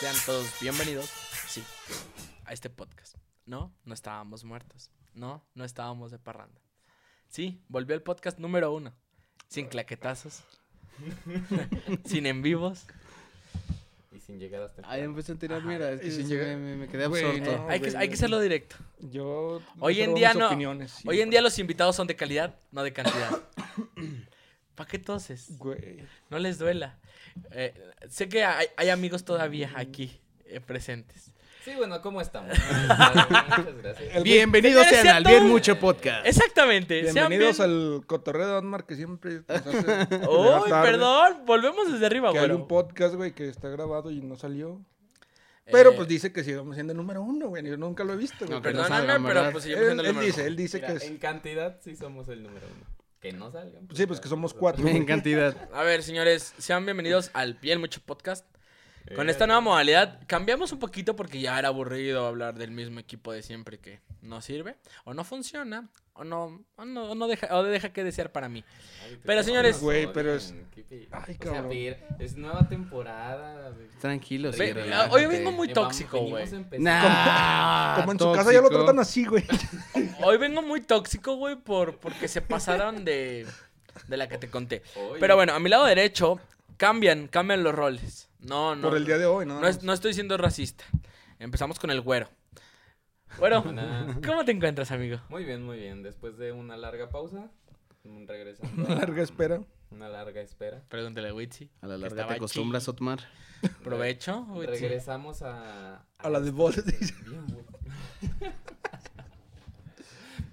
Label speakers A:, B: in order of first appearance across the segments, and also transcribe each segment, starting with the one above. A: Sean todos bienvenidos, sí, a este podcast. No, no estábamos muertos. No, no estábamos de parranda. Sí, volvió el podcast número uno. Sin claquetazos. sin en vivos.
B: Y sin llegadas tempranas.
C: Ahí Ah, empecé a tirar
A: Ajá.
C: mierda, es que
D: Y
C: sí,
D: sin llegar-
C: me, me- me quedé
D: Güey,
C: absorto.
D: No,
A: hay, que,
D: güey,
A: hay que hacerlo directo.
D: Yo.
A: Hoy en
D: reservo
A: día
D: mis
A: no.
D: opiniones, sí,
A: Hoy en día los invitados son de calidad, no de cantidad. ¿Para qué entonces?
D: Güey.
A: No les duela. Eh, sé que hay, hay amigos todavía aquí eh, presentes.
B: Sí, bueno, ¿cómo estamos? Muchas gracias.
D: El-
C: Bienvenidos
A: ¿Es
C: sean al
A: cierto?
C: Bien Mucho Podcast.
A: Exactamente. sean
D: Bienvenidos
A: bien-
D: al cotorreo de Anmar que siempre nos hace.
A: Uy,
D: llegar tarde,
A: perdón. Volvemos desde arriba,
D: Que hay
A: güero.
D: un podcast, güey, que está grabado y no salió.
A: Eh,
D: Pero pues dice que sigamos siendo número uno, güey. Yo nunca lo he visto, güey.
C: No, que no
A: Perdóname,
C: salgan,
A: pero
C: ¿verdad?
A: pues yo
D: él,
A: siendo el
D: él
A: número
D: dice,
A: uno.
D: él dice
B: Mira,
D: que es.
B: En cantidad sí somos el número uno. Que no salgan.
D: Sí, pues que somos cuatro.
C: En cantidad.
A: A ver, señores, sean bienvenidos al Piel Mucho Podcast. Con
B: Eh,
A: esta nueva modalidad cambiamos un poquito porque ya era aburrido hablar del mismo equipo de siempre que no sirve, o no funciona, o no, o no, o no deja, o deja que desear para mí.
B: ay, te
A: Pero,
B: tomas,
A: señores-
D: Güey, pero es-
B: qué pe-
D: Ay,
B: o sea,
D: cabrón.
B: pe- es nueva temporada. güey.
C: Tranquilos,
A: Ve-
C: sí,
A: hoy
C: relájate.
A: vengo muy
B: Eh, vamos,
A: tóxico,
B: venimos
A: güey.
B: empezando.
C: Nah,
D: Como en su casa ya lo
C: tóxico.
D: tratan así, güey.
A: Hoy vengo muy tóxico, güey, por, porque se pasaron de, de la que te conté.
B: Oye,
A: Pero bueno, a mi lado derecho cambian, cambian los roles. No, no.
D: Por el día de hoy, ¿no? pues.
A: No, es- no estoy siendo racista. Empezamos con el güero. Güero,
B: Buenas.
A: ¿cómo te encuentras, amigo?
B: Muy bien, muy bien. Después de una larga pausa, mm, regresando.
D: Una
B: a-
D: larga espera.
B: Una larga espera.
A: Pregúntale a Witsi.
C: A la
A: que
C: larga
A: estaba
C: te acostumbras,
A: chiqui.
C: Otmar.
A: Provecho, Witsi.
B: Regresamos a... este
D: A la de bolas, dice.
B: Bien, güey.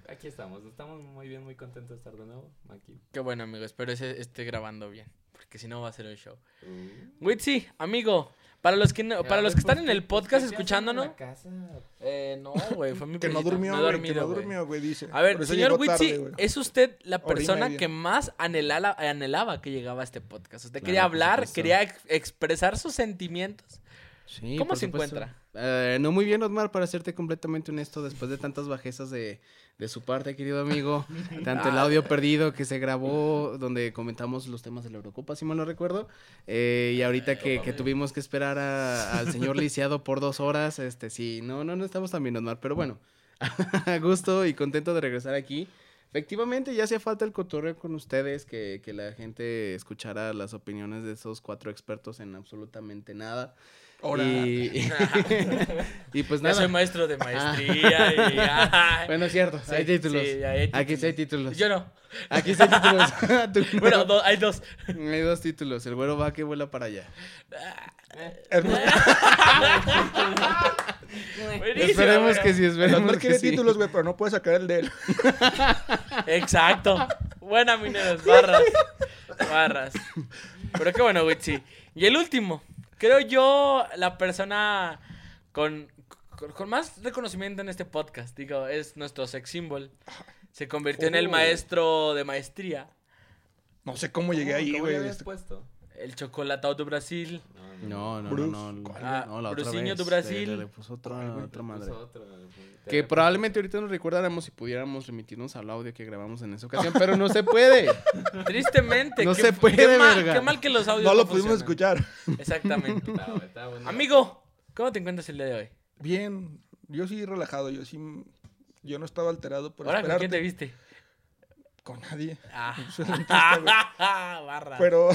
B: Aquí estamos, estamos muy bien, muy contentos de estar de nuevo aquí.
A: Qué bueno, amigo. Espero ese esté grabando bien. Porque si no, va a ser un show. Witsi, amigo. Para los que, no- para los que están en el podcast escuchándonos. Eh, no, güey. Fue mi
D: Que no
A: pellizco.
D: durmió,
A: he
D: güey. Que
A: dormido,
D: no
A: güey.
D: durmió, güey, dice.
A: A ver,
D: Por eso
A: señor
D: llegó tarde,
A: Witsi, eh,
D: güey.
A: es usted la
D: Hora y
A: persona
D: media.
A: que más anhelala- anhelaba que llegaba a este podcast. Usted quería
C: Claro, por
A: hablar,
C: supuesto.
A: quería ex- expresar sus sentimientos.
C: Sí,
A: ¿Cómo
C: por
A: se
C: supuesto.
A: encuentra?
C: Eh, no muy bien, Otmar, para serte completamente honesto, después de tantas bajezas de, de su parte, querido amigo, tanto el audio perdido que se grabó, donde comentamos los temas de la Eurocopa, si mal no recuerdo, eh, y ahorita que, que tuvimos que esperar a- al señor lisiado por dos horas, este, sí, no, no, no estamos tan bien, Otmar, pero bueno, a gusto y contento de regresar aquí. Efectivamente, ya hacía falta el cotorreo con ustedes, que, que la gente escuchara las opiniones de esos cuatro expertos en absolutamente nada.
D: Ahora.
C: Y, y pues
A: Yo soy
C: nada. Ah.
A: maestro de maestría y... ay.
C: Bueno, es cierto,
A: Sí,
C: hay títulos.
A: sí, hay títulos.
C: Aquí sí hay títulos.
A: Yo no.
C: Aquí sí hay títulos. Tú no.
A: Bueno, do- hay dos.
C: Hay dos títulos. El güero va que vuela para allá.
A: Buenísimo,
C: esperemos
A: güey.
C: que sí, esperemos
D: Las
C: que
D: quiere
C: sí.
D: títulos, güey, pero no puede sacar el de él.
A: Exacto. Buena, mineros. Barras. Barras. Pero qué bueno, Witsi. Y el último. Creo yo la persona con, con, con más reconocimiento en este podcast. Digo, es nuestro sex symbol. Se convirtió en el
D: Oh.
A: maestro de maestría.
D: No sé cómo llegué ahí,
B: ¿Cómo
D: güey.
B: le habías
D: Este-
B: puesto?
A: El chocolatado de Brasil.
C: No,
B: No,
C: no,
D: Bruce,
C: no, no.
D: ¿cuál?
A: Ah,
C: no, la otra
A: Bruceño
C: vez.
A: de Brasil.
C: Le, le puso otra, otra madre. Que
B: Que
C: probablemente ahorita nos recordáramos si pudiéramos remitirnos al audio que grabamos en esa ocasión, pero no se puede.
A: Tristemente.
C: No
A: qué-
C: se puede,
A: qué mal,
C: verga.
A: qué mal que los audios
D: No lo
A: no
D: pudimos
A: funcionan.
D: escuchar.
A: Exactamente. Amigo, ¿cómo te encuentras el día de hoy?
D: Bien, yo sí relajado, yo sí. Yo no estaba alterado por
A: Ahora, ¿con
D: esperarte.
A: quién te viste?
D: Con nadie.
A: Ah.
D: Soy un triste, güey.
A: Barras.
D: Pero,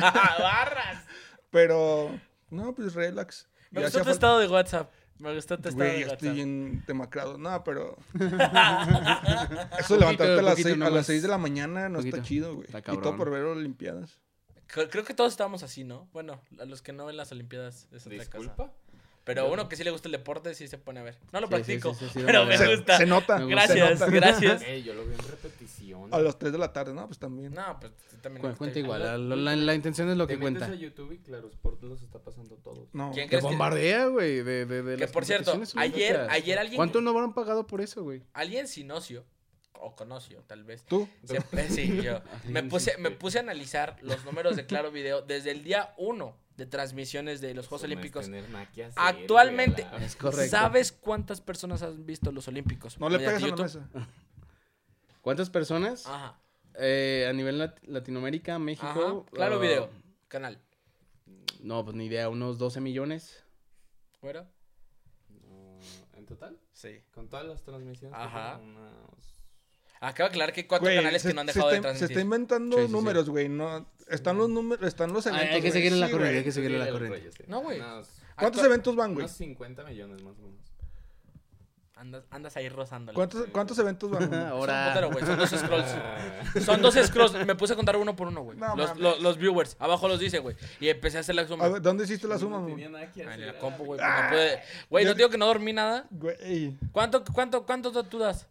A: Barras.
D: pero. No, pues relax.
A: Me
D: Ya
A: gustó
D: hacía
A: tu
D: falta-
A: estado de WhatsApp. Me gustó tu estado
D: Güey,
A: de
D: ya
A: WhatsApp.
D: estoy bien demacrado. No, pero. Eso de levantarte a las,
C: poquito
D: seis, a las
C: nomás.
D: seis de la mañana no
C: Poquito.
D: está chido, güey.
C: Está
D: Y todo
C: cabrón.
D: por ver Olimpiadas.
A: Creo creo que todos estábamos así, ¿no? Bueno, a los que no ven las Olimpiadas es otra cosa.
B: Disculpa.
A: Pero uno que sí le gusta el deporte sí se pone a ver. No lo
C: Sí,
A: practico,
C: sí, sí, sí, sí, lo
A: pero me
C: veo.
D: Se,
A: gusta.
D: se nota.
C: Me gusta.
A: Gracias,
D: se nota.
A: gracias.
B: Ey, yo lo vi en repetición.
D: A las 3 de la tarde, no, pues también.
A: No, pues tú también.
C: Cu-
A: me gusta.
C: Cuenta igual. La, la- la intención es lo que
B: Te metes
C: cuenta.
B: a YouTube y Claro Sport los está pasando todos.
D: No.
A: ¿Quién
C: Te
A: crees que-
C: bombardea, güey. De, de, de
A: Que
C: las
A: por cierto,
C: competiciones
A: ayer,
C: olímpicas.
A: ayer alguien,
C: ¿Cuánto no habrán pagado por eso, güey?
A: alguien sin ocio, o con ocio, tal vez,
D: ¿Tú?
A: Siempre, sí, yo. Me
C: sí,
A: puse,
C: sí.
A: me puse a analizar los números de Claro Video desde el día 1 de transmisiones de los Juegos
B: Eso no es
A: Olímpicos.
B: tener nada que hacer,
A: Actualmente,
B: güey, a la-
C: Es correcto.
A: ¿sabes cuántas personas han visto los Olímpicos?
D: No le
A: mediante
D: pegas a la
A: YouTube?
D: mesa.
C: ¿Cuántas personas?
A: Ajá.
C: Eh, a nivel lat- Latinoamérica,
A: ajá.
C: México.
A: Claro
C: ah,
A: Video, canal.
C: No, pues ni idea, unos 12 millones.
A: ¿Fuera?
B: No, ¿En total?
A: Sí.
B: Con todas las transmisiones. que
A: Ajá.
B: fueron, unos-
A: Ah, Acabo de aclarar que hay cuatro
D: Güey,
A: canales
D: se-
A: que no han
D: se
A: dejado de
D: está-
A: transmitir.
D: Se está inventando
C: Sí, sí, sí.
D: números, güey. No, están los números, están los
C: Ay,
D: eventos.
C: Ah, hay que
D: güey.
C: seguir en la
D: Sí,
C: corriente, hay
D: güey.
C: que seguir en la
B: Sí, el
C: corriente.
B: rollo, sí.
A: No, güey.
B: Unos,
D: ¿Cuántos
A: Actua-
D: eventos van, güey?
B: unos 50 millones más o menos.
A: Andas, andas ahí rozándole.
D: ¿Cuántos, ¿Cuántos eventos van? güey?
A: Son,
C: Ah, Ahora.
A: putero, güey, son dos scrolls.
B: Ah,
A: Son dos scrolls. Me puse a contar uno por uno, güey.
D: No
A: los,
D: mames.
A: lo- los viewers. Abajo los dice, güey. Y empecé a hacer la suma.
D: A ver, ¿dónde hiciste la
B: no
D: suma,
B: tenía
D: güey?
B: nada que
A: Ah, en
B: hacer.
A: la compu, güey. pues no puede- Güey, no digo que no dormí nada.
D: Güey.
A: ¿Cuánto, cuánto, cuánto tú- tú das?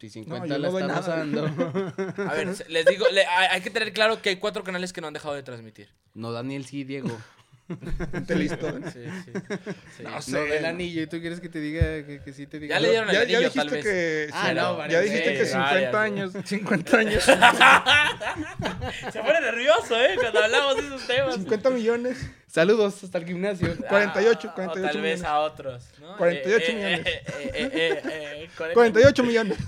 C: Si
D: No,
C: 50
D: yo
C: la
D: no doy
C: estamos
D: nada.
C: dando.
A: A ver, se- les digo, le- hay, hay que tener claro que hay cuatro canales que no han dejado de transmitir.
C: No, Daniel sí, Diego.
D: Te listo.
A: Sí, sí. sí.
D: No sé.
C: No, el anillo. ¿Y tú quieres que te diga que, que sí te diga?
A: Ya le dieron el
D: Ya, ya
A: anillo, tal
D: dijiste
A: vez.
D: que.
C: Ah, no,
D: sí, ya
C: varias
D: dijiste que
C: veces,
D: 50
A: varias
D: años. 50 años.
A: Se pone nervioso, ¿eh? Cuando hablamos de esos temas.
D: 50 millones.
C: Saludos hasta el gimnasio.
A: Ah,
D: 48,
A: o
D: 48
A: tal vez
D: millones.
A: a otros, ¿no?
D: 48
A: Eh, eh,
D: millones.
A: eh, eh, eh, eh, eh,
D: 48 millones.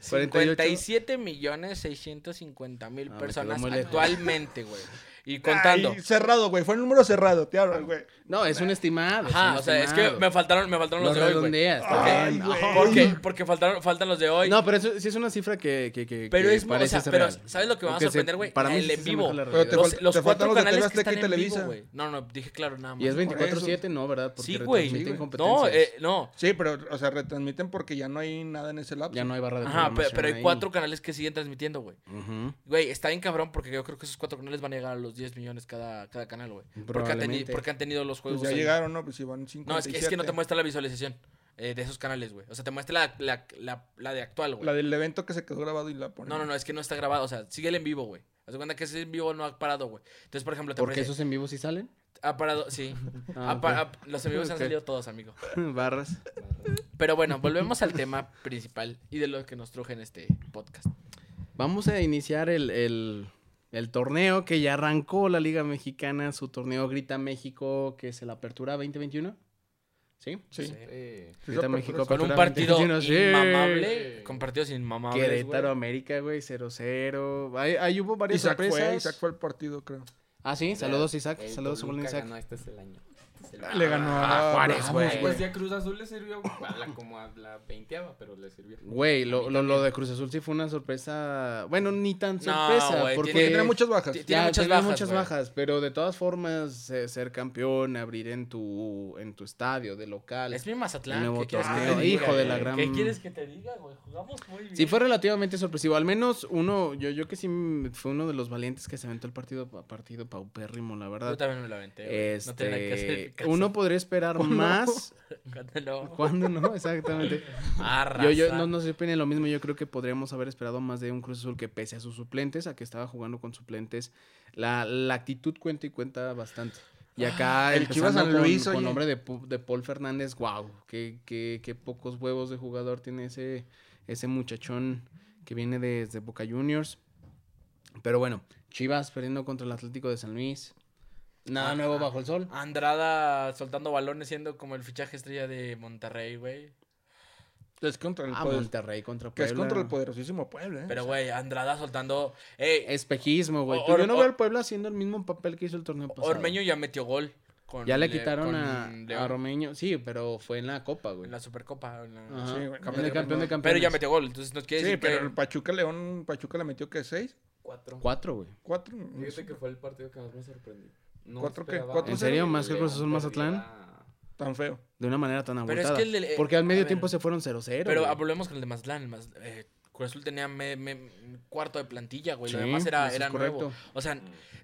A: 57 millones 650 mil
C: Ah, me
A: personas
C: quedó muy lejos.
A: actualmente, güey. Y contando.
D: Ay, cerrado, güey. Fue el número cerrado, te hablo, güey.
C: No, es un estimado.
A: Ajá, o sea, es que me faltaron, me faltaron
C: Lo
A: los de hoy, güey.
C: redondeas.
D: Ok.
C: está
D: Ay,
C: bien.
D: güey.
C: Ajá.
A: Porque, porque faltaron, faltan los de hoy.
C: No, pero eso, sí es una cifra que, que, que
A: Pero
C: que
A: es- o sea,
C: ser
A: pero
C: real.
A: ¿sabes lo que me va a
C: Aunque se-
A: sorprender, güey?
C: para mí
A: El
C: sí
A: en
C: se
A: vivo.
C: asemeja la
D: Pero te
C: realidad.
A: los
D: fal-
A: los
D: te faltan
A: cuatro
D: los de
A: canales que
D: Azteca
A: están
D: y
A: en
D: Televisa.
A: vivo, güey. No, no, dije claro nada más.
C: Y es
D: por
C: 24-7, ¿no? ¿Verdad? Porque
A: sí, güey.
C: retransmiten
A: No,
C: competencias.
A: eh, no.
D: Sí, pero, o sea, retransmiten porque ya no hay nada en ese lapso.
C: Ya no hay barra de
A: Ajá, pe- pero,
C: programación
A: hay
C: ahí.
A: cuatro canales que siguen transmitiendo, güey.
C: Ujú.
A: Güey, está bien cabrón porque yo creo que esos cuatro canales van a llegar a los 10 millones cada, cada canal, güey. Porque, han teni-
C: Probablemente.
A: porque han tenido los
D: Pues
A: juegos.
D: ya
A: ahí.
D: llegaron, ¿no? Pues si van 57.
A: No, es que, es que no te muestra la visualización eh, de esos canales, güey. O sea, te muestra la, la, la, la de actual, güey.
D: La del evento que se quedó grabado y la ponen.
A: No, no, no, es que no está grabado. O sea, sigue el en vivo, güey. Haz de cuenta que ese en vivo no ha parado, güey. Entonces, por ejemplo, te
C: Porque
A: aparece-
C: esos en vivo sí salen.
A: Ha parado, sí.
C: Ah,
A: Ha pa-
C: ok.
A: ha- los en vivos han
C: Ok.
A: salido todos, amigo.
C: Barras.
A: Pero bueno, volvemos al tema principal y de lo que nos truje en este podcast.
C: Vamos a iniciar el, el- el torneo que ya arrancó la Liga Mexicana, su torneo Grita México, que es el Apertura 2021. ¿Sí?
D: Sí.
A: Sí.
B: Sí.
D: Sí,
C: Grita
D: pero-
C: México.
A: Con un
C: Apertura
A: partido
C: 2021, sí.
A: inmamable, con partidos inmamables, güey.
C: Querétaro América, güey, 0-0. Ahí, ahí hubo varias
D: Isaac fue,
C: sorpresas.
D: Isaac fue el partido, creo.
C: Ah, sí, saludos Isaac,
B: El
C: saludos
B: Toluca
C: Golden Isaac.
B: ganó, este es el año. Este es el año.
D: Le ganó
C: Ah,
D: a
C: Juárez,
D: Bravos,
C: güey.
B: Pues ya Cruz Azul le sirvió a la, como a la veinteava, pero le sirvió.
C: Güey,
B: A
C: lo,
B: mí
C: lo, lo
B: también.
C: de Cruz Azul sí fue una sorpresa. Bueno, ni tan
A: No,
C: sorpresa,
A: güey,
C: porque
A: tiene-
D: Porque tenía muchas bajas.
A: Ti-
C: Ya,
A: Tiene muchas
C: tenía
A: bajas,
C: muchas
A: güey.
C: bajas, pero de todas formas, eh, ser campeón, abrir en tu, en tu estadio de local.
A: Es mi Mazatlán.
C: El nuevo
A: ¿qué quieres que
C: torneo,
A: te diga,
C: hijo de
A: güey?
C: la gran-
A: ¿Qué quieres que te diga, güey? Jugamos muy bien.
C: Sí, fue relativamente sorpresivo. Al menos uno, yo, yo que sí mm, fue uno de los valientes que se aventó el partido, pa- partido paupérrimo, la
A: Yo
C: verdad.
A: también me lo aventé, güey. No tenía que hacer en mi
C: Este,
A: casa.
C: uno podría esperar más.
A: Cuando Ah, lo-
C: ¿Cuándo no? Exactamente.
A: Arrasa.
C: Yo, yo no, no sé si opinen lo mismo. Yo creo que podríamos haber esperado más de un Cruz Azul que pese a sus suplentes, a que estaba jugando con suplentes, la, la actitud cuenta y cuenta bastante. Y acá
D: Ah, el Chivas
C: empezando
D: San
C: con-
D: Luis,
C: con,
D: oye.
C: nombre de, Pu- de Paul Fernández, wow, qué, qué, qué pocos huevos de jugador tiene ese, ese muchachón que viene desde Boca Juniors. Pero bueno, Chivas perdiendo contra el Atlético de San Luis. Nada
A: Ah,
C: nuevo bajo el sol.
A: Andrada soltando balones siendo como el fichaje estrella de Monterrey, güey.
D: Es contra el
C: Ah,
D: poder-
C: Monterrey contra
D: pues,
C: Puebla.
D: Que es contra el poderosísimo Puebla, ¿eh?
A: Pero, güey, Andrada soltando... Ey,
C: Espejismo, güey.
A: O-
C: Tú-
A: Or-
C: Yo no
A: Or-
C: veo al Puebla haciendo el mismo papel que hizo el torneo pasado.
A: Ormeño ya metió gol. con
C: Ya le
A: Le-
C: quitaron
A: con
C: a,
A: León
C: a Ormeño. Sí, pero fue en la Copa, güey.
A: En la Supercopa. en la-
C: Ajá.
D: Sí, güey,
C: En el
D: campeón de
C: campeón de campeones.
A: Pero ya metió gol, entonces nos quiere
D: Sí,
A: decir
D: pero
A: que...
D: el Pachuca León, Pachuca le metió que seis,
B: Cuatro.
C: Cuatro, güey.
D: cuatro. no
B: Fíjate
D: sé.
B: que fue el partido que más me sorprendió. No
D: ¿Cuatro qué?
B: esperaba
D: ¿Cuatro
C: ¿En serio?
B: que
C: ¿Más que el Cruz
B: León
C: Azul Mazatlán?
B: perdiera-
D: Tan feo.
C: De una manera tan
A: Pero es
C: abultada.
A: que el del- eh,
C: Porque al
A: a
C: medio
A: ver.
C: tiempo se fueron 0-0.
A: Pero
C: güey.
A: ah, volvemos con el de Mazatlán. El Maz- eh, Cruz Azul tenía me- me- un cuarto de plantilla, güey. Lo
C: Sí,
A: demás era,
C: eso es
A: era nuevo.
C: correcto.
A: O sea,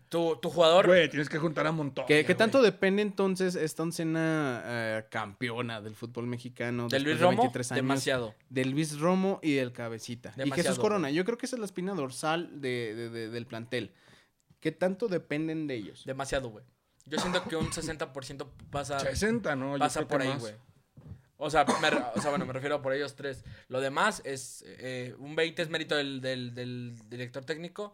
A: tu, tu jugador...
D: Güey, tienes que juntar a montón.
C: ¿Qué, qué tanto depende entonces esta oncena eh, campeona del fútbol mexicano?
A: de
C: después
A: Luis Romo,
C: 23 años?
A: demasiado.
C: de Luis Romo y del Cabecita. y
A: Demasiado,
C: Jesús Corona.
A: güey.
C: Yo creo que esa es la espina dorsal de- de- de- del plantel. ¿Qué tanto dependen de ellos?
A: Demasiado, güey. Yo siento que un 60% pasa,
D: 60, ¿no? Yo
A: pasa
D: creo que
A: por ahí,
D: más.
A: güey. O sea, me re- o sea, bueno, me refiero a por ellos tres. Lo demás es eh, un 20 es mérito del, del- del director técnico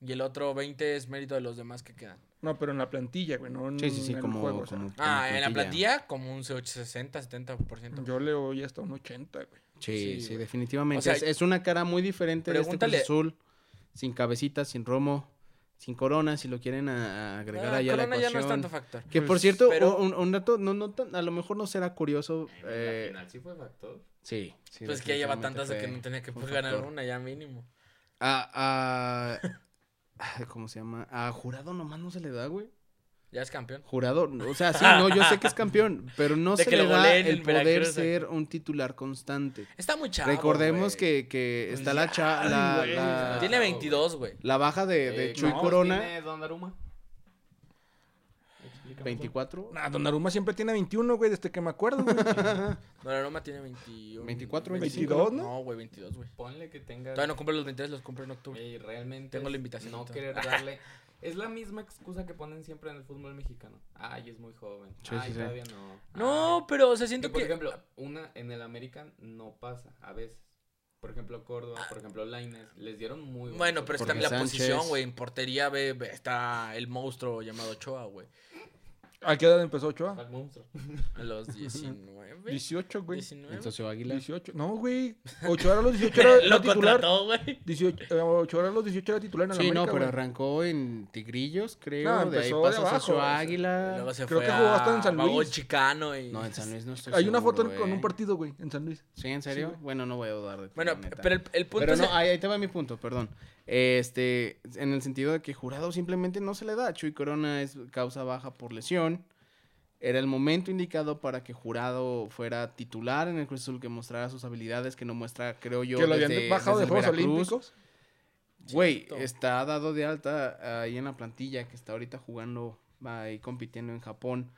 A: y el otro 20 es mérito de los demás que quedan.
D: No, pero en la plantilla, güey, no en,
C: sí, sí, sí,
D: en el
C: como,
D: juego, o sea.
C: como- como
A: Ah, en la plantilla como un 60, 70%.
D: Yo le oí hasta un 80, güey.
C: Sí,
A: Sí,
C: sí,
A: güey.
C: definitivamente.
A: O sea,
C: es, es una cara muy diferente de este
A: pregúntale-
C: Cruz Azul. Sin cabecita, sin Romo, Sin corona, si lo quieren a- a agregar
A: Ah,
C: allá a la
A: Corona ya no es
C: ecuación.
A: tanto factor.
C: que por
D: Pues,
C: cierto,
A: pero-
C: un, un dato, no, no tan- a lo mejor no será curioso.
B: La
C: eh,
B: final sí fue factor.
C: sí.
D: Sí,
A: pues que ya lleva tantas de que no
C: definitivamente
A: tenía que
C: fue
A: pues,
C: un
A: ganar
C: factor.
A: una ya mínimo.
C: A, a- ay, ¿Cómo se llama? A jurado nomás no se le da, güey.
A: Ya es campeón.
C: Jurado, no, o sea, sí, no, yo sé que es campeón, pero no
A: De
C: se
A: que
C: le
A: lo
C: da
A: goleen
C: el
A: el
C: poder
A: Veracruz, eh.
C: ser un titular constante.
A: Está muy chavo,
C: Recordemos
A: güey.
C: que, que
D: Pues
C: está la,
D: ya,
C: cha- la-
D: güey,
C: la-
A: Tiene
B: Ah,
A: 22, güey.
C: la baja de, de
B: Eh,
C: Chuy
B: ¿cuántos
C: Corona,
B: tiene Donnarumma? Explícame tú.
C: 24.
D: Nah, Donnarumma siempre tiene 21, güey, desde que me acuerdo, güey.
A: Donnarumma tiene 21.
C: 24,
D: 22, ¿no?
A: No, güey, 22, güey.
B: Ponle que tenga.
A: Todavía no cumple los 23, los cumple en
D: Eh,
A: octubre.
B: Güey, realmente.
A: Tengo
B: es
A: la invitación
B: No
A: entonces.
B: querer darle. Es la misma excusa que ponen siempre en el fútbol mexicano. Ay, es muy joven.
C: Sí,
B: Ay,
C: sí, sí.
B: todavía no.
A: No,
B: Ay.
A: pero, o sea,
B: Que,
A: siento
B: por
A: que...
B: ejemplo, una en el American no pasa a veces. Por ejemplo, Córdoba, por ejemplo, Laines. Les dieron muy. buenos
A: Bueno, pero es
C: Porque
A: también la
C: Sánchez-
A: posición, güey. En portería ve, ve- está el monstruo llamado Ochoa, güey.
D: ¿A qué edad empezó Ochoa?
B: Al monstruo.
A: A los 19.
D: 18, güey.
A: 19.
C: El socio Águila.
D: 18. No, güey. Ochoa era los 18 era, era
A: Lo
D: titular.
A: contrató, güey.
D: 18, eh, Ochoa era los 18 era titular en
C: Sí,
D: América,
C: no, pero
D: güey.
C: arrancó en Tigrillos, creo.
D: No,
C: de ahí
D: empezó de
C: pasó
D: abajo,
C: socio
D: o sea,
C: Águila.
A: Luego se
D: Ah, Creo
A: fue
D: que jugó
A: a
D: hasta en San
A: Vagón
D: Luis.
A: Chicano y...
C: No, en San Luis no estoy
D: Hay una
C: seguro, eh.
D: foto en- con
C: güey.
D: un partido, güey, en San Luis.
C: ¿Sí, en serio? bueno, no voy a dudar de ti,
A: Bueno,
C: la neta.
A: pero el, el punto
C: Pero
A: es...
C: no, ahí, ahí te va mi punto, perdón. Este, en el sentido de que jurado simplemente no se le da. Chuy Corona es causa baja por lesión. Era el momento indicado para que jurado fuera titular en el Cruz Azul, que mostrara sus habilidades, que no muestra, creo yo,
D: que lo habían
C: desde-
D: bajado de
C: desde el
D: Juegos
C: Veracruz.
D: Olímpicos.
C: Güey,
A: Cierto.
C: está dado de alta ahí en la plantilla, que está ahorita jugando, va ahí compitiendo en Japón.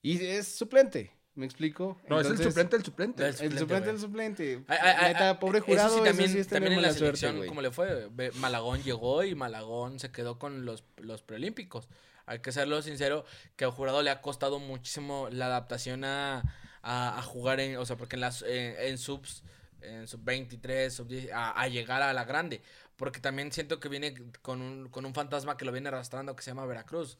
C: Y es suplente, ¿me explico?
D: No, es el
C: Entonces,
D: suplente, el suplente.
A: Es-
C: El
A: Suplente,
C: suplente,
A: güey.
C: el suplente.
A: Ay, ay, ay,
C: Neta,
A: ay,
C: pobre
A: eso
C: jurado. eso
A: sí, también,
C: sí es
A: también
C: tener
A: en la
C: mala suerte,
A: selección,
C: güey.
A: ¿cómo le fue? Ve- Malagón llegó y Malagón se quedó con los, los preolímpicos. Hay que serlo sincero, que al jurado le ha costado muchísimo la adaptación a, a- a jugar en, o sea, porque en las en, en subs, en sub 23, sub 10, a, a llegar a la grande. Porque también siento que viene con un, con un fantasma que lo viene arrastrando que se llama Veracruz,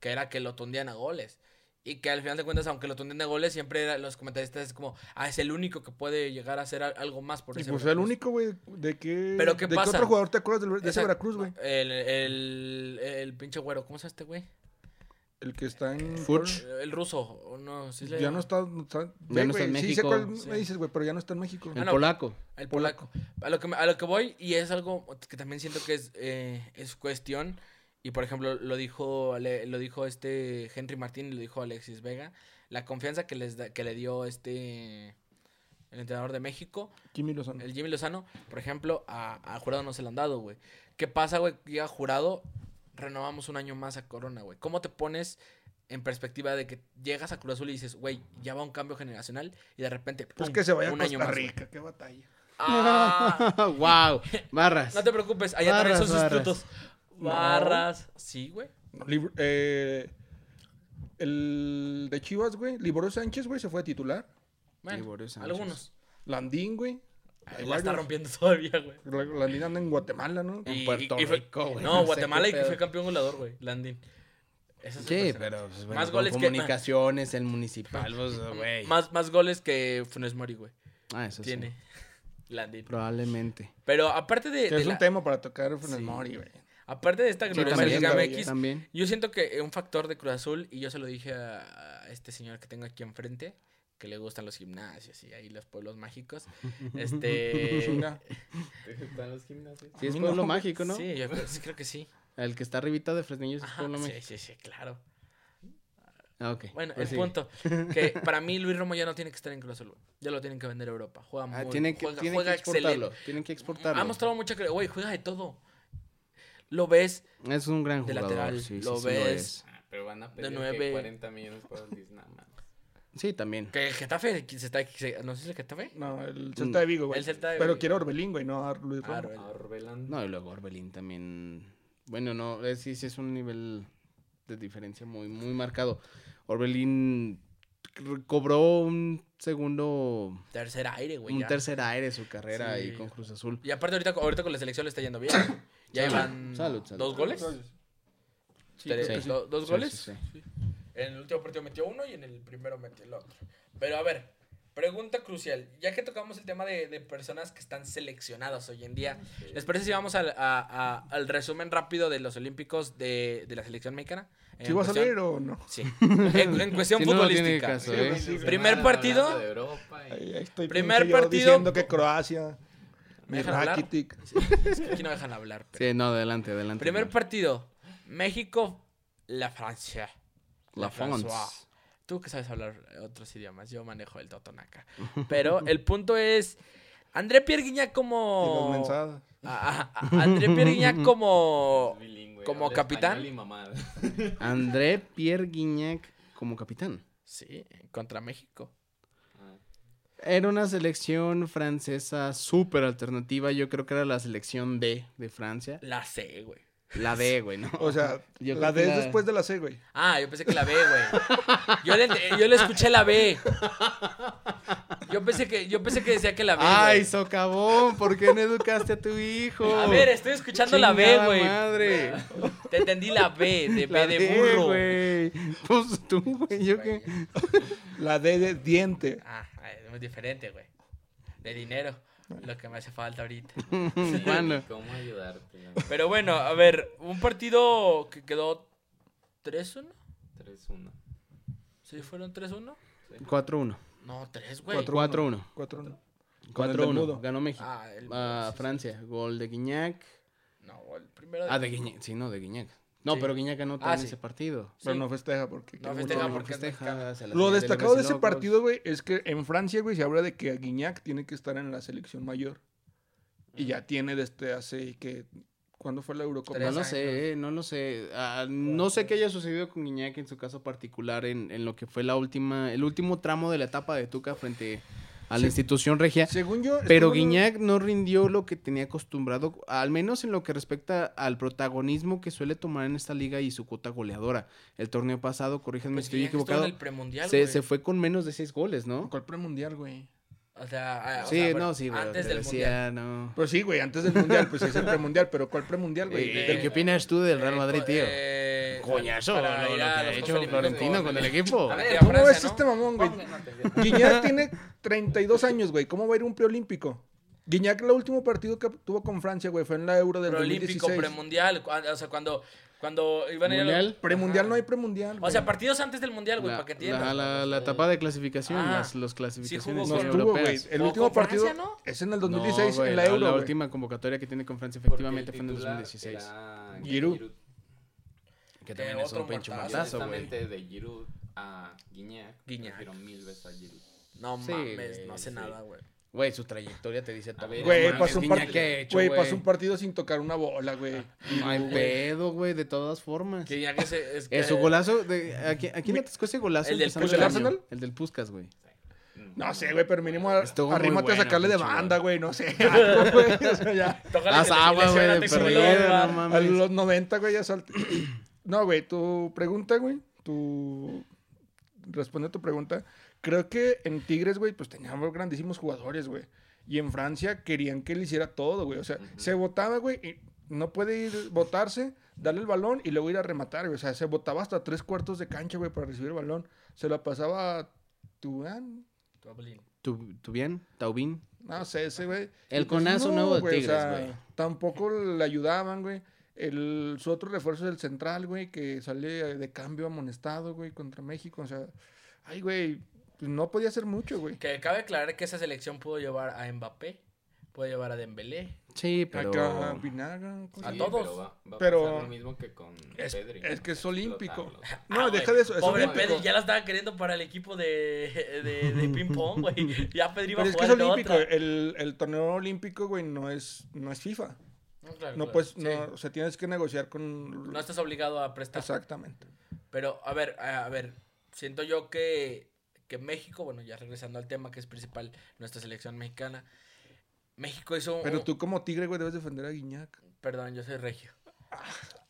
A: que era que lo tundían a goles. Y que al final de cuentas, aunque lo tundían a goles, siempre era- los comentaristas es como, ah, es el único que puede llegar a hacer al- algo más por
D: Y
A: ese
D: pues fue el
A: Veracruz".
D: único, güey, de que...
A: ¿Pero qué
D: de
A: pasa?
D: qué otro jugador te acuerdas del- de, ese
A: Exacto.
D: Veracruz, güey?
C: Ah,
A: El, el, el pinche güero, ¿cómo se llama este güey?
D: El que está en...
C: Furch.
A: El ruso, o no, sí le-
D: Ya Pues no está... no está-
C: Ya
D: Ve,
C: no está en
D: güey, Sí sé
C: México.
D: cuál
A: Sí.
D: me dices, güey, pero ya no está en México.
C: El
A: Ah, no.
C: polaco.
A: El polaco. A lo que, me- a lo que voy, y es algo que también siento que es, eh, es cuestión, y por ejemplo lo dijo, Ale- lo dijo este Henry Martín y lo dijo Alexis Vega, la confianza que, les da- que le dio este el entrenador de México
D: Jimmy Lozano.
A: El Jimmy Lozano, por ejemplo, a, a Jurado no se le han dado, güey. ¿Qué pasa, güey? Llega Jurado, renovamos un año más a Corona, güey. ¿Cómo te pones en perspectiva de que llegas a Cruz Azul y dices, güey, ya va un cambio generacional y de repente,
D: Pues
A: ¡pum!
D: que se vaya a
A: un
D: Costa
A: más, güey.
D: Rica, qué batalla.
A: ¡Ah!
C: wow. Barras.
A: No te preocupes, allá también son
C: Barras,
A: sustitutos. Barras. Sí, güey.
D: Lib- eh, el de Chivas, güey, Liborio Sánchez, güey, se fue a titular.
A: Bueno,
C: Liborio Sánchez.
A: algunos.
D: Landín, güey. Hay
A: La está
D: varios.
A: rompiendo todavía, güey.
D: La- Landín anda en Guatemala, ¿no?
A: Eh,
C: En Puerto
A: fue-
C: Rico, güey,
A: No,
C: no sé
A: Guatemala
C: qué
A: y que
C: pedo.
A: fue campeón goleador, güey. Landín. Esa es
C: Sí,
A: otra.
C: pero pues, bueno,
A: Más
C: con
A: goles que- Ah,
C: comunicaciones, el municipal, pues, güey.
A: Más, más goles que Funes Mori, güey.
C: Ah, eso sí.
A: Tiene. Landín.
C: Probablemente.
A: Pero aparte de,
D: Que
A: de
D: es
A: la-
D: un tema para tocar en el
A: Sí.
D: Mori, güey.
A: aparte de esta
D: Sí,
A: gloriosa
D: también,
A: Liga
D: güey,
A: MX,
C: También.
A: yo siento que eh, un factor de Cruz Azul, y yo se lo dije a, a este señor que tengo aquí enfrente, que le gustan los gimnasios y ahí los pueblos mágicos. Este.
D: Chinga.
B: Están los gimnasios.
C: Sí, es
D: A mí no,
C: pueblo
D: güey.
C: mágico, ¿no?
A: Sí, yo creo, sí, creo que sí.
C: El que está arribita de Fresnillo sí es
A: Ajá,
C: pueblo
A: sí,
C: mágico.
A: sí, sí, claro.
C: Ah, ok.
A: Bueno, el
C: Pues sí.
A: punto. Que para mí Luis Romo ya no tiene que estar en Cruz Azul. güey. Ya lo tienen que vender a Europa. Juega muy
C: Ah, tienen que,
A: juega-
C: tienen
A: juega
C: que exportarlo.
A: excelente.
C: Tienen que exportarlo.
A: Ha mostrado mucha cre- Güey, juega de todo. Lo ves
C: Es un gran
A: de
C: jugador.
A: lateral,
C: sí, sí,
A: lo
C: sí,
A: ves.
B: Ah, pero van a
A: De
B: pedir
A: nueve.
B: que 40 millones por el Disney, nada más.
C: es. Sí, también.
A: que el Getafe se está. se- no sé si es el Getafe.
D: No, el Celta de Vigo,
A: Mm.
D: güey.
A: El Celta de
D: Pero
A: Vigo.
D: quiere Orbelín, güey, no a Luis
A: Ah,
D: Romo.
A: Arbel.
B: Arbelan.
C: No, y luego Orbelín también. Bueno, no, es, sí, sí es un nivel de diferencia muy, muy marcado. Orbelín c- cobró un segundo,
A: Tercer aire, güey.
C: un
A: ya.
C: tercer aire su carrera
A: Sí.
C: ahí con Cruz Azul.
A: Y aparte ahorita, ahorita con la selección le está yendo bien. ya
C: Salud,
A: llevan
C: salud, salud.
A: dos goles.
D: Sí,
A: Tres-
D: creo que
C: sí.
A: do- dos
C: Sí,
A: goles.
C: sí, sí.
A: En el último partido metió uno y en el primero metió el otro. Pero a ver, Pregunta crucial. Ya que tocamos el tema de, de personas que están seleccionadas hoy en día, ¿les parece si vamos al, a- a- al resumen rápido de los Olímpicos de, de la selección mexicana? En
D: ¿Sí va a
A: cuestión-
D: salir o no?
A: Sí. En, en cuestión
C: Si no, no tiene
A: futbolística.
C: caso,
D: Sí,
C: ¿eh?
D: sí, sí.
A: Primer partido.
B: De Europa y-
D: Ahí- ahí estoy
A: Primer
D: pinche yo
A: partido.
D: Diciendo que Croacia.
A: ¿Me
D: Mi
A: dejan hablar?
D: Rakitic.
A: Es que aquí no dejan hablar. pero-
C: Sí, no, adelante, adelante.
A: Primer
C: no.
A: partido. México, la Francia.
C: La
A: François.
C: Fonts.
A: Tú que sabes hablar otros idiomas, yo manejo el totonaca. Pero el punto es, André Pierguiña
D: Y los
A: como...
D: mensadas.
A: Ah, ah, ah, André Pierguiña como...
B: bilingüe,
A: ¿Como
B: habla
A: capitán?
B: español y mamada.
C: André Pierre Guignac como capitán.
A: Sí, contra México.
B: Ah,
C: Era una selección francesa súper alternativa. Yo creo que era la selección D de Francia.
A: La C, güey.
C: La D, güey, ¿no?
D: O sea,
C: Yo creo
D: la
C: que
D: D es
C: la-
D: después de la C, güey.
A: Ah, yo pensé que la B, güey. Yo le, ent- yo le escuché la B. Yo pensé que, yo pensé que decía que la B, güey.
C: Ay, socavón, ¿por qué no educaste a tu hijo?
A: A ver, estoy escuchando la B,
C: Chingada
A: güey.
C: madre.
A: Te entendí la B, de B
C: La
A: de
C: D,
A: burro.
C: güey. Pues tú, güey, yo que...
D: La D de diente.
A: Ah, es muy diferente, güey. De dinero, lo que me hace falta ahorita.
B: sí,
C: Bueno.
B: ¿Cómo ayudarte? la-
A: Pero bueno, a ver, un partido que quedó 3-1.
B: 3-1.
A: ¿Sí fueron 3-1?
C: 4-1.
A: No, 3, güey.
D: 4-1.
C: 4-1.
D: 4-1. Con el del mudo.
C: 4-1. Ganó México.
A: Ah, el-
C: a
A: sí, sí.
C: Francia. Gol de Guiñac.
A: No, el primero.
C: Ah, de Guiñac. Sí, no, de Guiñac. No,
A: Sí.
C: pero Guiñac ganó
A: Ah,
C: también
A: sí.
C: ese partido.
D: Pero
A: Sí.
D: no festeja porque.
A: No
D: qué
A: festeja
C: No
D: burro.
A: porque es
C: festeja,
A: mexicano.
C: se la
D: Lo
C: tiene de
D: destacado de ese
A: pues.
C: locos.
D: partido, güey, es que en Francia, güey, se habla de que Guiñac tiene que estar en la selección mayor. Y ya tiene desde hace que. ¿Cuándo fue la Eurocopa?
A: Mm.
C: No
A: Tres
C: lo
A: años.
C: sé, eh, no lo sé. Ah, no sé qué haya sucedido con Guiñac en su caso particular en, en lo que fue la última, el último tramo de la etapa de Tuca frente a la
D: Sí.
C: institución regia.
D: Según yo.
C: Pero
D: estuvo en-
C: Guiñac no rindió lo que tenía acostumbrado, al menos en lo que respecta al protagonismo que suele tomar en esta liga y su cuota goleadora. El torneo pasado, corríjanme
A: Pues
C: si estoy
A: ya que estuvo en
C: equivocado,
A: el premundial,
C: se,
A: güey.
C: se fue con menos de seis goles, ¿no?
D: ¿Cuál premundial, güey?
A: O sea, ah, o
C: sí,
A: sea,
C: no,
A: bueno,
C: sí, güey,
A: Antes
C: te
A: del mundial.
C: decía, no.
D: Pues sí, güey, antes del mundial, pues es el premundial, pero ¿cuál premundial, güey?
C: Eh,
A: de-
D: Del
A: eh,
C: ¿Qué opinas tú del Real
A: Eh,
C: Madrid, tío?
A: eh,
C: Coñazo, lo,
A: para
C: lo
A: ir
C: que
A: a
C: ha
A: los
C: hecho
A: Juegos
C: Florentino con el
A: Olímpicos.
C: equipo.
A: A ver,
D: ¿Cómo
A: Francia,
D: ves
A: ¿no?
D: este mamón, güey?
B: No te-
D: Guiñac tiene 32 años, güey. ¿Cómo va a ir un preolímpico? Guiñac, el último partido que tuvo con Francia, güey, fue en la Euro del
A: Preolímpico,
D: 2016.
A: premundial. cu- O sea, cuando, cuando iban a ir a los-
C: Mundial.
D: premundial
A: Ajá.
D: no hay premundial.
A: O
D: güey.
A: sea, partidos antes del mundial, güey,
C: La,
A: para que
C: la-
A: entiendas.
C: la- la etapa de clasificación,
A: Ah,
C: las, los
A: jugó
C: clasificaciones
D: no
A: con-
D: estuvo, güey.
C: europeas.
D: El
A: ¿O
D: último
A: con Francia,
D: partido
A: no?
D: es en el
C: No,
D: 2016
C: güey,
D: en la
C: la-
D: Euro.
C: La
D: güey.
C: última convocatoria que tiene con Francia
B: porque el
C: efectivamente fue en el
B: titular
C: 2016.
B: era
D: Giroud.
A: Que
C: Que también
A: otro
C: es un pinche
A: mortazo.
C: matazo, güey.
B: Honestamente, de Giroud a Guiñac,
A: Guiñac.
B: prefiero mil veces a Giroud.
A: No
C: Sí,
A: mames,
C: güey,
A: no hace
B: sí.
A: nada, güey.
C: Güey, su trayectoria te dice todo.
B: ver,
C: No
D: Güey,
C: mames,
D: pasó un
C: Guiñac,
D: partido.
C: ¿qué ha hecho,
D: Güey, pasó un partido sin tocar una bola, güey.
C: No hay pedo, güey, de todas formas.
A: Que ya que se, es que-
C: Eh, su golazo, de, ¿a quién, a quién le atascó ese golazo?
A: ¿El del
C: empezando
A: Puskas?
C: año?
D: Arsenal?
C: El del Puskas, güey.
D: No sé, güey, pero mínimo
C: Estuvo muy
D: arrímate
C: bueno,
D: a sacarle de
C: pinche
D: banda, güey. No sé. algo, güey, o sea, ya.
A: Ojalá
C: Haz
A: que te
D: ah,
C: agua, güey, de
A: lesionate como el otro,
C: perdido,
A: va.
C: no
D: A
C: mames.
D: los 90, güey, ya salte. No, güey, tu pregunta, güey, tu... Responde a tu pregunta. Creo que en Tigres, güey, pues teníamos grandísimos jugadores, güey. Y en Francia querían que él hiciera todo, güey. O sea, se votaba, güey, y no puede ir votarse, darle el balón y luego ir a rematar, güey. O sea, se votaba hasta tres cuartos de cancha, güey, para recibir el balón. Se lo pasaba a Tuan,
C: Tu, tu bien, Taubín.
D: no sé, ese güey.
C: El
D: Y pues,
C: conazo nuevo de
D: güey,
C: Tigres, güey.
D: tampoco le ayudaban, güey. El, su otro refuerzo es el central, güey, que sale de cambio amonestado, güey, contra México. O sea, ay, güey, pues no podía hacer mucho, güey.
A: Que cabe aclarar que esa selección pudo llevar a Mbappé, pudo llevar a Dembélé.
C: Sí, pero...
D: Acá, Vinaga, cosas.
A: A
B: Sí,
A: todos.
B: Pero, va, va a
D: Pero-
B: pasar lo mismo que con
D: Es-
B: Pedri.
D: es que es
B: Explotarlo,
D: olímpico.
B: o sea.
D: No,
A: Ah,
D: deja
A: güey,
D: de eso. es
A: Pobre
D: olímpico.
A: Pedri, ya la estaba queriendo para el equipo de, de, de ping pong, güey. Ya Pedri iba a
D: Pero es que
A: jugar
D: es
A: en
D: olímpico. eh.
A: otra.
D: El, el torneo olímpico, güey, no es, no es FIFA.
A: No, claro,
D: No,
A: claro.
D: pues,
A: Sí.
D: no, o sea, tienes que negociar con...
A: No estás obligado a prestar.
D: Exactamente.
A: Pero, a ver, a a ver, siento yo que, que México, bueno, ya regresando al tema que es principal, nuestra selección mexicana, México hizo un...
D: Pero tú como tigre, güey, debes defender a Guiñac.
A: Perdón, yo soy regio.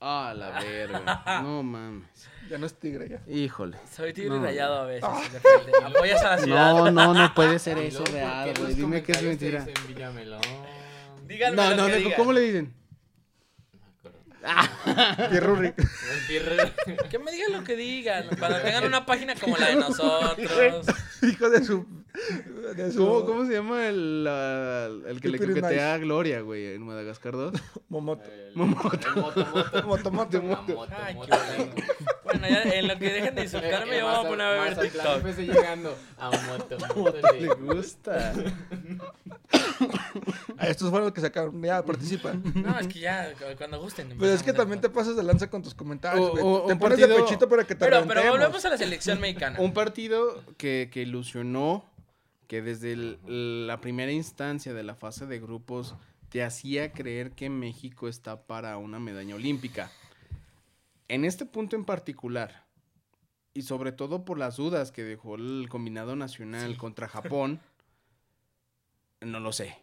C: Ah, la verga. No mames.
D: Ya no es tigre, ya.
C: Híjole.
A: Soy tigre
C: No.
A: rayado a veces.
C: Ah.
A: de repente. Apoyas a la ciudad.
C: No, no, no puede ser
B: Y
C: eso
B: luego,
C: real,
B: ¿por qué
C: güey.
B: los
C: Dime que es mentira.
B: comentarios te dicen Villamelón?
A: Díganme
C: No,
A: lo
C: no,
A: que
C: de-
A: digan.
C: ¿cómo le dicen?
B: No me acuerdo.
D: Pierre Rurik.
B: El Pirre.
A: Que me digan lo que digan. Cuando tengan una página como la de nosotros.
D: Hijo de su. de su-
C: ¿Cómo, cómo se llama el, la- el que le
D: Pipiris
C: coquetea a Gloria, güey, en Madagascar 2?
D: Momoto.
B: El-
C: Momoto.
B: el moto, moto.
D: Moto, moto.
B: La moto,
A: Ay,
B: moto,
A: qué bueno. Bueno, ya en lo que dejen de
B: Eh,
A: insultarme,
B: eh,
A: yo me voy a
B: Maza-
A: poner a ver
B: Mazatlán
A: TikTok.
B: empecé llegando a moto, moto, le-
C: Le gusta.
D: Ah, Estos fueron los que sacaron. Ya, participan.
A: No, es que ya, cu- cuando gusten.
D: Pero es
A: empezamos
D: que
A: de
D: también te
A: nuevo.
D: pasas de lanza con tus comentarios,
C: O-
D: güey.
C: o-
D: Te
C: un
D: pones de
C: partido-
D: pechito para que te
A: Pero, pero
D: reventemos.
A: volvemos a la selección mexicana.
C: Un partido que, que ilusionó, que desde el- la primera instancia de la fase de grupos te hacía creer que México está para una medalla olímpica. En este punto en particular, y sobre todo por las dudas que dejó el combinado nacional contra Japón, no lo sé.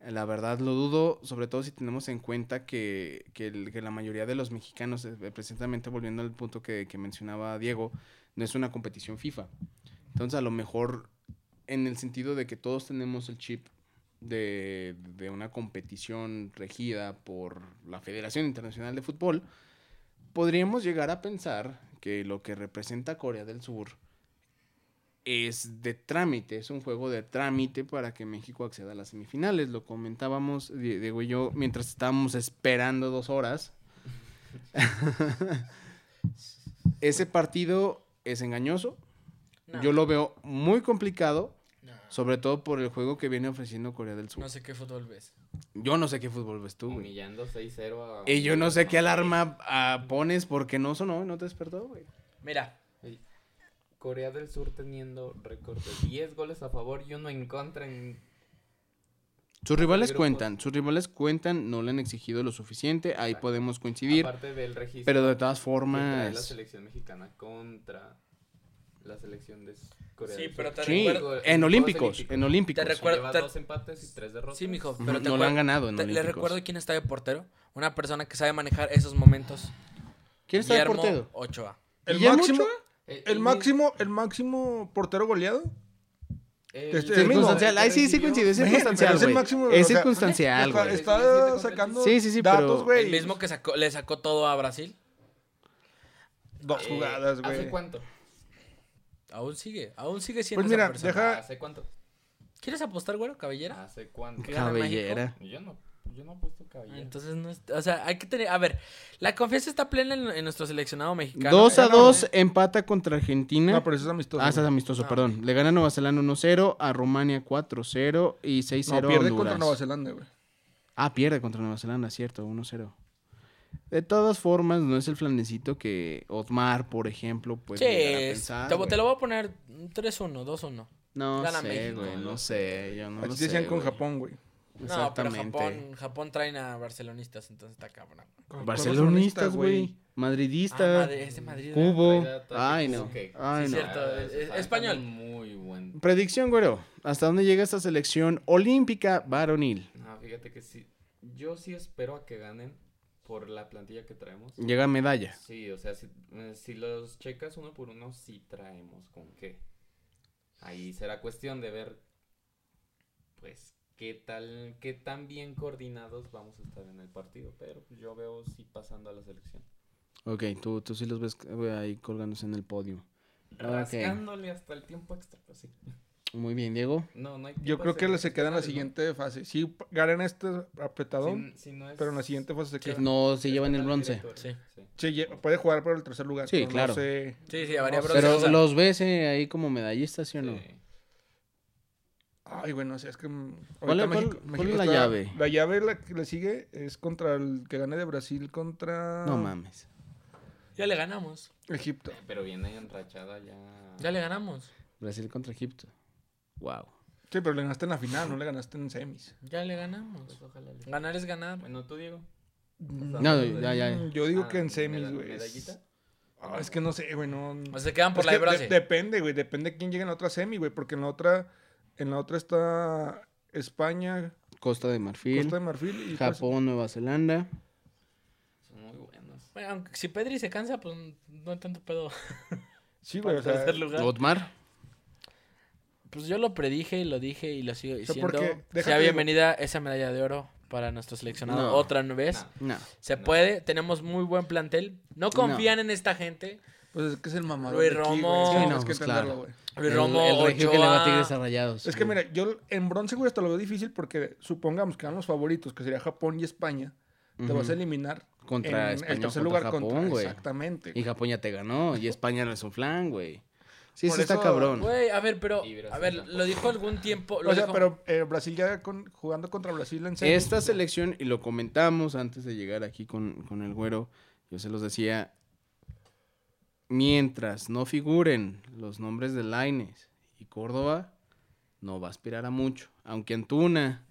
C: La verdad lo dudo, sobre todo si tenemos en cuenta que, que el- que la mayoría de los mexicanos, eh, precisamente volviendo al punto que, que mencionaba Diego, no es una competición FIFA. Entonces, a lo mejor, en el sentido de que todos tenemos el chip de, de una competición regida por la Federación Internacional de Fútbol, podríamos llegar a pensar que lo que representa Corea del Sur es de trámite, es un juego de trámite para que México acceda a las semifinales. Lo comentábamos, Die- Diego y yo, mientras estábamos esperando dos horas. Ese partido es engañoso.
A: No,
C: Yo lo veo muy complicado,
A: no,
C: sobre todo por el juego que viene ofreciendo Corea del Sur.
A: no sé qué fútbol ves.
C: Yo no sé qué fútbol ves tú, güey.
B: Humillando 6-0 a...
C: Y yo no sé qué alarma ah, pones porque no sonó, no te despertó, güey.
A: Mira,
B: Corea del Sur teniendo récord de 10 goles a favor y uno en contra en
C: Sus rivales
B: grupos.
C: cuentan, sus rivales cuentan, no le han exigido lo suficiente, ahí
B: Exacto.
C: podemos coincidir.
B: Aparte del registro
C: Pero de todas
B: que trae la
C: formas,
B: selección mexicana contra la selección de Corea
A: Sí,
B: del Sur.
A: pero te
C: sí,
A: recuerdo-
C: en Olímpicos, en Olímpicos.
A: Te
B: Te
A: recuerdo-
B: Lleva
A: te-
B: dos empates y tres derrotas.
A: sí, mijo,
C: Ujú,
A: pero te
C: no lo
A: acuer-
C: han ganado en
A: te- le
C: Olímpicos.
A: recuerdo quién está de portero. Una persona que sabe manejar esos momentos.
C: ¿Quién está de
A: Guillermo
C: portero?
A: Ochoa.
D: El
C: ¿Guillermo
D: máximo,
C: Ochoa?
B: Eh, y
D: el
B: mi-
D: máximo, el máximo portero goleado.
B: el-
D: Este,
B: el
C: Circunstancial,
B: que
C: ahí sí, ¿eh? sí
B: recibió-
C: coincide, es
D: Bueno, pero es
C: circunstancial,
D: el máximo,
C: güey. Es
D: o sea,
C: circunstancial,
D: Está,
C: güey.
D: está sacando
C: Sí, sí, sí, pero-
D: datos, güey.
A: El mismo que sacó, le sacó todo a Brasil.
D: Dos
B: Eh,
D: jugadas,
B: ¿Hace
D: güey.
B: cuánto?
A: Aún sigue, aún sigue siendo
D: Pues
A: esa
D: mira,
A: persona.
D: deja-
B: ¿Hace cuánto?
A: ¿Quieres apostar, güero,
C: Ah,
A: cabellera?
B: ¿Hace cuánto?
A: gana
C: Cabellera.
B: Yo no, yo no he puesto
A: Ah,
B: caballero.
A: Entonces, no es- o sea, hay que tener... A ver, la confianza está plena en, en nuestro seleccionado mexicano.
C: 2 a
A: Ganó,
C: 2
A: ¿eh?
C: empata contra Argentina.
D: No, pero eso es amistoso.
C: Ah, estás
D: güey.
C: amistoso,
A: Ah,
C: perdón. Le gana a Nueva Zelanda 1-0, a Rumania 4-0 y 6-0
D: no,
C: a
D: pierde
C: Honduras.
D: contra Nueva Zelanda, güey.
C: Ah, pierde contra Nueva Zelanda, cierto, 1-0. De todas formas, no es el flanecito que Otmar, por ejemplo, puede
A: Sí,
C: Pues llegar a
A: es-
C: pensar,
A: te,
C: güey.
A: te lo voy a poner 3-1, 2-1.
C: No
A: gana
C: sé,
A: México,
C: güey,
B: ¿no?
C: no sé, yo no
D: Así
C: lo sé.
D: decían con
C: güey.
D: Japón, güey.
A: No, pero
C: Exactamente.
A: Japón, Japón traen a barcelonistas, entonces está cabrón.
D: Con-
C: Barcelonistas,
D: con
C: güey.
A: Ah,
C: Madridista.
A: Madrid- es de Madrid. ¿verdad?
C: Cubo.
B: Trae datos
C: Ay,
B: que-
C: no.
B: que-
C: Ay,
A: sí,
C: no.
A: cierto.
B: Ah,
A: es-
B: se
A: es-
B: sacan
A: español.
B: un Muy buen.
C: Predicción, güero. ¿Hasta dónde llega esta selección olímpica varonil?
B: No, fíjate que sí. Yo sí espero a que ganen por la plantilla que traemos.
C: Llega medalla.
B: Sí, o sea, si, eh, si los checas uno por uno, sí traemos con qué. Ahí será cuestión de ver, pues, qué tal, qué tan bien coordinados vamos a estar en el partido. Pero pues, yo veo sí pasando a la selección.
C: Ok, tú, tú sí los ves güey, ahí colgándose en el podio. Ok.
B: Rascándole hasta el tiempo extra, pues sí.
C: Muy bien, Diego.
B: No, no hay
D: Yo
B: tiempo
D: creo que
B: extra,
D: le se queda en la
B: penales, ¿no?
D: siguiente fase. Sí, ganan este apretadón,
B: Si- si no es-
D: pero en la siguiente fase se queda.
C: No se
B: es
C: llevan el
B: penal
C: bronce.
B: directo,
A: Sí.
D: Sí, lle- puede jugar por el tercer lugar.
C: Sí,
D: pero no
C: claro.
D: sé.
A: Sí, sí, habría
D: No,
A: bronce, o
C: Pero
A: sea,
C: los ves eh, ahí como medallistas, ¿sí o no?
B: Sí.
D: Ay, bueno, o sea, es que. mm,
C: ¿Cuál-
D: ahorita
C: cuál- cuál es la llave?
D: La llave la que le sigue es contra el que gane de Brasil contra
C: No mames.
A: Ya le ganamos.
D: Egipto.
B: Eh, Pero viene enrachada ya.
A: Ya le ganamos.
C: Brasil contra Egipto. Wow.
D: Sí, pero le ganaste en la final, no le ganaste en semis.
A: Ya le ganamos.
B: Pues ojalá le-
A: Ganar es ganar.
B: Bueno, tú, Diego.
C: No, ya, ya.
D: Mm, Yo digo
B: Ah,
D: que en
B: meda-
D: semis, güey.
B: ¿Medallita?
D: Ah, es que no sé, güey, no.
A: O sea, Pues se quedan por
D: Es
A: la
D: que
A: de bronce.
D: de- depende, güey, depende quién llegue en la otra semi, güey, porque en la otra en la otra está España,
C: Costa de Marfil,
D: Costa de Marfil y pues-
C: Japón, Nueva Zelanda.
B: Son muy buenos.
A: Bueno, aunque si Pedri se cansa, pues no hay tanto pedo.
D: Sí, güey, o
A: para
D: sea,
A: tercer lugar.
C: Otmar.
A: Pues yo lo predije y lo dije y lo sigo
D: sea,
A: diciendo.
D: porque-
A: sea
D: déjate-
A: bienvenida esa medalla de oro para nuestro seleccionado
C: No.
A: otra vez.
B: Nah.
C: No.
A: Se
B: No.
A: puede, tenemos muy buen plantel. No confían en esta gente.
D: Pues es que es el mamador.
A: Luis
D: de aquí, güey.
A: Romo.
D: Es que
A: Sí,
C: no,
D: tienes que
C: pues, claro.
D: entenderlo, güey.
A: Luis
C: El-
A: Romo,
C: el, regio que le va a
A: Ochoa.
C: Tigres a Rayados.
D: Es que mira, yo en bronce, güey, hasta lo veo difícil porque supongamos que eran los favoritos, que sería Japón y España. Te
C: Ujú.
D: vas a eliminar
C: Contra
D: en
C: España
D: el
C: o contra
D: tercer lugar
C: Japón,
D: contra
C: güey.
D: exactamente.
C: Y Japón ya te ganó. Y España no es un flan, güey. Sí,
D: Por
C: sí está
D: eso- pues,
C: cabrón.
A: Güey, a ver, pero.
B: Y Brasil
A: A ver,
B: tampoco.
A: lo dijo algún tiempo. lo
D: o sea,
A: dijo-
D: pero eh, Brasil ya con- jugando contra Brasil en serio.
C: Esta selección, y lo comentamos antes de llegar aquí con, con el güero, yo se los decía, mientras no figuren los nombres de Laines y Córdoba, no va a aspirar a mucho. Aunque Antuna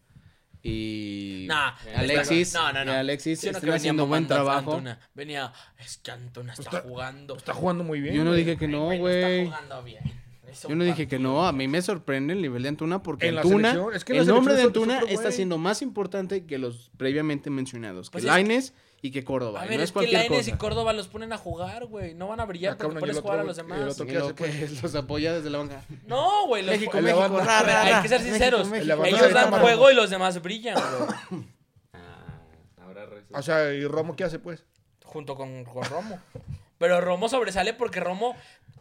C: y
A: Nah,
C: Alexis,
A: no, no, no.
C: y Alexis
A: Sí, uno que
C: están
A: venía
C: haciendo buen
A: mamando a
C: trabajo.
A: Antuna. Venía, es que Antuna está,
D: Pues Está-
A: jugando.
D: Está jugando muy bien.
C: Yo no
D: güey.
C: dije que no,
A: Ay,
C: güey.
A: Está jugando bien. Es un
C: Yo no dije que
A: partido.
C: no, a mí me sorprende el nivel de Antuna porque
D: En la
C: Antuna,
D: selección, es que en la
C: el nombre de
D: selección es otro-
C: Antuna
D: es otro
C: está
D: güey.
C: siendo más importante que los previamente mencionados, que
A: Pues es que-
C: Laines y que Córdoba.
A: A
C: y
A: ver,
C: no es,
A: es que
C: cualquier
A: Lainez y
C: cosa.
A: Córdoba los ponen a jugar, güey. No van a
D: Ah,
A: brillar porque
D: cabrón, y
A: pones
D: el
A: jugar a
D: otro,
A: los
D: güey,
A: demás.
D: y el otro.
C: Y lo que
A: pues?
C: los apoya desde la banca.
A: No, güey. los
C: México,
A: po-
D: México,
A: A ver,
D: ra, ra,
A: Hay que ser sinceros.
D: México. La banda
A: Ellos
D: de
A: dan
D: cámara.
A: juego y los demás brillan, güey.
B: Ah, ahora resulta.
D: O sea, ¿y Romo qué hace, pues?
A: junto con, con Romo. Pero Romo sobresale porque Romo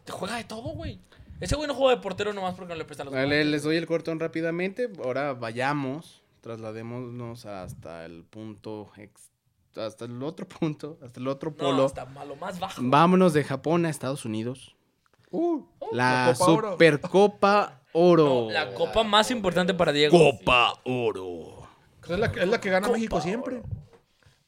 A: juega de todo, güey. Ese güey no juega de portero nomás porque no le prestan los
C: Vale,
A: guantes.
C: les doy el cortón rápidamente. Ahora vayamos, trasladémonos hasta el punto, ex- hasta el otro punto, hasta el otro
A: No,
C: polo.
A: hasta a lo más bajo.
C: Vámonos de Japón a Estados Unidos.
D: Uh,
C: La,
D: la Copa Oro.
C: Supercopa Oro.
A: Oh, No, la copa más importante para Diego.
C: Oro.
D: es, la, que- es la que gana
A: Copa
D: México
A: Oro.
D: siempre.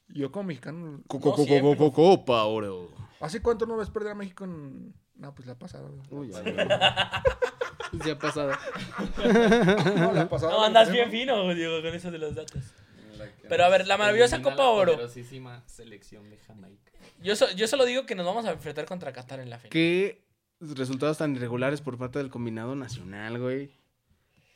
D: Yo como mexicano.
A: No, siempre.
C: Copa Oro.
D: ¿Hace cuánto no ves perder a México en.? No, pues la pasada.
C: Uy,
D: güey.
C: ya, ya. Ya pasado.
D: No, la pasada.
A: No,
D: güey,
A: andas
D: pues,
A: bien
D: ¿no?
A: fino, güey, Diego, con eso de los datos. Pero a ver, la maravillosa
B: Elimina
A: Copa
B: la
A: Oro.
B: poderosísima selección de Jamaica.
A: Yo, so- yo solo digo que nos vamos a enfrentar contra Qatar en la final.
C: Qué resultados tan irregulares por parte del combinado nacional, güey.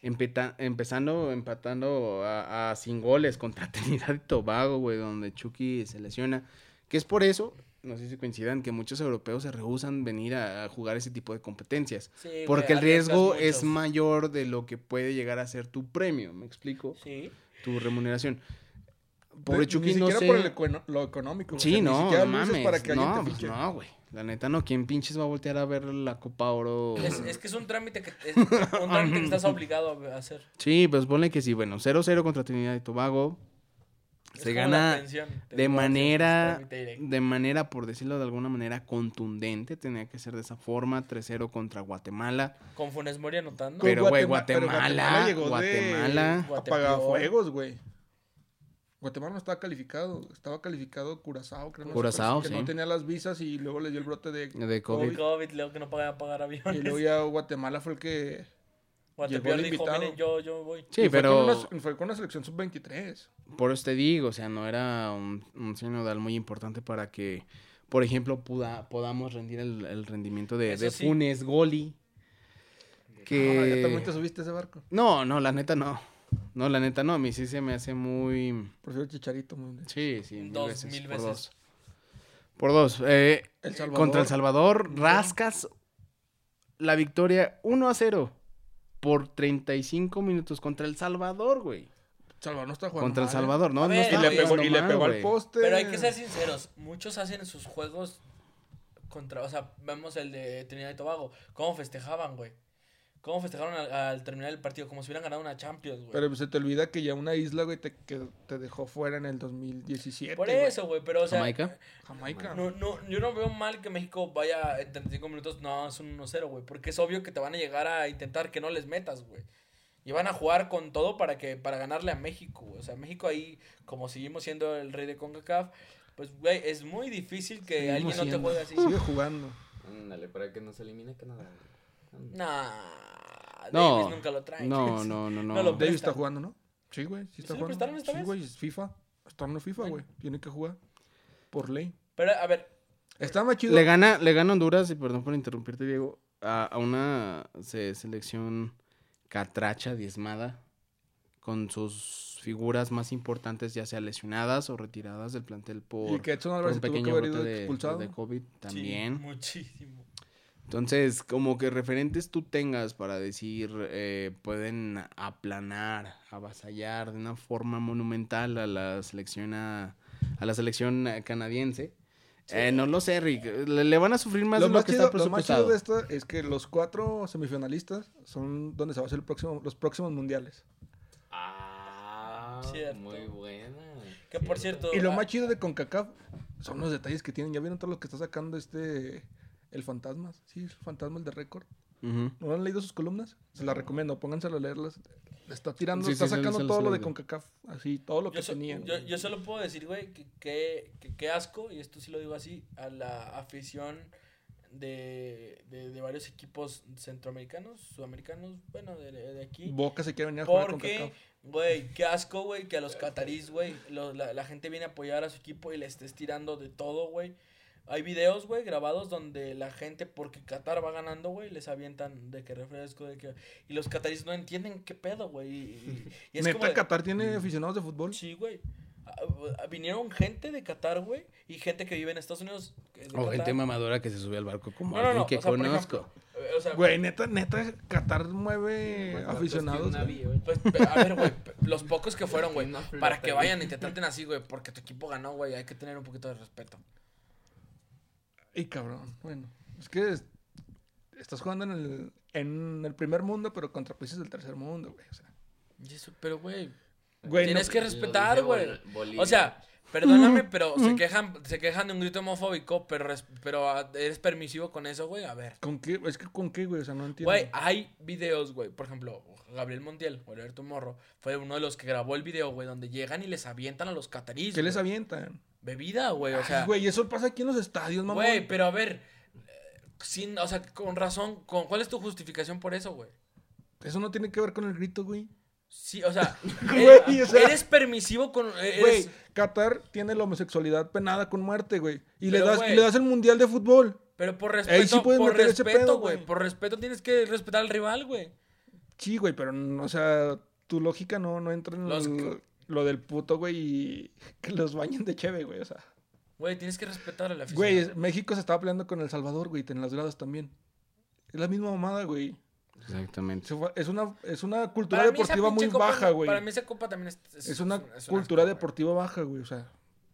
C: Empeta- empezando, empatando a, a sin goles contra Trinidad y Tobago, güey, donde Chucky se lesiona. Que es por eso, no sé si coincidan, que muchos europeos se rehusan venir a, a jugar ese tipo de competencias.
A: Sí, güey,
C: Porque el
A: arriesgas
C: riesgo
A: mucho.
C: es mayor de lo que puede llegar a ser tu premio, ¿me explico?
A: Sí.
C: Tu remuneración.
D: Ni-
C: Pobre Chucky,
D: Ni
C: no
D: siquiera
C: sé.
D: por el econo- lo económico. güey.
C: Sí,
D: Ni
C: no,
D: siquiera
C: no
D: lo usas
C: mames.
D: Para que alguien
C: no,
D: te
C: pues
D: fiche.
C: no, güey. La neta no, ¿quién pinches va a voltear a ver la Copa Oro?
A: Es, eh, es que es un trámite que, es un trámite que estás obligado a hacer.
C: Sí, pues ponle que sí, bueno, 0-0 contra Trinidad y Tobago.
A: Es
C: Se
A: como la
C: gana
A: pensión, te
C: de
A: lo haces,
C: manera,
A: trámite directo.
C: de manera, por decirlo de alguna manera, contundente. Tenía que ser de esa forma, 3-0 contra Guatemala.
A: Con Funes Mori anotando.
C: Pero, güey,
D: Guatema- pero
C: Guatemala, Guatemala.
D: De... Apagafuegos, güey. Guatemala no estaba calificado. Estaba calificado Curazao, creo. no sé,
C: Curazao,
D: pero
C: sí.
D: no tenía las visas y luego le dio el brote de,
C: De
A: COVID.
C: COVID.
A: COVID, luego que no pagaba pagar aviones.
D: Y luego ya Guatemala fue el que...
A: Guatepeor
D: llegó el
A: dijo,
D: invitado.
A: miren, yo, yo voy.
C: Sí,
D: y fue
C: pero
D: Con una, fue con una selección sub-23.
C: por eso te digo, o sea, no era un, un sinodal muy importante para que, por ejemplo, puda- podamos rendir el, el rendimiento de,
A: Eso
C: de
A: sí.
C: Funes Goli.
D: Ah, ya
C: Que...
D: también te subiste a ese barco.
C: No, no, la neta no. No, la neta no. A mí sí se me hace muy.
D: Por cierto, Chicharito. muy bien.
C: Sí, sí, mil
A: Dos,
C: veces.
A: mil
C: por
A: veces.
C: dos. Por dos. eh,
D: El Salvador.
C: contra El Salvador, rascas la victoria 1 a 0 por 35 minutos contra El Salvador, güey.
D: Salvador no está jugando
C: Contra El
D: mal,
C: Salvador, ¿no?
A: A
C: no
A: ver,
D: ¿eh?
C: estaba
D: Y le pegó,
C: jugando
D: y le
C: mal,
D: pegó al
C: güey.
D: poste.
A: Pero hay que ser sinceros, muchos hacen sus juegos contra, o sea, vemos el de Trinidad y Tobago, cómo festejaban, güey. Cómo festejaron al, al terminar el partido, como si hubieran ganado una Champions, güey.
D: Pero se te olvida que ya una isla, güey, te, que te dejó fuera en el 2017.
A: Por
D: güey.
A: eso, güey, pero, o sea,
C: Jamaica.
D: Jamaica.
A: no, no, yo no veo mal que México vaya en 35 minutos, no, es un 1-0, güey, porque es obvio que te van a llegar a intentar que no les metas, güey. Y van a jugar con todo para que para ganarle a México, güey. O sea, México ahí, como seguimos siendo el rey de CONCACAF, pues, güey, es muy difícil que
D: Seguimos
A: alguien no te
D: siendo.
A: juegue así.
D: Sigue jugando.
B: Ándale, para que no se elimine Canadá. Ándale.
A: Nah,
C: No,
A: Davis nunca lo trae.
C: No, no, no, no.
A: No lo-
D: Davis
A: Presta.
D: está jugando, ¿no? Sí, güey. Sí, está
A: lo
D: jugando.
A: prestaron esta
D: sí,
A: vez?
D: güey, es FIFA. Está en FIFA, güey. Tiene que jugar. Por ley.
A: Pero, a ver,
D: Está más chido.
C: Le gana, le gana Honduras, y perdón por interrumpirte, Diego, a, a una se- selección catracha, diezmada, con sus figuras más importantes, ya sea lesionadas o retiradas del plantel por,
D: y que Edson
C: por
D: Álvarez
C: un
D: se tuvo que
C: pequeño
D: haber
C: brote
D: ido
C: de,
D: expulsado.
C: de COVID
A: sí,
C: también.
A: muchísimo.
C: Entonces, como que referentes tú tengas para decir, eh, pueden aplanar, avasallar de una forma monumental a la selección, a, a la selección eh, canadiense. Eh, no lo sé, Rick. Le, le van a sufrir más
D: lo,
C: de
D: más
C: lo que
D: chido,
C: está pues
D: lo más chido
C: presupuestado.
D: de esto es que los cuatro semifinalistas son donde se va a hacer el próximo, los próximos mundiales.
B: Ah,
A: Cierto.
B: muy buena.
A: Que por cierto.
D: Y lo
A: ah,
D: más chido de CONCACAF son los detalles que tienen. ¿Ya vieron todo lo que está sacando este... El fantasma, sí, el fantasma, el de récord.
C: Ujú.
D: ¿No han leído sus columnas? Se las recomiendo, pónganselo a leerlas. Le Está tirando,
C: Sí,
D: está
C: sí, se-
D: sacando
C: se los
D: todo lo de
C: leo.
D: CONCACAF, así, todo lo que
A: Yo, so-
D: tenían.
A: yo- yo solo puedo decir, güey, que qué que, qué asco, y esto sí lo digo así, a la afición de, de, de varios equipos centroamericanos, sudamericanos, bueno, de, de aquí.
D: Boca se quiere venir a jugar con
A: Porque, güey, qué asco, güey, que a los catarís, güey, lo- la, la gente viene a apoyar a su equipo y le estés tirando de todo, güey. Hay videos, güey, grabados donde la gente, porque Qatar va ganando, güey, les avientan de que refresco, de que... Y los catarís no entienden qué pedo, güey. Y, y- y es
D: ¿Neta
A: como de-
D: Qatar tiene
C: Mm.
D: aficionados de fútbol?
A: Sí, güey. Ah, ah, Vinieron gente de Qatar, güey, y gente que vive en Estados Unidos. que es de
D: Oh,
C: O
A: Qatar.
C: gente mamadora que se sube al barco como
A: No, no,
C: alguien
A: no,
C: que
A: o sea, por
C: conozco.
A: Eh, O sea,
D: Güey, neta, neta, Qatar mueve aficionados. güey.
A: Pues, pe- a ver, güey, pe- los pocos que fueron, güey,
B: Una flota,
A: para que
B: güey.
A: vayan y te traten así, güey, porque tu equipo ganó, güey, hay que tener un poquito de respeto.
D: Y cabrón, bueno. Es que es- estás jugando en el, en el primer mundo, pero contra países del tercer mundo, güey. O sea,
A: Y eso, pero, güey,
D: güey, no-
A: tienes que respetar, güey.
B: Bolivia.
A: O sea, perdóname, pero se quejan, se quejan de un grito homofóbico, pero, res- pero ah, eres permisivo con eso, güey, a ver.
D: ¿con qué? Es que con qué, güey, o sea, no entiendo.
A: Güey, hay videos, güey. Por ejemplo, Gabriel Montiel, güey, Alberto Morro, fue uno de los que grabó el video, güey, donde llegan y les avientan a los catarís.
D: ¿Qué les
A: güey.
D: avientan?
A: Bebida, güey, o sea.
D: Ay, güey, eso pasa aquí en los estadios, mamá.
A: Güey, pero a ver, eh, sin, o sea, con razón, con, ¿cuál es tu justificación por eso, güey?
D: Eso no tiene que ver con el grito, güey.
A: Sí, o sea,
D: Güey,
A: eres,
D: o sea-
A: eres permisivo con... eh, eres-
D: Güey, Qatar tiene la homosexualidad penada con muerte, güey. Y, le
A: Pero,
D: das, y
A: güey.
D: le das el mundial de fútbol.
A: pero por
D: ahí
A: respeto,
D: sí pueden
A: por
D: meter ese pedo,
A: respeto, güey.
D: güey.
A: Por respeto tienes que respetar al rival, güey.
D: Sí, güey, pero, no- o sea, tu lógica no, no entra en
A: Los-
D: el- lo del puto, güey, y que los bañen de cheve, güey, o sea.
A: Güey, tienes que respetar a la afición.
D: Güey, es- México se estaba peleando con El Salvador, güey, en las gradas también. Es la misma mamada, güey.
C: Exactamente.
D: Se fue- Es una, es una cultura
A: Para mí esa
D: deportiva
A: pinche
D: muy
A: copa-
D: baja, güey.
A: Para mí esa copa también es...
D: Es una
A: es
D: cultura
A: asco, güey.
D: deportiva baja, güey, o sea.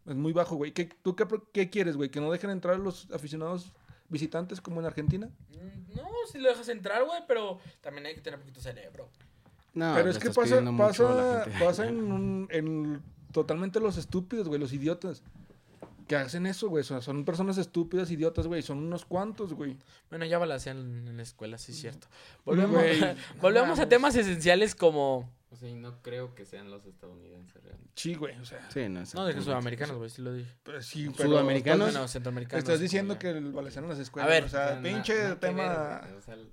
D: Es muy bajo, güey. ¿Qué, ¿Tú qué, pro- qué quieres, güey? ¿Que no dejen entrar a los aficionados visitantes como en Argentina?
A: Mm, No, si lo dejas entrar, güey, pero también hay que tener poquito cerebro.
C: No,
D: Pero
C: le
D: es que
C: estás
D: pasa,
C: pidiendo mucho a la
D: pasa,
C: gente.
D: pasa en, un- en totalmente los estúpidos, güey, los idiotas. Que hacen eso, güey. O sea, son personas estúpidas, idiotas, güey. Son unos cuantos, güey.
A: Bueno, ya balacean en, en la escuela, sí es cierto.
D: Volvemos-
A: Volvemos,
D: Güey, no
A: volvemos a
D: mames.
A: temas esenciales como...
B: O sea, y no creo que sean los estadounidenses realmente.
D: Sí, güey. O sea,
C: Sí, no,
A: No, de
C: exactamente.
A: que sudamericanos, güey, sí lo dije.
D: pues sí, pero...
C: Sudamericanos.
A: Bueno,
D: Estás,
A: centroamericanos.
D: estás diciendo
A: ya.
D: que el balacearon las escuelas.
A: A ver.
D: o
B: O
D: sea,
B: sea, na-
D: pinche
B: nada que
D: tema...
B: ver, güey, o sea, el-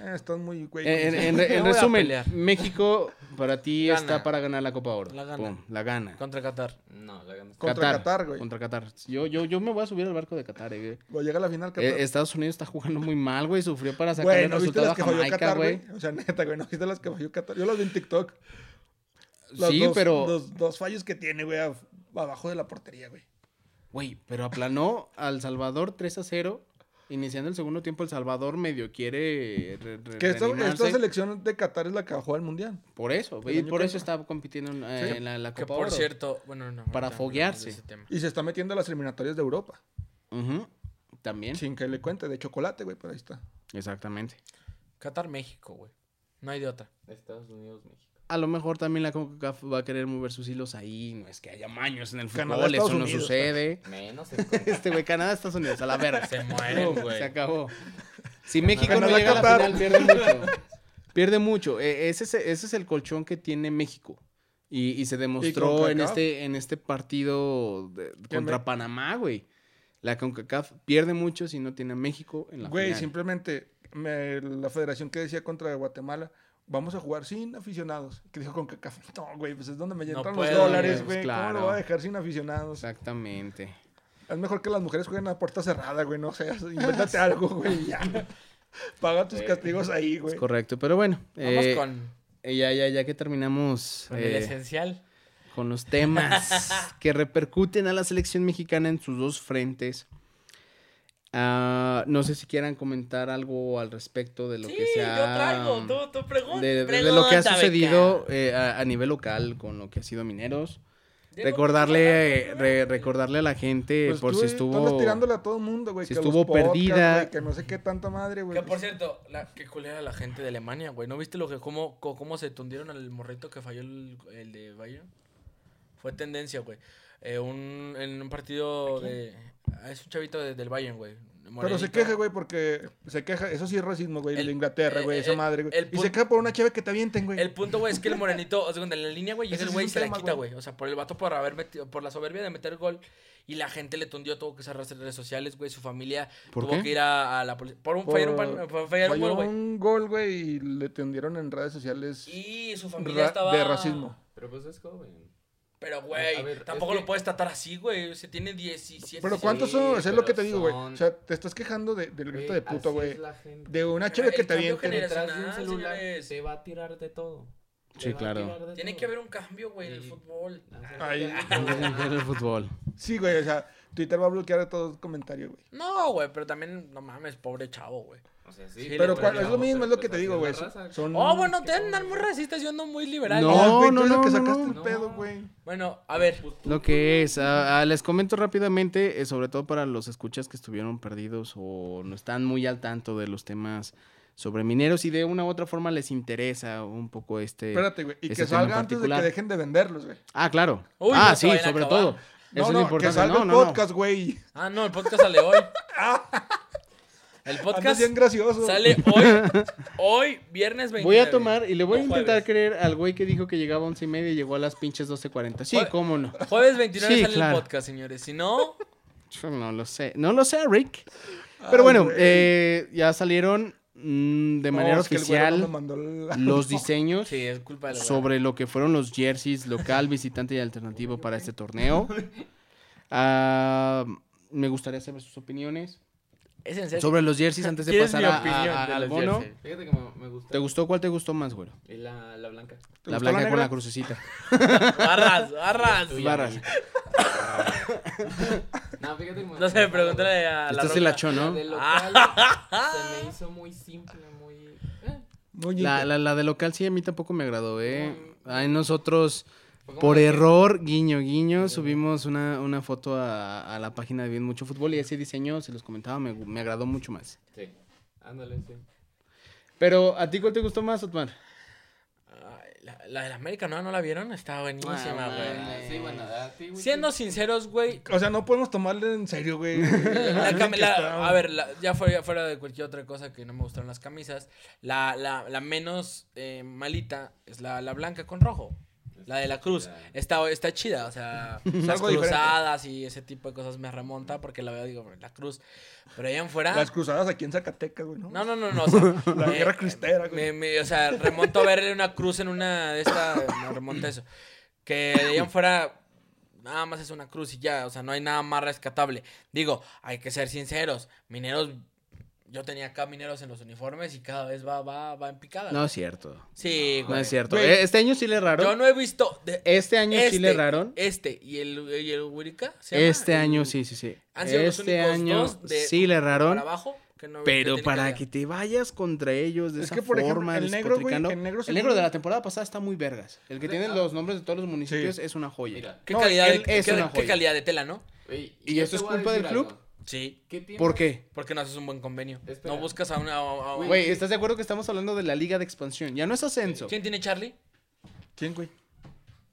D: eh, estás muy, güey.
C: En, en- en-
A: No
C: en
A: voy a
C: resumen,
A: pelear.
C: México para ti
A: Gana.
C: está para ganar la Copa Oro.
A: La gana.
C: Pum, la gana.
A: Contra Qatar.
B: no, la ganas.
D: Contra Qatar, güey.
C: Contra Qatar. Yo, yo, yo me voy a subir al barco de Qatar, eh, güey.
D: Lo llega a la final, Qatar.
C: Eh, Estados Unidos está jugando muy mal, güey. Sufrió para sacar
D: Güey,
C: el
D: ¿no viste
C: resultado
D: las
C: a
D: que falló
C: Jamaica,
D: Qatar,
C: güey.
D: güey? O sea, neta, güey, ¿no viste las que falló Qatar? Yo las vi en TikTok. Los
C: Sí,
D: dos-
C: pero.
D: Los dos fallos que tiene, güey, af- abajo de la portería, güey.
C: Güey, pero aplanó al Salvador 3 a 0. Iniciando el segundo tiempo, El Salvador medio quiere. re- re-
D: Que esta, esta
C: reanimarse.
D: selección de Qatar es la que va a jugar el mundial.
C: Por eso,
D: El
C: güey. y
D: año
C: Por
D: que
C: eso
D: entra.
C: está compitiendo en, eh,
D: Sí.
C: en la, la Copa
A: Que por
C: Oro.
A: cierto, bueno, no.
C: Para
A: ahorita hablamos de
C: foguearse.
A: ese tema.
D: Y se está metiendo a las eliminatorias de Europa.
C: Ujú, También.
D: Sin que le cuente, de chocolate, güey, pero ahí está.
C: Exactamente.
A: Qatar, México, güey. No hay de otra.
B: Estados Unidos, México.
C: A lo mejor también la CONCACAF va a querer mover sus hilos ahí. No es que haya maños en el
D: Canadá,
C: fútbol, eso
D: Estados
C: no
D: Unidos,
C: sucede.
B: Menos el con-
C: Este güey, Canadá, Estados Unidos, a la verga.
A: Se
C: Pum,
A: mueren,
C: se
A: güey.
C: acabó. Si México no
D: Canadá,
C: llega a la
D: Qatar.
C: final, pierde mucho. Pierde mucho. E- Ese es, ese es el colchón que tiene México. Y, y se demostró en
D: CONCACAF?
C: este, en este partido de-
D: Que
C: contra
D: me-
C: Panamá, güey. La CONCACAF pierde mucho si no tiene a México en la
D: Güey,
C: final.
D: simplemente me- la federación que decía contra Guatemala, vamos a jugar sin aficionados. Que dijo con que café. No, güey, pues es donde me
A: No
D: entran los
A: puedo,
C: güey,
D: dólares, güey.
C: pues
D: ¿Cómo
C: claro.
D: lo voy a dejar sin aficionados?
C: Exactamente.
D: Es mejor que las mujeres jueguen a puerta cerrada, güey. No seas, invéntate algo, güey. Ya. Paga tus
B: Sí.
D: castigos ahí, güey.
C: Es correcto. Pero bueno,
A: Vamos
C: eh,
A: con,
C: eh, ya, ya, ya que terminamos
A: con el
C: eh,
A: esencial.
C: con los temas que repercuten a la selección mexicana en sus dos frentes. Ah, no sé si quieran comentar algo al respecto de lo
A: Sí,
C: que se ha,
A: yo traigo. Tú, tú pregun-
C: de, de- de lo que ha
A: pregunta,
C: sucedido
A: beca.
C: eh, a, a nivel local con lo que ha sido Mineros.
A: Diego,
C: Recordarle, eh, re- recordarle a la gente
D: Pues
C: por
D: tú,
C: si
D: güey, tú andas
C: estuvo.
D: tirándole a todo el mundo, güey.
C: si
D: que los
C: estuvo
D: podcasts,
C: perdida.
D: güey, que no sé qué tanta madre, güey.
A: Que por cierto, la, qué culera la gente de Alemania, güey. ¿No viste lo que cómo, co- cómo se tundieron al morrito que falló el, el de Bayern? Fue tendencia, güey. Eh, un, en un partido de... ah, Es un chavito de- del Bayern, güey.
D: Pero se
A: Morenito.
D: queja, güey, porque se queja. Eso sí es racismo, güey, el de
A: El-
D: Inglaterra,
A: eh,
D: güey, esa
A: el-
D: madre, güey.
A: el
D: Y
A: pun-
D: se queja por una chave que te avienten, güey.
A: El punto, güey, es que el morenito, o sea, cuando en la línea, güey, llega
D: Ese
A: el
D: sí
A: güey y
D: es
A: se
D: un
A: la
D: tema,
A: quita,
D: güey.
A: güey. O sea, por el vato por haber metido, por la soberbia de meter gol. Y la gente le tundió todo que se arrastra en redes sociales, güey. Su familia
C: ¿Por
A: tuvo
C: qué?
A: que ir a, a la policía. Por un fallar un pan- por fallar un
D: falló
A: gol, güey.
D: un gol, güey, y le tendieron en redes sociales
A: Y su familia
D: ra-
A: estaba.
D: de racismo.
B: Pero pues es joven.
A: Pero,
B: A
A: güey,
B: ver,
A: tampoco
B: es
A: lo
B: que-
A: puedes tratar así, güey. Se tiene 17.
D: Pero
B: ¿cuánto
D: ¿cuántos
B: sí,
D: son? O sea, es lo
B: pero
D: que te digo, güey.
B: son-
D: O sea, te estás quejando de- del grito de puto,
B: Eh, así
D: güey.
B: es la gente.
D: De una chave
A: el
D: que te
A: cambio
D: avienten.
A: genera-
B: Detrás de un
A: generacional,
B: celular
A: señores.
B: te va a tirar de todo. Te
C: Sí,
B: va a
C: claro.
B: tirar de
A: Tiene
B: todo.
A: que haber un cambio, güey, en el
B: Sí.
A: fútbol.
B: No, o sea,
D: Ay.
B: ya no-
C: el fútbol.
D: Sí, güey, o sea, Twitter va a bloquear a todos los comentarios, güey.
A: No, güey, pero también, no mames, pobre chavo, güey.
B: O sea, sí,
A: Sí,
D: Pero
A: le
D: cuál- es
A: bloqueamos,
D: lo mismo, es lo
B: pues
D: que te
B: así
D: digo,
B: es
D: güey.
B: la raza.
D: Son...
A: Oh, bueno, ustedes
B: qué
A: andan muy
B: bueno.
A: racistas, yo ando muy liberal.
C: No.
D: güey, tú eres
C: no,
D: el que
C: no,
D: sacaste
C: no.
D: el pedo, güey.
A: Bueno, a ver.
B: Pues
C: Lo que es, ah, ah, les comento rápidamente, eh, sobre todo para los escuchas que estuvieron perdidos o no están muy al tanto de los temas sobre mineros y de una u otra forma les interesa un poco este...
D: Espérate, güey. Y
C: ese
D: que
C: tema en
D: salga antes de que
C: particular.
D: dejen de venderlos, güey.
C: Ah, claro.
A: Uy,
C: ah,
A: no se
C: sí,
A: vayan a
C: sobre
A: acabar.
C: todo.
D: No,
C: Eso es lo
D: no, que
C: importante.
D: salga
C: No,
D: el
C: no, no.
D: podcast, güey.
A: Ah, no, el podcast sale hoy.
C: Ah.
A: El
D: Andas
A: podcast
D: bien gracioso.
A: sale hoy, hoy, viernes 29.
C: Voy a tomar y le voy a
A: No,
C: intentar
A: jueves.
C: creer al güey que dijo que llegaba a once y media y llegó a las pinches 12.40. Sí,
A: Jue-
C: cómo no.
A: Jueves 29
C: Sí,
A: sale
C: claro.
A: el podcast, señores. Si no,
C: Yo no lo sé. No lo sé, Rick.
D: Ay,
C: Pero bueno,
D: güey.
C: eh, ya salieron mm, de
D: No,
C: manera
D: es que el güero no
C: oficial
D: me mandó la-
C: los diseños
A: sí, es culpa de la
C: sobre lo que fueron los jerseys local, visitante y alternativo para este torneo. Ah, me gustaría saber sus opiniones
A: Es en serio.
C: sobre los jerseys antes de
A: ¿Quieres
C: pasar
A: mi
C: a-
A: opinión
C: a-
A: de
C: al
A: los
C: bono.
A: jerseys?
B: eh, Fíjate que me, me gusta.
C: ¿Te gustó cuál te gustó más, güero?
B: Y La, la blanca.
D: ¿Te
C: La
D: gustó
C: blanca con
D: negra?
C: la crucecita.
A: Barras, barras.
B: Tuya,
C: Barras.
B: amiguita. no, fíjate que me
A: No sé, pregúntale a Ah, la Ah.
C: Esta se
A: roca.
C: la echó, ¿no?
B: La del local se me hizo muy simple, muy. eh,
D: Muñeca.
C: La, la, la de local sí a mí tampoco me agradó, ¿eh? Ay, nosotros,
B: fue como
C: por
B: la que-
C: error, guiño, guiño, subimos una, una foto a, a la página de Bien Mucho Fútbol y ese diseño, se los comentaba, me, gu- me agradó mucho más.
B: Sí. Ándale, sí.
C: Pero, ¿a ti cuál te gustó más, Otmar?
A: Ay, La, la de la América, ¿no? ¿No la vieron? Está buenísima,
C: Ah,
A: güey.
C: mames.
B: Eh, Sí, bueno, a ti, güey,
A: Siendo
B: sí.
A: sinceros, güey.
D: O sea, no podemos tomarle en serio, güey.
A: la
D: La
A: cami-
D: que
A: la-
D: está-
A: a ver, la- ya fuera, fuera de cualquier otra cosa que no me gustaron las camisas, la, la, la menos eh, malita es la, la blanca con rojo. La de la cruz. Está, está chida, o sea, las
D: algo diferente.
A: cruzadas y ese tipo de cosas me remonta porque la veo, digo, la cruz. Pero allá en fuera.
D: Las cruzadas aquí en Zacatecas, güey, ¿no?
A: No, no, no, no. o sea, eh,
D: La
A: me-
D: guerra cristera, güey.
A: me- me- o sea, remonto a verle una cruz en una de estas. Me remonta eso. Que de allá en fuera. Nada más es una cruz y ya. O sea, no hay nada más rescatable. Digo, hay que ser sinceros. Mineros. Yo tenía acá mineros en los uniformes y cada vez va, va, va en picada.
C: No
A: güey.
C: es cierto.
A: Sí,
C: No
A: güey.
C: es cierto.
D: Güey.
C: Eh, Este año sí le erraron.
A: Yo no he visto. de-
C: Este año
A: este,
C: sí le erraron.
A: Este. ¿Y el, y el Wirica? ¿se llama?
C: Este
A: El-
C: año sí, sí, sí.
A: Han sido los
C: Este
A: únicos
C: año
A: dos de-
C: sí le erraron.
A: Para abajo. que no- que
C: Pero
A: tiene
C: para
A: calidad.
C: que te vayas contra ellos de
D: Es
C: esa
D: que, por ejemplo,
C: forma,
D: el negro, güey,
C: despotricando-
D: el negro se
C: El negro de
D: mueve.
C: la temporada pasada está muy vergas. El que tiene los nombres de todos los municipios es una joya.
B: Mira,
A: ¿Qué,
C: No,
A: calidad, de,
C: él es
A: qué-
C: una
A: qué
C: joya.
A: calidad de tela, ¿no?
B: güey,
C: ¿Y
B: yo
C: esto
B: te
C: es
B: voy a
C: culpa del
B: decir algo.
C: club?
A: Sí.
B: ¿Qué tiene-
C: ¿Por qué?
A: Porque no haces un buen convenio.
B: Espera.
A: No buscas a una. a- a-
B: Güey.
C: Güey, ¿estás de acuerdo que estamos hablando de la liga de expansión? Ya no es ascenso.
A: ¿Quién tiene Charlie?
D: ¿Quién, güey?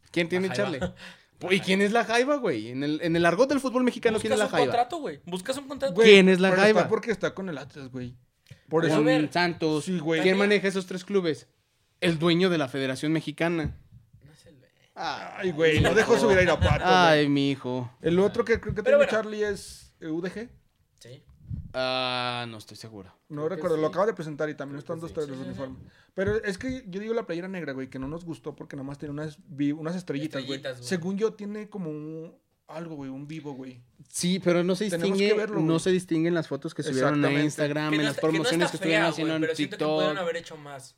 C: ¿Quién tiene
A: La
C: Charlie?
A: jaiba.
C: ¿Y quién es la jaiba, güey? En el, en el argot del fútbol mexicano, ¿quién
A: Buscas
C: es la
A: un
C: jaiba?
A: contrato, güey. Buscas un contrato.
D: Güey,
C: ¿Quién es la
D: pero
C: jaiba?
D: Está porque está con el Atlas, güey. Por
A: Pues,
D: eso.
A: a ver.
C: Con Santos.
D: Sí, güey.
C: ¿Quién maneja esos tres clubes? El dueño de la Federación Mexicana. Ah,
A: No es el-
D: Ay, güey, no dejó subir a Irapuato. güey.
C: Ay, mi hijo.
D: El otro que creo que
A: Pero
D: tiene
A: bueno.
D: Charlie es eh, UDG.
A: Sí.
C: Ah, no estoy seguro.
D: No
B: Creo que
D: recuerdo,
B: sí.
D: lo acabo de presentar y también están
B: Creo que
D: dos
B: sí.
D: tres los uniformes. Pero es que yo digo la playera negra, güey, que no nos gustó porque nada más tiene unas, vi- unas estrellitas, güey.
A: Estrellitas, güey.
D: Según yo, tiene como un- algo, güey, un vivo, güey.
C: Sí, pero no se
D: Tenemos que
C: distingue,
D: verlo,
C: no
D: güey.
C: se distinguen las fotos que subieron a
D: Exactamente.
C: Instagram, en
A: no
C: Ah, las
A: está- no
C: promociones
A: está
C: que estuvieron
A: fea,
C: haciendo
A: güey,
C: en
A: pero siento que pudieron
C: TikTok.
A: haber hecho más.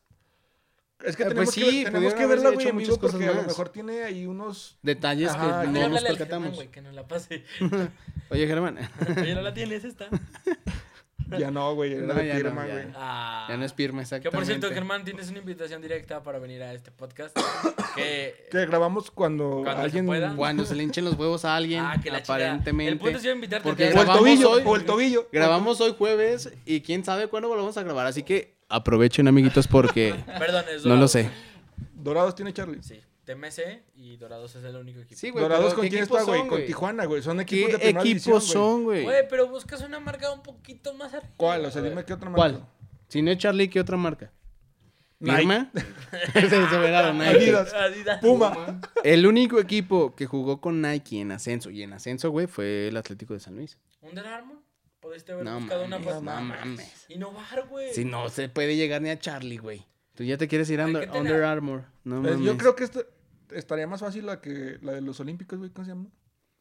D: Es que
C: Eh,
D: tenemos
C: pues
D: que,
C: sí,
D: tenemos que
C: pudieron
D: verla,
C: haberse
D: güey,
C: hecho
D: en vivo
C: muchas cosas
D: porque a lo
C: más.
D: mejor tiene ahí unos...
C: Detalles
D: Ajá,
C: que
D: también
C: Ah, no
A: háblale
C: nos
A: al Germán,
C: percatamos.
A: güey, que nos la pase.
C: Oye, Germán,
A: Oye, no la tienes esta.
D: Ya no, güey. Era
C: No,
D: de
C: ya no,
D: Pirma,
C: ya.
D: güey.
A: Ah.
C: Ya no es Pirma,
A: Que
C: exactamente.
A: por cierto, Germán, tienes una invitación directa para venir a este podcast. que.
D: Que grabamos cuando,
A: Cuando se
D: alguien.
A: pueda.
C: Cuando se le hinchen los huevos a alguien,
A: Ah, que la chingada.
C: aparentemente.
A: El punto es yo invitarte.
C: Porque
A: te-
D: O el
C: Grabamos
D: tobillo.
C: hoy.
D: O el tobillo.
C: Grabamos hoy jueves y quién sabe cuándo volvamos a grabar, así que aprovechen, amiguitos, porque
A: Perdón, es
C: no lo
A: Dorados.
C: sé.
D: Dorados tiene Charlie.
A: Sí, TMC y Dorados es el único equipo.
C: Sí, güey.
D: Dorados
C: pero
D: con
C: ¿qué
D: quién
C: equipos
D: está, güey.
C: son,
D: Con Tijuana, güey. Son
C: ¿Qué
D: equipos de primera
C: equipos
D: división, güey.
C: son, güey?
A: Güey, pero buscas una marca un poquito más arriba.
D: ¿Cuál? O sea,
A: güey.
D: dime qué otra marca.
C: ¿Cuál? Si no es Charlie, ¿qué otra marca?
D: Nike.
C: ¿Pirma? Se- se verá, Nike.
D: Adidas.
A: Adidas.
D: Puma.
C: El único equipo que jugó con Nike en ascenso y en ascenso, güey, fue el Atlético de San Luis.
A: Under Armour. Podrías haber
C: No
A: buscado
C: mames,
A: una
C: no
A: marca.
C: mames.
A: Innovar, güey.
C: Si no se puede llegar ni a Charlie, güey. Tú ya te quieres ir a
A: Hay que
C: Under,
A: tener-
C: Under Armour. No
D: Pues,
C: mames.
D: yo creo que esto estaría más fácil la que la de los Olímpicos, güey. ¿Cómo se llama?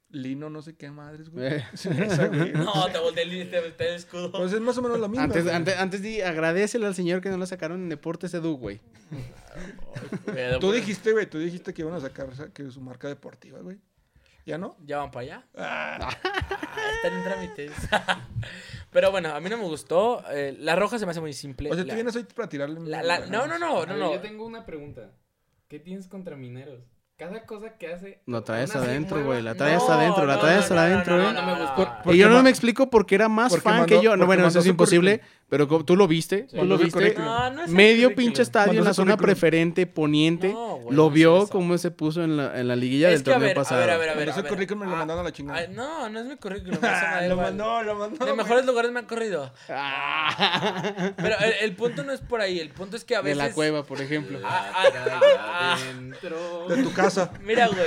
D: Lino, no sé qué madres, güey.
C: Eh.
D: Sí, esa, güey.
A: No, te volteé el, te volteé el escudo.
D: Pues es más o menos la misma.
C: Antes,
D: güey.
C: antes, antes di, agradecele al señor que no la sacaron en Deportes Edu, güey.
A: Pero,
D: Tú
A: pues,
D: dijiste, güey, tú dijiste que iban a sacar esa- que su marca deportiva, güey. ¿Ya no?
A: ¿Ya van para allá? Ah, están en trámites. Pero bueno, a mí no me gustó. Eh, la roja se me hace muy simple.
D: O sea,
A: La-
D: tú vienes hoy para tirarle.
A: la- la- no, no, no, no,
B: A ver,
A: no.
B: Yo tengo una pregunta. ¿Qué tienes contra mineros? Cada cosa que hace.
C: La traes
B: aún así
C: adentro,
B: mueva-
C: güey. La
B: No,
C: traes
A: no,
C: adentro, la
A: no,
C: traes
A: no, no,
C: adentro, eh.
A: no,
C: güey.
A: no, no, me gustó.
C: Y
D: Porque
C: yo no
D: ma-
C: me explico por qué era más
D: porque
C: fan que
D: mandó-
C: yo. No,
D: porque
C: bueno, eso
D: mandó
C: es
D: su
C: imposible, pero co- tú lo viste, tú
D: Sí.
C: lo
D: Mandó su
C: viste.
D: currículum.
A: No, no es el
C: Medio
A: currículum.
C: pinche estadio en
D: Mandó
C: la
D: su
C: zona
D: currículum.
C: preferente, poniente.
A: No, güey,
C: lo
A: no es
C: vio
A: eso.
C: cómo se puso en la, en la liguilla
A: Es
C: del
A: que a
C: torneo
A: ver, a
C: pasado.
A: ver, a ver, a ver.
D: Ese
A: a ver.
D: currículum me lo
A: Ah,
D: mandaron a la
A: ah,
D: chingada. Ah,
A: no, no es mi currículum. eso me da
D: lo
A: igual.
D: mandó, lo mandó.
A: De
D: güey.
A: mejores lugares me han corrido.
C: Ah.
A: Pero el, el punto no es por ahí. El punto es que a
C: De
A: veces.
C: la cueva, por ejemplo.
A: Ah, ah, ah,
B: La traes adentro.
D: De tu casa.
A: Mira, güey.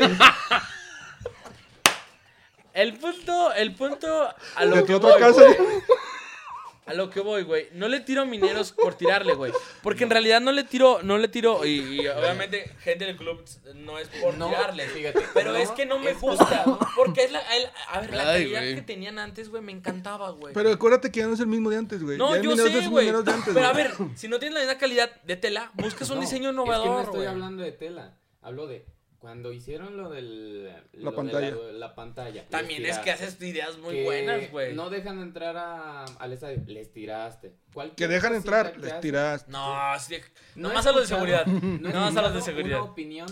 A: El punto, el punto a lo
D: De
A: que
D: tu
A: voy,
D: otra casa.
A: güey. A lo que voy, güey. No le tiro a mineros por tirarle, güey. Porque en realidad no le tiro, no le tiro. Y, y obviamente, gente del club no es por
B: No,
A: tirarle.
B: fíjate,
A: Pero
B: no
A: es que no me
B: es
A: gusta. Porque es la. el- a ver, la
C: Ay,
A: calidad
C: güey.
A: que tenían antes, güey, me encantaba, güey.
D: Pero acuérdate que ya no es el mismo de antes, güey.
A: no,
D: Ya el
A: yo
D: Mineros no es
A: sé,
D: el
A: güey.
D: Mineros de antes,
A: Pero a
D: güey.
A: ver, si no tienes la misma calidad de tela, buscas un
B: No,
A: diseño
B: Es que
A: innovador.
B: no estoy
A: güey.
B: hablando de tela. Hablo de cuando hicieron lo del. lo de
D: pantalla.
B: la, la pantalla.
A: También
B: les
A: es que
B: tiraste.
A: haces ideas muy
B: Que
A: buenas, güey.
B: No dejan entrar a, al estadio. Les tiraste.
D: Que
B: Cualquier
D: dejan
B: cosita
D: entrar,
B: que
D: les
B: haces.
D: tiraste.
A: No, sí.
B: No
A: Nomás
B: he
A: a los de
B: escuchado-
A: seguridad.
B: no he
A: Nomás a los de
B: escuchado
A: seguridad.
B: Una opinión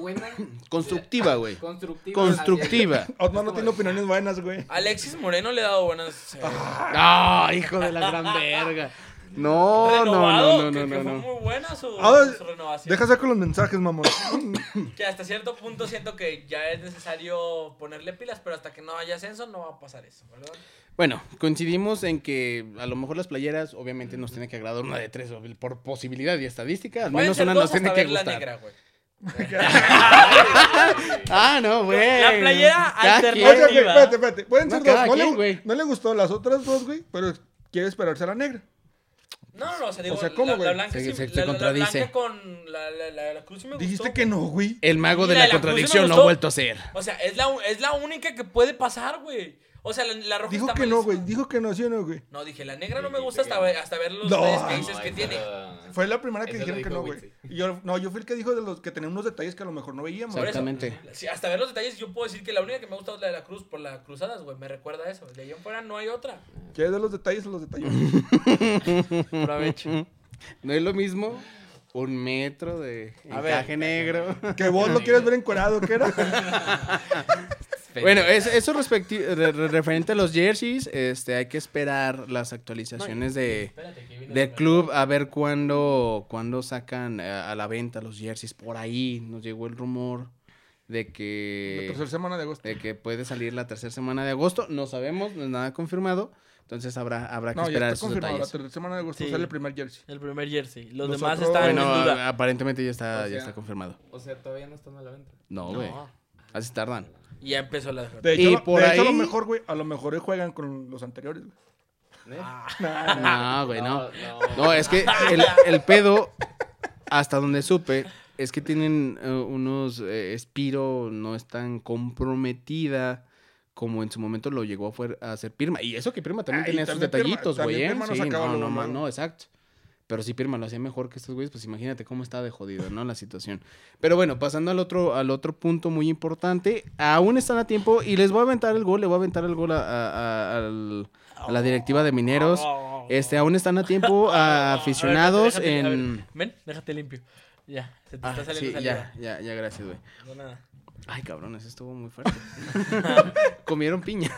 B: buena.
C: Constructiva, güey.
B: Constructiva.
C: Constructiva.
D: Otman no tiene opiniones buenas, güey.
A: Alexis Moreno le ha dado buenas. eh,
C: ¡Ah, hijo de la gran verga! No,
A: renovado,
C: no, no,
A: que,
C: no,
A: que
C: no,
A: fue
C: no.
A: muy buena su,
D: Ahora,
A: su renovación.
D: Deja saco los mensajes, mamón.
A: Que hasta cierto punto siento que ya es necesario ponerle pilas, pero hasta que no haya ascenso no va a pasar eso, ¿verdad?
C: Bueno, coincidimos en que a lo mejor las playeras, obviamente, nos tiene que agradar una de tres o- por posibilidad y estadística. Al
A: Pueden
C: menos
A: ser
C: una
A: dos
C: nos
A: hasta
C: tiene que
A: ver la
C: gustar.
A: negra, güey.
C: Ah, no, güey.
A: La playera
C: Cada
D: O sea,
A: alternativa.
D: güey, espérate, espérate. Pueden
C: No,
D: ser
C: cada
D: dos. No le,
C: quien, güey.
D: no le gustó las otras dos, güey, pero quiere esperarse a la negra.
A: No, no, o sea, digo,
D: sea,
A: la-
D: ¿cómo,
A: la,
D: güey?
A: blanca
C: Se-
A: sí-
C: se-
A: la-
C: se
A: la
C: contradice.
A: blanca con la, la, la- la cruz sí me gustó.
D: Dijiste que no, güey.
C: El mago de
A: Mira,
C: la,
A: la cruz
C: contradicción
A: me
C: lo ha
A: gustó.
C: vuelto a ser.
A: O sea, es la, u- es la única que puede pasar, güey. O sea, la, la roja
D: Dijo
A: está
D: que no,
A: malísima.
D: güey. Dijo que no, sí o no, güey.
A: No, dije, la negra no me
B: Dijiste
A: gusta hasta
B: que
A: ver,
B: no.
A: hasta ver los
D: No.
A: detalles
C: Ah,
D: No,
A: que tiene.
D: Fue la primera que
B: Eso lo
D: dijeron que
B: dijo
D: no, güey.
B: Witsi.
D: Y yo, no, yo fui el que dijo de los que tenía unos detalles que a lo mejor no veíamos.
A: Por
D: güey.
A: eso.
C: Exactamente.
A: Sí, hasta ver los detalles, yo puedo decir que la única que me gusta es la de la cruz por las cruzadas, güey. Me recuerda a eso. De ahí en fuera no hay otra.
D: ¿Quieres ver los detalles o los detalles?
A: Aprovecho.
C: No es lo mismo un metro de
A: A ver.
C: encaje negro.
D: que vos lo quieres ver encuerado, ¿qué era?
C: Bueno, es- eso respecti- re- re- referente a los jerseys, este, hay que esperar las actualizaciones de,
A: Espérate, que viene.
C: del club a ver cuándo, cuándo sacan eh, a, la venta los jerseys. Por ahí nos llegó el rumor de
D: La
C: que,
D: tercera semana de agosto.
C: de que puede salir la tercera semana de agosto. No sabemos, no es nada confirmado. Entonces habrá, habrá que
D: No, ya
C: esperar
D: está
C: esos
D: confirmado. La
C: detalles.
D: tercera semana de agosto
A: Sí.
D: sale el primer jersey.
A: El primer jersey. Los
D: Nosotros-
A: demás estaban
C: Bueno,
A: en duda.
C: a- aparentemente ya está,
B: O
C: ya
B: sea,
C: está confirmado.
B: O sea, todavía no están a la venta.
C: No,
A: No.
C: güey. Así tardan.
A: Y ya empezó la.
D: De hecho,
C: Y
D: lo-
C: por
D: de hecho, a
C: ahí-
D: lo mejor, güey, a lo mejor hoy juegan con los anteriores, güey.
B: ¿Eh?
C: No, güey, no.
B: No,
C: No, eh. es que el, el pedo, hasta donde supe, es que tienen eh, unos. eh, Spiro no es tan comprometida como en su momento lo llegó a, fuer- a hacer Pirma. Y eso que Pirma también
D: Ah, y
C: tenía sus
D: también Pirma-
C: detallitos,
D: también
C: güey. ¿eh?
D: Pirma no
C: Sí,
D: sacaba
C: no,
D: lo
C: no, ma-
D: malo.
C: no, exacto. Pero si Pirma lo hacía mejor que estos güeyes, pues imagínate cómo estaba de jodido, ¿no? La situación. Pero bueno, pasando al otro, al otro punto muy importante, aún están a tiempo y les voy a aventar el gol, le voy a aventar el gol a, a- a- al- a la directiva de
A: Oh,
C: mineros. Este, aún están a tiempo a aficionados
A: A ver, déjate, a ver,
C: en...
A: Ven, déjate limpio. Ya, se te
C: Ah,
A: está
C: sí,
A: saliendo
C: ya,
A: saliva.
C: ya, ya, gracias, güey.
A: No, nada.
C: Ay, cabrón, eso estuvo muy fuerte. Comieron piña.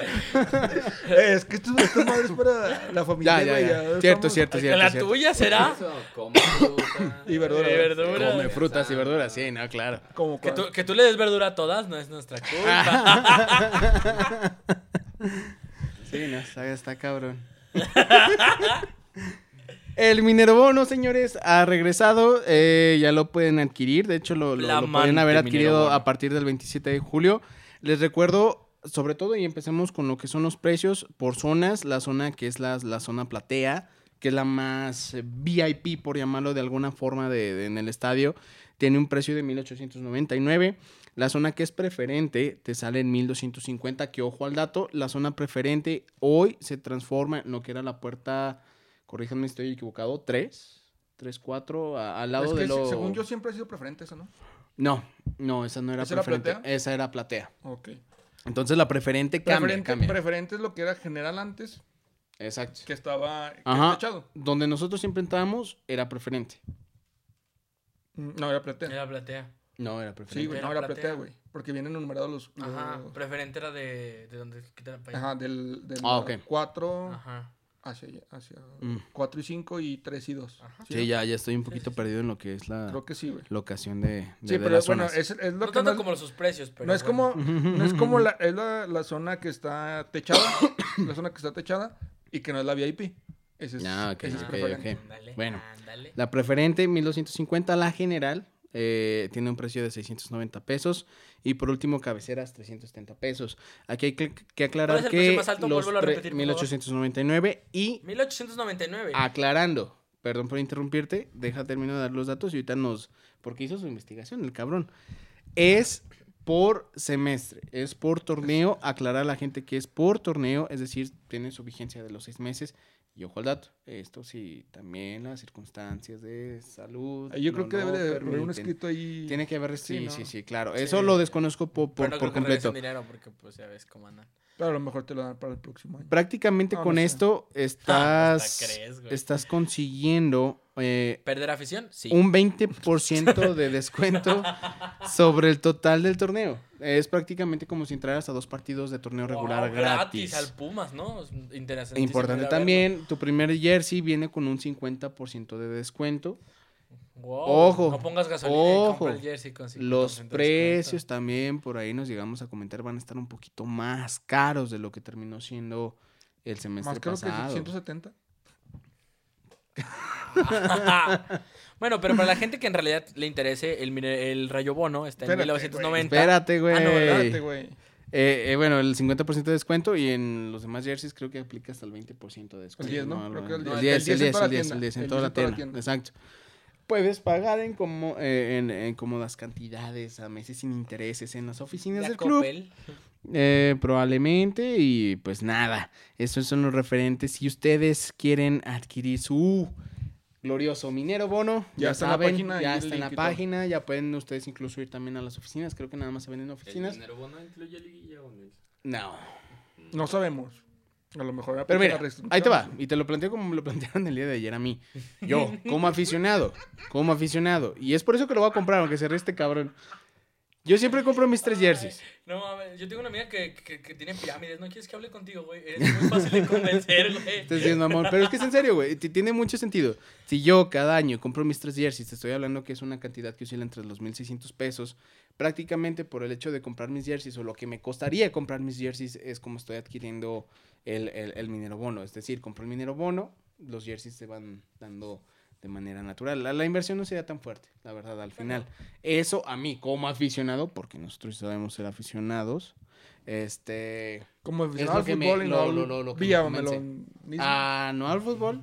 D: Eh, es que esto, esta madre es para la familia.
C: Ya, ya,
D: güey,
C: ya.
D: ya
C: Cierto,
D: estamos-
C: cierto, cierto.
A: ¿La
C: cierto.
A: tuya será?
B: Eso, come fruta.
D: Y verdura.
A: Y verdura.
C: Come
A: Ah.
C: frutas y verduras, sí, no, claro.
D: Como
A: Que
D: cuando-
A: tú, que tú le des verdura a todas no es nuestra culpa.
C: Sí, no, está, está cabrón. El Minervono, señores, ha regresado. eh, ya lo pueden adquirir. De hecho, lo, lo- lo pueden
A: Flamante
C: haber adquirido
A: Minervono.
C: a partir del 27 de julio. Les recuerdo, sobre todo, y empecemos con lo que son los precios por zonas. La zona que es la, la zona platea, que es la más eh, VIP, por llamarlo de alguna forma, de- de- en el estadio, tiene un precio de 1899. La zona que es preferente te sale en 1250, que ojo al dato, la zona preferente hoy se transforma en lo que era la puerta, corríjanme si estoy equivocado, 3, 3, 4, a- al lado
D: Es
C: de
D: que se-
C: lo...
D: según yo siempre ha sido preferente eso, ¿no?
C: No, no, esa no era
D: ¿Esa era
C: preferente,
D: platea?
C: esa era platea.
D: Ok.
C: Entonces la preferente cambia,
D: Preferente,
C: cambia.
D: preferente es lo que era general antes,
C: Exacto.
D: que estaba que
C: Ajá.
D: está echado.
C: Donde nosotros siempre entrábamos era preferente.
D: Mm, No, era platea.
A: Era platea.
C: No, era preferente.
D: Sí, güey,
A: Era
D: no era
A: platea.
D: platea, güey. Porque vienen numerados los. los-
A: Ajá. Preferente era de, de donde quitan el país.
D: ajá, del, del
C: Ah, ok.
D: 4
A: Ajá.
D: hacia, allá, hacia
C: Mm.
D: 4 y 5 y 3 y 2.
A: Ajá.
C: Sí, ya, ya estoy un poquito perdido en lo que es la
D: Creo que sí, güey.
C: locación de, de,
D: Sí,
C: de
D: pero
C: las
D: bueno,
C: zonas.
D: es, es lo
A: No
D: que
A: tanto
D: más-
A: como sus precios, pero.
D: no es
A: bueno.
D: como, no es como la, es la, la zona que está techada, la zona que está techada y que no es la VIP. Ese es,
C: Ah, ok,
D: ese es
C: ok,
D: preferente.
C: ok.
A: Ándale,
C: Bueno.
A: ándale.
C: La preferente, 1250. La general eh, tiene un precio de 690 pesos. Y por último, cabeceras, 370 pesos. Aquí hay que, que
A: ¿Cuál es
C: aclarar
A: el precio
C: que
A: más alto?
C: los
A: Vuélvelo a
C: pre-
A: repetir, por favor.
C: 1899. Y
A: 1899.
C: Ah, aclarando, perdón por interrumpirte, deja termino de dar los datos y ahorita nos... Porque hizo su investigación, el cabrón. Es por semestre, es por torneo. Aclarar a la gente que es por torneo, es decir, tiene su vigencia de los seis meses. Y ojo al dato, esto sí, también las circunstancias de salud.
D: Ah, Yo creo
C: no
D: que debe
C: lo
D: de haber un
C: permiten.
D: escrito ahí.
C: Tiene que haber, sí,
D: Sí,
C: sí,
D: ¿no?
C: sí, claro. Eso lo desconozco po- por,
A: Pero no
C: por
A: creo que regresen
C: completo.
A: dinero porque, pues, ya ves cómo andan.
D: Pero a lo mejor te lo dan para el próximo año.
C: Prácticamente
D: No,
C: con
D: no sé.
C: esto
A: Ah,
C: estás,
A: hasta crees, güey.
C: estás consiguiendo eh,
A: ¿Perder afición? Sí.
C: un 20% de descuento sobre el total del torneo. Es prácticamente como si entraras a dos partidos de torneo
A: Wow,
C: regular gratis. E
A: al Pumas, ¿no? Es Interesante.
C: Importante también, tu primer jersey viene con un 50% de descuento. Ojo,
A: No pongas gasolina y
C: ojo.
A: compra el jersey con 50%
C: Los
A: de
C: precios
A: descuento.
C: también, por ahí nos llegamos a comentar, van a estar un poquito más caros de lo que terminó siendo el semestre
D: Más creo que
C: pasado.
D: 170.
A: bueno, pero para la gente que en realidad le interese, el, mine- el Rayo Bono está en
D: Espérate,
A: 1990.
C: Espérate, güey.
A: Ah, no,
D: Espérate, güey.
C: Eh, eh, bueno, el 50% de descuento y en los demás jerseys creo que aplica hasta el 20% de descuento.
D: El 10, ¿no?
C: Algo
D: Creo que el
C: así.
D: 10.
C: El 10, el 10,
D: toda
C: el
D: la
C: 10, el
D: tienda.
C: 10 en
D: El
C: toda la
D: 10 en toda la
C: tienda.
D: tienda.
C: Exacto. Puedes pagar en como, eh, en, en cómodas cantidades, a meses sin intereses, en las oficinas
A: La
C: del club.
A: Coppel.
C: Eh, probablemente y pues nada, esos son los referentes. Si ustedes quieren adquirir su glorioso minero bono, ya,
D: Ya está en la
C: saben,
D: página, ahí
C: ya
D: el
C: está en la
D: link y todo.
C: página, ya pueden ustedes incluso ir también a las oficinas, creo que nada más se venden en
B: ¿El
C: oficinas.
B: dinero bono incluye liguilla o no?
C: No.
D: No sabemos. A lo mejor.
C: Pero
D: aplica
C: mira,
D: restricción.
C: ahí te va. Y te lo planteo como me lo plantearon el día de ayer a mí. Yo, como aficionado. Como aficionado. Y es por eso que lo voy a comprar, aunque se ríe este cabrón. Yo siempre compro mis tres jerseys.
A: No, a ver, yo tengo una amiga que, que, que tiene pirámides. ¿No quieres que hable contigo, güey? Eres muy fácil de convencer, güey.
C: Estás diciendo, amor. Pero es que es en serio, güey. T- Tiene mucho sentido. Si yo cada año compro mis tres jerseys, te estoy hablando que es una cantidad que oscila entre los 1.600 pesos. Prácticamente por el hecho de comprar mis jerseys o lo que me costaría comprar mis jerseys es como estoy adquiriendo el, el, el minero bono. Es decir, compro el minero bono, los jerseys se van dando de manera natural. La, la inversión no sería tan fuerte, la verdad, al final. Eso a mí como aficionado, porque nosotros sabemos ser aficionados, este...
D: Como
C: Es
D: aficionado al
C: lo que me-
D: fútbol y
C: lo-
D: no
C: lo- lo- lo
D: al
C: que me convence.
D: villamelonismo.
C: A, no al fútbol,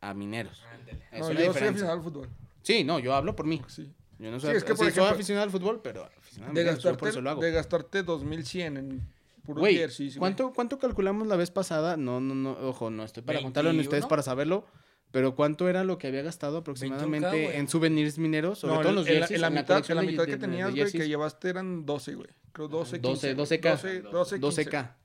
C: a mineros.
A: Ándale.
C: Eso
D: No,
C: es la
D: yo soy
C: diferencia.
D: aficionado al fútbol.
C: Sí, no, yo hablo por mí.
D: Sí.
C: Yo no soy,
D: Sí, es
C: sí,
D: que, por
C: soy
D: ejemplo,
C: Ah, aficionado al fútbol, pero aficionado al
D: De
C: mineros, yo por
D: gastarte,
C: eso lo hago.
D: de gastarte 2100 en puro
C: Güey,
D: jersey.
C: ¿cuánto, ¿cuánto calculamos la vez pasada? No, no, no, ojo, no estoy para contarlo ni ustedes
B: 21.
C: para saberlo. Pero ¿cuánto era lo que había gastado
A: 21K,
C: aproximadamente
A: güey.
C: en souvenirs mineros? Sobre
D: No,
C: todo
D: en-
C: en los
D: en la-
C: jerseys,
D: en la
C: en la
D: mitad, en
C: colección
D: la
C: de-
D: mitad
C: de-
D: que
C: de- de
D: tenías, güey, que
C: jerseys.
D: llevaste eran 12, güey. Creo 12, 15.
C: 12, 12K.
D: güey. 12, 12, 15.
C: 12K.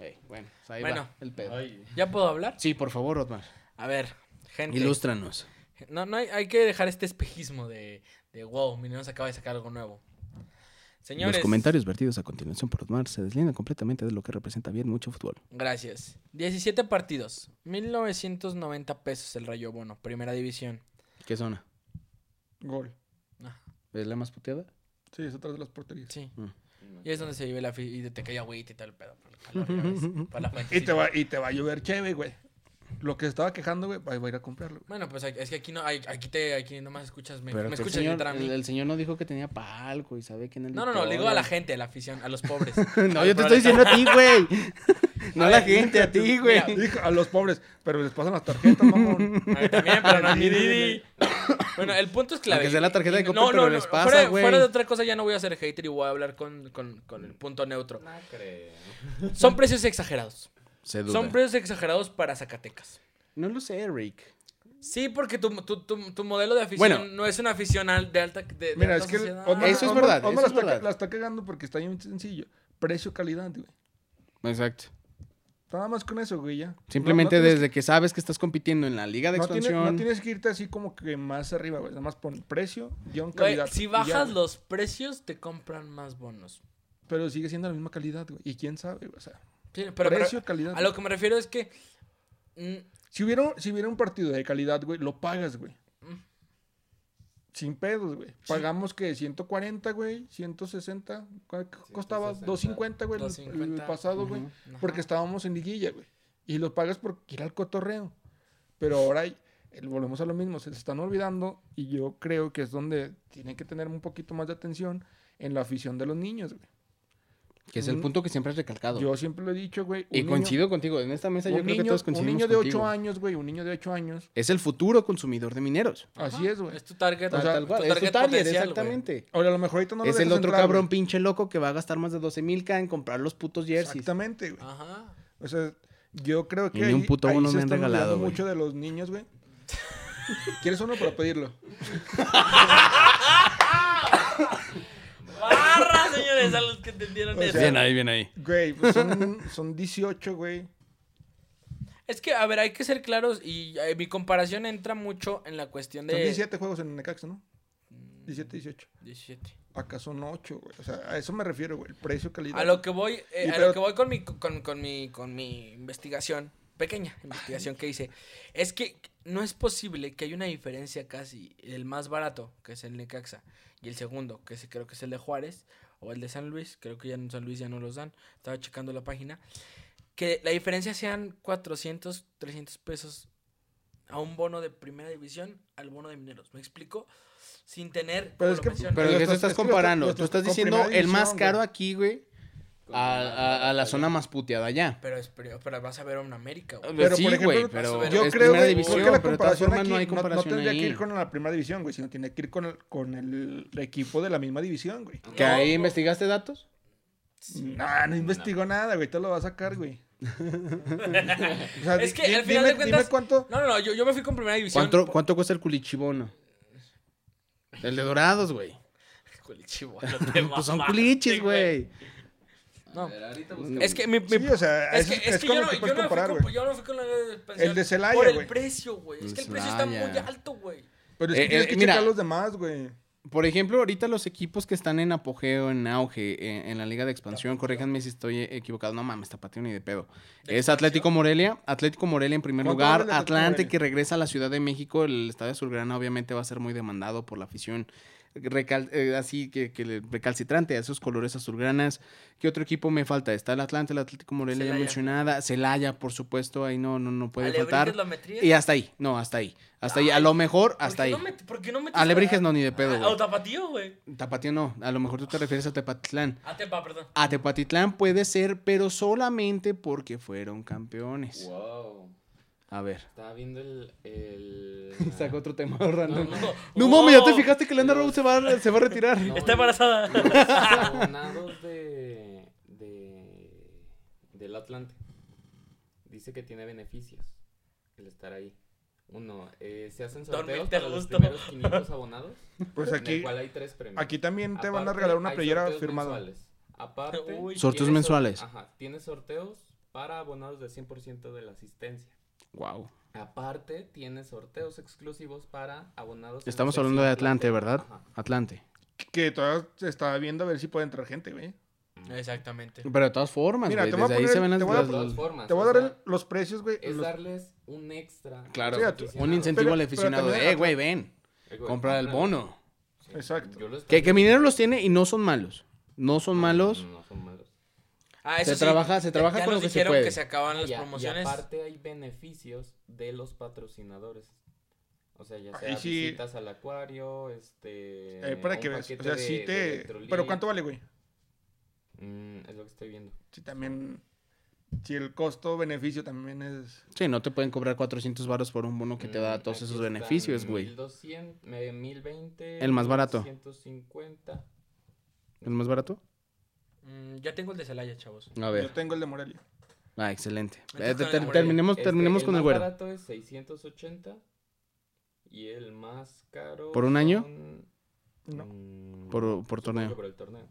C: Ey, bueno, pues ahí
A: Bueno.
C: va el pedo.
B: Ay,
A: ¿Ya puedo hablar?
C: Sí, por favor, Otmar.
A: A ver, gente.
C: Ilústranos.
A: No, no hay, hay que dejar este espejismo de, de wow, Mineros acaba de sacar algo nuevo. Señores.
C: Los comentarios vertidos a continuación por Otmar se deslindan completamente de lo que representa bien mucho fútbol.
A: Gracias. 17 partidos. 1990 pesos el Rayo Bono, primera división.
C: ¿Qué zona?
D: Gol.
C: ¿Es la más puteada?
D: Sí, es atrás de las porterías.
A: Sí.
C: Mm.
B: no.
A: Y es donde se vive la fi- y te cae agüita y tal, pero por el calor, ya ves, por la
D: Y te,
A: fuentecita.
D: va, y te va a llover chévere, güey. Lo que estaba quejando, güey, ahí va a ir a comprarlo, güey.
A: Bueno, pues aquí- es que aquí no, ay- aquí te, aquí nomás escuchas, me,
C: Pero
A: me
C: que el,
A: escuchas
C: señor,
A: gritar a mí.
C: el- el señor no dijo que tenía palco y sabe quién es el
A: No, no, no, le digo
C: Victoria.
A: a la gente, a la afición, a los pobres.
C: No, yo te estoy diciendo a ti, güey. No a la
A: ver,
C: gente, a ti, güey.
A: mira,
D: Dije, a los pobres, pero les pasan las tarjetas, mamón.
A: A mí también, pero no a mi Didi. Bueno, el punto es clave.
C: Aunque sea la tarjeta de
A: Y-
C: Coppel, pero les pasa,
A: fuera,
C: güey.
A: fuera de otra cosa ya no voy a ser hater y voy a hablar con, con- con el punto neutro.
B: No creo.
A: Son precios exagerados.
C: Se
A: Son precios exagerados para Zacatecas.
C: No lo sé, Rick.
A: Sí, porque tu, tu- tu- tu modelo de afición
C: Bueno.
A: no es una afición al- de alta. De, de
D: Mira,
A: alta
D: es que.
A: sociedad.
D: Osma-
C: Eso es
D: Osma-
C: verdad,
D: Osma
C: eso
D: la,
C: es
D: está,
C: verdad.
D: la está cagando porque está bien sencillo. Precio-calidad, güey.
C: Exacto.
D: Nada más con eso, güey, ya.
C: Simplemente
D: No- no tienes
C: desde que sabes que estás compitiendo en la liga de
D: No tiene-
C: expansión.
D: no tienes que irte así como que más arriba, güey. Nada más pon precio, guión
A: Güey,
D: calidad.
A: si
D: y ya,
A: bajas
D: güey.
A: los precios, te compran más bonos.
D: Pero sigue siendo la misma calidad, güey. ¿Y quién sabe? güey? O sea,
A: Sí, pero, pero
D: precio, calidad.
A: a lo que me refiero es que. mm,
D: Si, hubiera, si hubiera un partido de calidad, güey, lo pagas, güey.
A: Mm.
D: Sin pedos, güey. Pagamos que 140, güey, 160. ¿cu- cu- Costaba 250,
B: 160.
D: güey, el-
A: 250.
D: el pasado, güey.
A: Ujú.
D: Porque
A: Ajá.
D: estábamos en liguilla, güey. Y lo pagas por ir al cotorreo. Pero ahora hay- el- volvemos a lo mismo, se están olvidando y yo creo que es donde tienen que tener un poquito más de atención en la afición de los niños, güey.
C: Que es el punto que siempre has recalcado.
D: Yo siempre lo he dicho, güey.
C: y
D: un niño-
C: coincido contigo. En esta mesa yo
D: un
C: creo que
D: niño,
C: todos
D: un
C: coincidimos
D: niño de 8
C: contigo.
D: años, güey, un niño de 8 años.
C: Es el futuro consumidor de mineros.
D: Así es, güey.
A: Es tu target.
D: O sea,
C: Ah, tal cual.
A: tu
C: Es tu
A: target
C: target,
A: potencial, güey.
C: exactamente.
D: Ahora, a lo mejor ahorita no lo
C: es el
D: dejas
C: otro
D: entrar,
C: cabrón
D: güey.
C: pinche loco que va a gastar más de 12 mil K en comprar los putos jerseys.
D: Exactamente, güey.
A: Ajá.
D: O sea, yo creo que
C: Ah. Ni un
D: ahí-
C: puto
D: ahí
C: uno
D: se
C: me han
D: están olvidando
C: regalado, güey.
D: mucho de los niños, güey. ¿Quieres uno para pedirlo?
A: Barra, señores, a los que entendieron
D: O
A: eso.
D: sea, Bien
C: ahí, Pues bien ahí.
D: Güey, pues son, son 18, güey.
A: Es que, a ver, hay que ser claros y eh, mi comparación entra mucho en la cuestión
D: Son
A: de... Mm,
D: 17 juegos en Necaxa, ¿no? 17, 18.
A: 17.
D: Acá son 8, güey. O sea, a eso me refiero, güey. El precio, calidad.
A: A lo que voy, eh,
D: Y
A: a
D: pero-
A: lo que voy con mi, con, con mi, con mi investigación, pequeña investigación que hice, es que no es posible que haya una diferencia casi el más barato, que es el Necaxa, y el segundo, que es- creo que es el de Juárez, o el de San Luis, creo que ya en San Luis ya no los dan, estaba checando la página, que la diferencia sean 400, 300 pesos a un bono de primera división al bono de mineros, ¿me explico? Sin tener,
D: Pero
A: como
D: es
A: lo
D: que-
A: mencionas.
C: Pero
D: Pero
C: que
D: estás-
C: eso estás
D: es que lo
C: comparando.
D: estás-
C: Tú
D: lo estás
C: estás
D: con
C: diciendo
D: primera
C: el más
D: división, güey.
C: caro aquí, güey,
B: Con
C: a,
B: una-
C: a- a la zona más puteada allá.
A: Pero, es- pero, pero vas a ver a un América, güey.
D: Pero,
C: sí,
D: por ejemplo,
C: güey, pero
D: yo
C: es
D: creo,
C: primera
D: güey,
C: división,
D: creo que la
C: pero de todas
D: comparación
C: formas
D: aquí
C: no hay
D: no- no,
C: comparación
D: tendría
C: ahí.
D: que ir con la primera división, güey, sino tiene que ir con el, con el equipo de la misma división, güey.
C: ¿Que
A: No,
C: ahí
A: no.
C: investigaste datos?
D: No, no investigó nada, güey. Te lo va a sacar, güey. O sea,
A: Es que
D: di-
A: al final
D: dime,
A: de cuentas-
D: dime cuánto.
A: No, no, no, yo, yo me fui con primera división.
C: ¿Cuánto,
A: por-
C: ¿Cuánto cuesta el culichibono? El de dorados, güey.
A: Culichi, güey, no te
C: Pues son
A: mamaste,
C: culichis, güey.
A: No.
B: A ver, ahorita buscamos.
A: Es que mi. mi-
D: Sí, o sea,
A: es
D: eso
A: que, es que
D: con
A: yo,
D: lo
A: no,
D: que
A: yo,
D: puedes
A: no fui
D: comparar,
A: con,
D: güey.
A: yo no fui con la expansión
D: El de Celaya,
A: Por el
D: güey.
A: precio, güey. Es que el
C: El
A: precio está muy
C: Celaya.
A: alto, güey.
D: Pero es
C: Eh,
D: que tienes
C: eh,
D: que
C: mira.
D: checar los demás, güey.
C: Por ejemplo, ahorita los equipos que están en apogeo, en auge, en, en la liga de expansión, corríjanme si estoy equivocado. No mames, tapateo ni de pedo.
A: ¿De
C: Es Atlético Morelia, Atlético Morelia en primer
D: ¿Cuánto
C: lugar,
D: vale el Atlético
C: Atlante
D: Morelia?
C: que regresa a la Ciudad de México, el Estadio Surgrana obviamente va a ser muy demandado por la afición recal- eh, así que, que le- recalcitrante a esos colores azulgranas. ¿Qué otro equipo me falta? Está el Atlante, el Atlético Morelia ya
A: Celaya.
C: mencionada, Celaya, por supuesto, ahí no no no puede
A: Alebrijes
C: faltar.
A: lo metría.
C: Y hasta ahí, no, hasta ahí. Hasta ahí, a lo mejor
A: ¿Por
C: hasta
A: qué
C: ahí.
A: No met- ¿Por qué no metes
C: Alebrijes
A: a-
C: no, ni de pedo,
A: a-
C: güey.
A: A Tapatío, güey.
C: Tapatío no, a lo mejor tú te refieres a Tepatitlán.
A: A Tepa, perdón.
C: A Tepatitlán puede ser, pero solamente porque fueron campeones.
B: Wow.
C: A ver.
B: Estaba viendo el. el...
C: Saca otro tema random.
A: No, no.
C: No mames, ya te
A: Oh,
C: fijaste que Landa Rhodes se va, a- se va a retirar.
B: No,
A: Está embarazada.
B: Los abonados de. de. Atlante. Dice que tiene beneficios el estar ahí. Uno, eh, se hacen sorteos
A: Dormirte a
B: para los
A: gusto.
B: primeros 500 abonados.
D: Pues
B: en
D: aquí,
B: el cual hay tres premios.
D: aquí también te van a
B: Aparte,
D: regalar una
B: hay
D: playera
B: sorteos
D: firmada.
B: mensuales. Aparte,
A: Uy.
C: Sorteos
B: tiene sor-
C: mensuales.
B: Ajá, tiene sorteos para abonados del 100% de la asistencia.
C: Wow.
B: Aparte, tiene sorteos exclusivos para abonados. en
C: Estamos
B: la
C: hablando de
B: sección
C: Atlante, ¿verdad?
B: Ajá.
C: Atlante.
D: Que todavía se está viendo a ver si puede entrar gente, güey.
A: Exactamente.
C: Pero de todas formas,
D: Mira,
C: güey,
D: te voy a
C: desde ahí
D: poner-
C: se ven las...
D: te voy a
B: De
C: las-
B: todas formas.
D: Te voy
B: o
D: a dar
B: sea,
D: el- los precios, güey.
B: Es
D: los-
B: darles un extra.
C: Claro,
D: Sí, a tu-
C: un incentivo
D: Pero-
C: al
D: pero
C: aficionado
D: también
C: de,
D: a-
C: eh, güey, ven, compra el bono.
D: Exacto.
C: Que, que Mineros los tiene y no son malos. No son malos.
B: No, son malos.
A: Ah,
C: Se trabaja- se
A: Ya-
C: trabaja
A: ya
C: con lo
A: nos
C: que se
A: dijeron
C: puede.
A: que se acaban las
B: Y a-
A: promociones.
B: Y aparte hay beneficios de los patrocinadores. O sea, ya
D: Ahí
B: sea
D: sí.
B: visitas al acuario, este...
D: eh, para
B: un
D: que veas. O
B: paquete
D: sea,
B: de-
D: sí
B: de
D: te.
B: electrolit.
D: Pero ¿cuánto vale, güey?
B: Mm, es lo que estoy viendo.
D: Si también. Si el costo-beneficio también es.
C: Sí, no te pueden cobrar 400 varos por un bono que te da
B: Mm,
C: todos
B: aquí
C: esos
B: están
C: beneficios, güey.
B: 1200, eh, 1020.
C: El más barato.
B: 150.
C: ¿Es más barato?
A: Mm, ya tengo el de Celaya, chavos.
C: A
D: Yo
B: Pues.
C: ver.
D: tengo el de Morelia.
C: Ah, excelente.
A: Entonces,
C: Eh, te-
A: con el
C: ter-
A: Morelia.
C: terminemos
B: Este,
C: terminemos con el
B: más
C: güero.
B: barato es 680 y el más caro
C: ¿Por un año?
B: son,
D: No.
B: mm,
C: Por, por
B: supongo que
C: torneo.
B: por el torneo.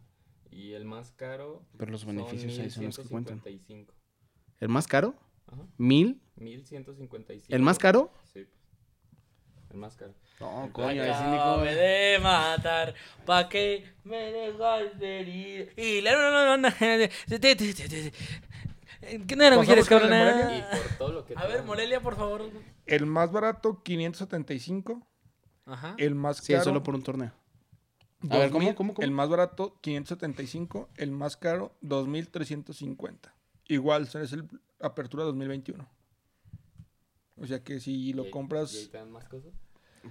B: Y el más caro
C: Pero los beneficios ahí son los que cuentan.
B: 1155.
C: ¿El más caro?
B: Ajá.
C: ¿Mil?
B: 1155.
C: ¿El más caro?
B: Sí. El más caro.
C: No,
B: coño, ahí sí,
A: Acabé de matar, pa' que me dejas de herir. Y la no, no, no, no, ¿Qué no era mujeres,
D: Pasamos con el de
B: Y
A: cabrona?
B: por todo lo que
A: A
B: te
A: ver,
B: dan.
A: Morelia, por favor.
D: El más barato, 575.
A: Ajá.
D: El más
C: Sí,
D: caro.
C: solo por un torneo. A ver, ¿cómo,
D: 2000,
C: cómo, cómo?
D: El más barato, 575. El más caro, 2350. Igual, es el Apertura 2021. O sea que si
B: Y
D: lo
B: ahí- y ahí
D: compras.
B: te dan más cosas.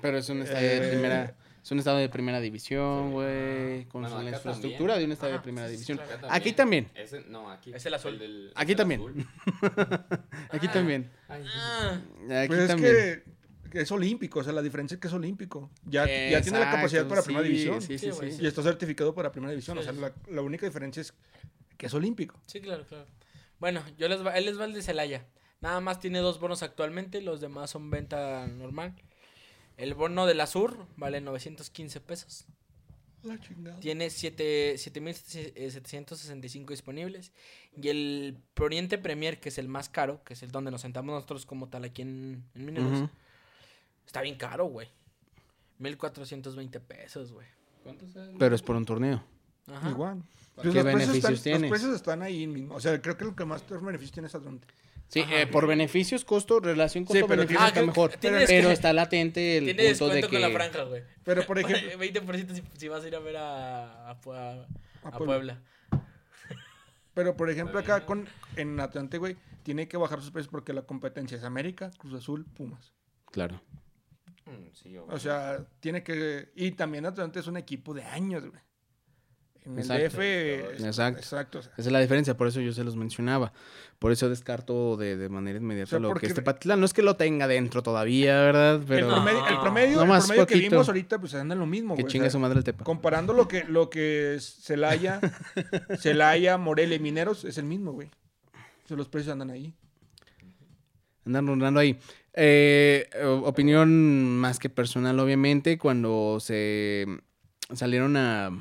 C: Pero es un estadio de
D: Eh.
C: primera, es un estado de primera división,
B: Sí.
C: güey, con
B: Bueno,
C: la
B: acá
C: infraestructura
B: también.
C: de un estadio de
A: Ajá,
C: primera
A: sí, sí,
C: división.
A: claro.
C: Aquí también.
B: Ese, no, aquí.
A: Es el azul.
B: del-
C: Aquí
B: es el
C: también.
B: azul.
C: Aquí
A: Ah.
C: también.
B: Ay,
A: Ah,
C: Aquí
D: Pues es
C: también.
D: que- que es olímpico, o sea, la diferencia es que es olímpico. Ya, ya tiene la capacidad
C: Exacto,
D: para primera
C: sí,
D: división.
C: Sí,
A: Sí,
C: sí,
A: güey,
C: sí.
D: Y está certificado para primera división. O
A: Sí,
D: sea,
A: sí.
D: la, la única diferencia es que es olímpico.
A: sí, claro, claro. Bueno, yo les va, él les va el de Celaya. Nada más tiene dos bonos actualmente, los demás son venta normal. El bono de la Sur vale 915 pesos.
D: La chingada.
A: Tiene siete- eh, 7.765 disponibles. Y el Poniente Premier, que es el más caro, que es el donde nos sentamos nosotros como tal aquí en, en Mineros,
C: Ujú.
A: está bien caro, güey. 1.420 pesos, güey.
B: ¿Cuántos son?
C: Pero es por un torneo.
A: Ajá.
D: Igual.
C: ¿Qué beneficios
D: precios están,
C: tienes?
D: Los precios están ahí mismo. O sea, creo que lo que más beneficios tiene es Atlante.
C: Sí, eh, por beneficios, costo, relación
D: pero
C: costo-beneficio
D: tiene-
C: está
A: Ah,
C: mejor.
A: tiene
C: Pero,
A: descu-
C: está latente el
A: Tiene
C: punto
A: descuento
C: de
A: con
C: que...
A: la franja, güey.
D: Pero, por ejemplo,
A: 20% si, si vas a ir a ver a, a Pue- a- a
D: Puebla.
A: Puebla.
D: Pero por ejemplo
B: Está
D: acá con en Atlante, güey, tiene que bajar sus precios porque la competencia es América, Cruz Azul, Pumas.
C: Claro.
B: Mm, sí, obvio.
D: O sea, tiene que y también Atlante es un equipo de años, güey. En
C: Exacto.
D: el DF es-
C: Exacto.
D: Exacto. o sea,
C: Esa es la diferencia, por eso yo se los mencionaba. Por eso descarto de, de manera inmediata
D: O sea,
C: lo
D: porque-
C: que este Patitlán. No es que lo tenga dentro todavía, ¿verdad? Pero
D: el promedio, el
A: No.
D: promedio, el
C: Nomás
D: promedio que
C: poquito.
D: vimos ahorita pues anda en lo mismo,
C: que
D: güey. o
C: chinga
D: sea,
C: su madre el Tepa.
D: comparando lo que lo que es Celaya, Celaya, Morelia, y Mineros es el mismo, güey. O sea, los precios andan ahí.
C: Andan rondando ahí. Eh, o- opinión más que personal, obviamente, cuando se mm, salieron a,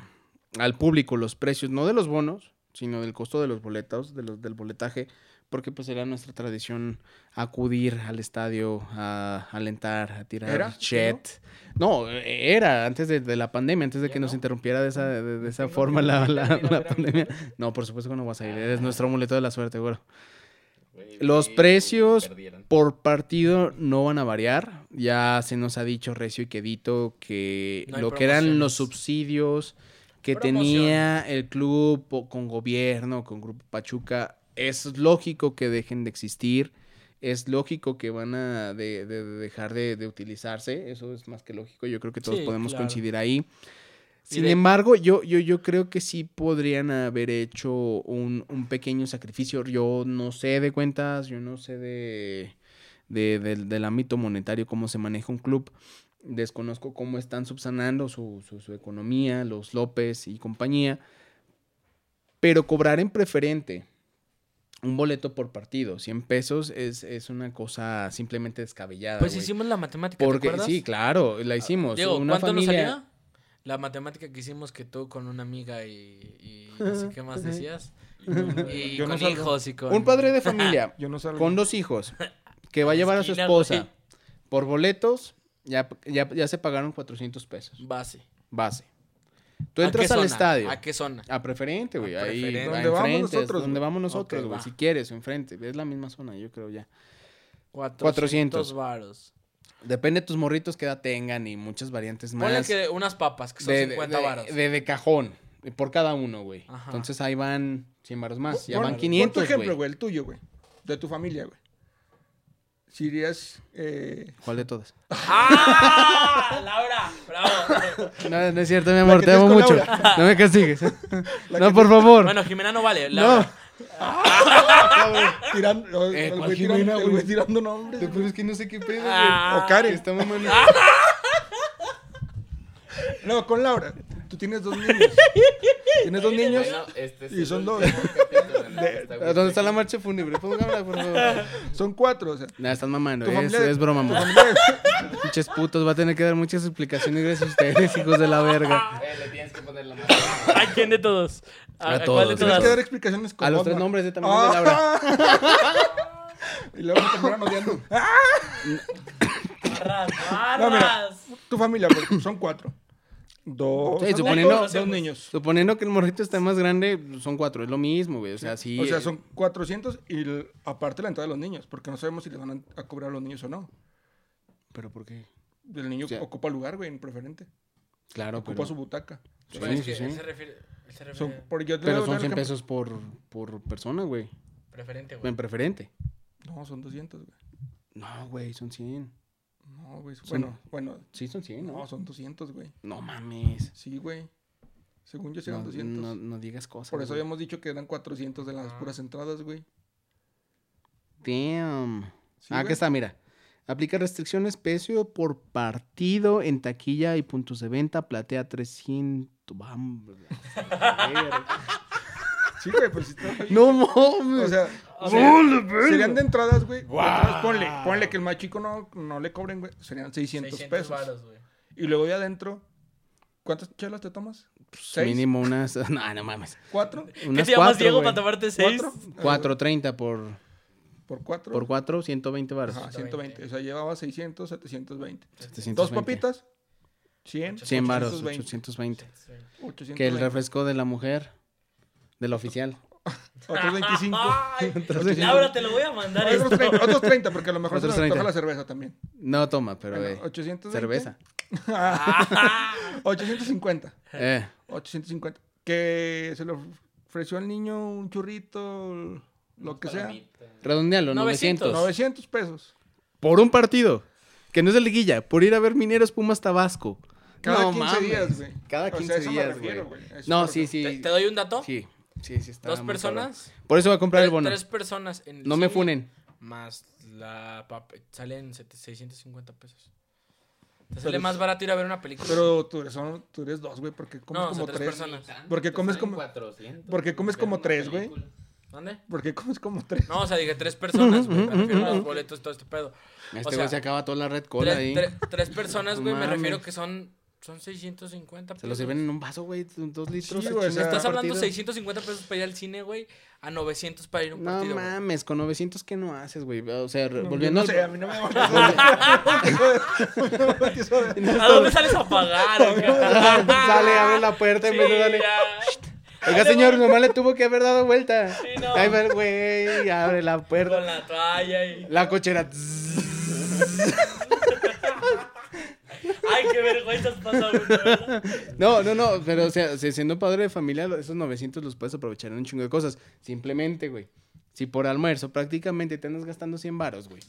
C: al público los precios, no de los bonos, sino del costo de los boletos, de los, del boletaje, porque pues era nuestra tradición acudir al estadio a alentar, a tirar
D: ¿Era?
C: chat. No, eh, era antes de, de la pandemia, antes de
B: ¿Ya
C: que nos
B: no?
C: interrumpiera de esa, de, de esa
B: ¿Ya no?
C: forma la,
B: ¿Ya no
C: la-
B: ir a
C: la
B: ver a
C: pandemia.
B: Mineros?
C: No, por supuesto que no vas a ir, eres nuestro amuleto de la suerte, güey.
B: Güey,
C: los
B: sí,
C: precios-
B: perdieron.
C: Por partido no van a variar. Ya se nos ha dicho Recio y Quedito que
A: No hay
C: lo que eran
A: promociones.
C: los subsidios que
A: Promociones.
C: tenía el club po- con gobierno, con Grupo Pachuca, es lógico que dejen de existir. Es lógico que van a de- de- de dejar de, de utilizarse. Eso es más que lógico. Yo creo que todos
A: Sí,
C: podemos
A: claro.
C: coincidir ahí.
A: Y
C: Sin
A: de-
C: embargo, yo, yo, yo creo que sí podrían haber hecho un, un pequeño sacrificio. Yo no sé de cuentas, yo no sé de, de- del, del ámbito monetario, cómo se maneja un club. Desconozco cómo están subsanando su, su, su economía, los López y compañía. Pero cobrar en preferente un boleto por partido. 100 pesos es, es una cosa simplemente descabellada.
A: Pues
C: Ah, güey.
A: hicimos la matemática, ¿te
C: Porque
A: acuerdas?
C: sí, claro, la hicimos.
A: Diego,
C: una
A: ¿cuánto
C: familia...
A: nos salía? La matemática que hicimos que tú con una amiga y, y no sé qué más decías. Y
D: Yo no
A: con
D: salgo.
A: hijos y con...
C: Un padre de familia
D: Yo no salgo.
C: con dos hijos que va a llevar a su
A: Esquina,
C: esposa
A: güey.
C: por boletos, ya, ya, ya se pagaron 400 pesos.
A: Base.
C: Base. Tú
A: ¿A
C: entras
A: qué
C: al
A: zona?
C: estadio.
A: ¿A qué zona?
C: A preferente, güey.
A: A
C: Ahí,
A: preferente.
C: va
D: Donde vamos
C: enfrente, es
D: nosotros,
C: donde
D: güey.
C: vamos nosotros,
A: Ok,
C: güey.
A: va.
C: Si quieres, enfrente. Es la misma zona, yo creo ya.
A: 400 varos.
C: Depende de tus morritos que edad tengan y muchas variantes más.
A: Ponle que unas papas, que son
C: de,
A: 50
C: de-
A: varos.
C: de- de cajón. Por cada uno, güey.
A: Ajá.
C: Entonces ahí van 100 varos más. Ya
D: Pon-
C: van
D: pon
C: 500,
D: tu ejemplo,
C: güey.
D: güey, el tuyo, güey. De tu familia, güey. Si irías. Eh,
C: ¿Cuál de todas?
A: ¡Ah! Laura, bravo.
C: No, no es cierto, mi amor. Te amo
D: tienes
C: mucho.
D: con
C: No me castigues. No, por favor.
A: Bueno, Jimena no vale.
C: no.
A: Laura.
D: tirando. el-
C: Eh,
D: el
C: ¿cuál
D: güey
C: Jimena,
D: tirando, el güey
C: güey?
D: tirando nombres.
C: Lo
D: güey.
C: peor es que no sé qué pedo, güey.
A: Ah.
C: O Karen. Está mamando.
D: No, con Laura. Tú tienes dos niños. tienes dos niños.
B: Bueno, este es
D: Y
B: el
D: son
B: último
D: dos.
B: capítulo en el que está
C: ¿Dónde está la
B: Wikipedia.
C: marcha fúnebre? Póngamela, por favor.
D: Son cuatro, o sea.
C: Nah, están mamando. ¿eh?
D: Tu
C: Es,
D: familia-
C: es broma,
D: tu
C: amor.
D: familia-
C: Pinches putos. Va a tener que dar muchas explicaciones gracias a ustedes, hijos de la verga.
B: Eh, le tienes que poner la mano.
A: ¿A quién de todos?
C: A
A: cuál de
C: todos.
D: Tienes que dar
A: todas?
D: explicaciones con
C: A los
D: Batman.
C: tres nombres de también de Laura.
D: Y luego te terminan odiando. Ah,
A: Barras,
D: No, mira.
A: barras.
D: Tu familia, güey, son cuatro. Dos.
C: Sí,
D: adultos,
C: suponiendo-
D: dos niños.
C: Suponiendo que el morrito está más grande, son cuatro. Es lo mismo, güey. O sea, sí.
D: o sea,
C: eh,
D: son 400 y el- aparte la entrada de los niños, porque no sabemos si les van a, a cobrar a los niños o no.
C: ¿Pero por qué?
D: El niño
C: Sí.
D: ocupa lugar, güey, en preferente.
C: Claro,
D: Ocupa
C: pero...
D: su butaca.
C: Sí,
A: Pero es
C: sí,
A: que
C: sí.
A: él se refiere, él se refiere
D: Son, por- yo te
C: Pero
D: voy a
C: son
D: dar
C: 100
D: ejemplo.
C: pesos por, por persona, güey.
A: preferente, güey.
C: En preferente.
D: No, son 200, güey.
C: No, güey, son 100.
D: No, güey.
C: Son-
D: Bueno, bueno.
C: Sí, son 100, ¿no?
D: No, son 200, güey.
C: No mames.
D: Sí, güey. Según yo, sí
C: No,
D: eran 200.
C: no, no digas cosas.
D: Por eso
C: güey.
D: habíamos dicho que eran 400 de las puras entradas, güey.
C: Damn.
D: Sí,
C: ah,
D: güey.
C: aquí está, mira. Aplica restricciones precio por partido en taquilla y puntos de venta. Platea 300. Bam, bla, bla, verga.
D: Sí, güey, pues sí estaba bien.
C: no mames.
D: O sea,
A: O sea,
D: serían-
C: ¡Hola, verga!
D: serían de entradas, güey. de entradas, Ponle, ponle que el más chico no, no le cobren, güey. Serían 600,
A: 600
D: pesos.
A: varos, güey.
D: Y luego ya adentro, ¿cuántas chelas te tomas? ¿Seis?
C: Mínimo unas. No, no mames.
D: ¿Cuatro?
A: ¿Qué
C: Unas
A: te llamas
C: cuatro,
A: Diego
C: güey.
A: para tomarte seis?
D: ¿Cuatro? Eh,
C: 4.30 por,
D: ¿Por cuatro?
C: por 4, 120 baros.
D: Ajá, 120. O sea, llevaba 600, 720.
C: 720.
D: Dos papitas, 100.
C: 100 baros,
D: 820.
C: 820.
A: Sí.
C: Que el
D: 820.
C: refresco de la mujer, de la oficial.
D: Otros 25.
A: Ay,
C: Pues
D: Entonces-
A: Laura, te lo voy a mandar
D: Otros
A: esto.
D: 30, otros 30, porque a lo mejor se
C: Otros
D: nos antoja
C: 30.
D: la cerveza también.
C: No toma, pero
D: Bueno,
C: eh,
D: 820.
C: cerveza.
D: 850.
C: Eh,
D: 850. Que se le ofreció al niño un churrito, lo que sea.
B: Palomita.
C: redondealo, 900.
D: 900 pesos.
C: Por un partido. Que no es de liguilla. Por ir a ver Mineros Pumas Tabasco.
D: Cada
C: No
D: 15
C: mames.
D: días, güey.
C: Cada
D: O sea,
C: 15
D: eso me
C: días,
D: refiero,
C: güey.
D: güey. Eso
C: No,
D: me
C: sí,
D: refiero.
C: sí.
A: ¿Te, te doy un dato?
C: Sí, sí, sí. está
A: Dos
C: muy
A: personas.
C: cabrón. Por eso va a comprar el
A: tres-
C: bono.
A: Tres personas. en el
C: No me
A: cine,
C: funen.
A: Más la pap- Salen sete- 650 pesos. Te
D: Pero
A: sale más
D: es-
A: barato ir a ver una película.
D: Pero tú eres, son- tú eres dos, güey, porque comes
A: no, o sea,
D: como
A: tres,
D: tres.
A: personas.
D: Porque
B: Te
D: comes
B: salen
D: como-
B: 400,
D: porque comes
B: ver
D: como
B: una
D: tres, güey.
B: película.
A: ¿Dónde?
D: Porque comes como tres.
A: No, o sea, dije tres personas, güey. Me refiero a los boletos, todo este pedo.
C: Este
A: o sea,
C: güey se acaba toda la red cola
A: Tres,
C: ahí.
A: tre- tres personas, güey, me
C: Mames.
A: refiero que son, son 650 pesos.
C: Se lo sirven en un vaso, güey. Dos litros.
D: Sí,
C: se
D: güey, o
C: chinga
D: sea,
C: el
A: Estás hablando
C: partido.
A: 650 pesos para ir al cine, güey, a 900 para ir a un
C: No
A: partido. güey.
C: mames, con 900 que no haces, güey. O sea, re-
D: No,
C: volviendo
D: yo no
C: al-
D: sé, a mí no me va
A: ¿A dónde sales a pagar?
C: Sale, abre la puerta en vez de darle. Oiga, señor, nomás le tuvo que haber dado vuelta.
A: no.
C: Ay, ver, güey, abre la
A: Con
C: puerta.
A: la toalla y...
C: La cochera. tss.
A: Ay, qué vergüenzas pasa uno, ¿verdad?
C: No, no, no, pero o sea, si- siendo padre de familia, lo- esos 900 los puedes aprovechar en un chingo de cosas. Simplemente, güey. Si por almuerzo prácticamente te andas gastando 100 varos, güey.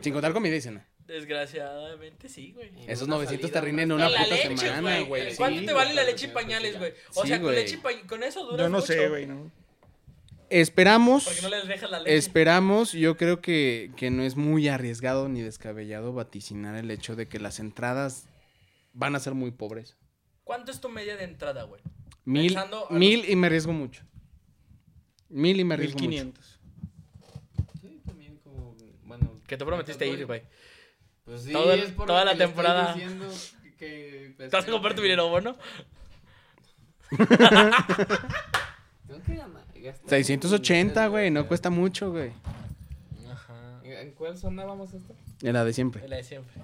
C: Sin contar comida y cena.
A: Desgraciadamente sí, güey.
C: Esos
B: una
C: 900
B: salida,
C: te rinden
A: Y
C: una
A: la
C: puta
A: leche,
C: semana, güey.
A: ¿Cuánto
C: Sí,
A: te vale
C: güey.
A: la leche y pañales, güey? O
C: Sí,
A: sea, con
C: güey.
A: leche y pañales, con eso duras
D: Yo no
A: mucho.
D: sé, güey, no.
C: Esperamos.
A: Porque no les dejas la leche.
C: Esperamos, yo creo que, que no es muy arriesgado ni descabellado vaticinar el hecho de que las entradas van a ser muy pobres.
A: ¿Cuánto es tu media de entrada, güey?
C: Mil,
A: Pensando a
C: mil y me arriesgo mucho. Mil y me arriesgo mucho.
D: 1500.
B: Sí, también como, bueno.
A: Que te prometiste
B: ahorita
A: ir,
B: voy.
A: güey.
B: Pues sí,
A: Todo-
B: es por
A: toda la
B: lo que le estoy
A: temporada.
B: diciendo que- que, pues,
A: ¿Te vas a comprar tu dinero bono?
B: Tengo que ganar, gastar.
C: 680, güey, no cuesta mucho, güey.
A: Ajá.
B: ¿En cuál zona vamos a estar?
C: En la de siempre.
A: La de siempre.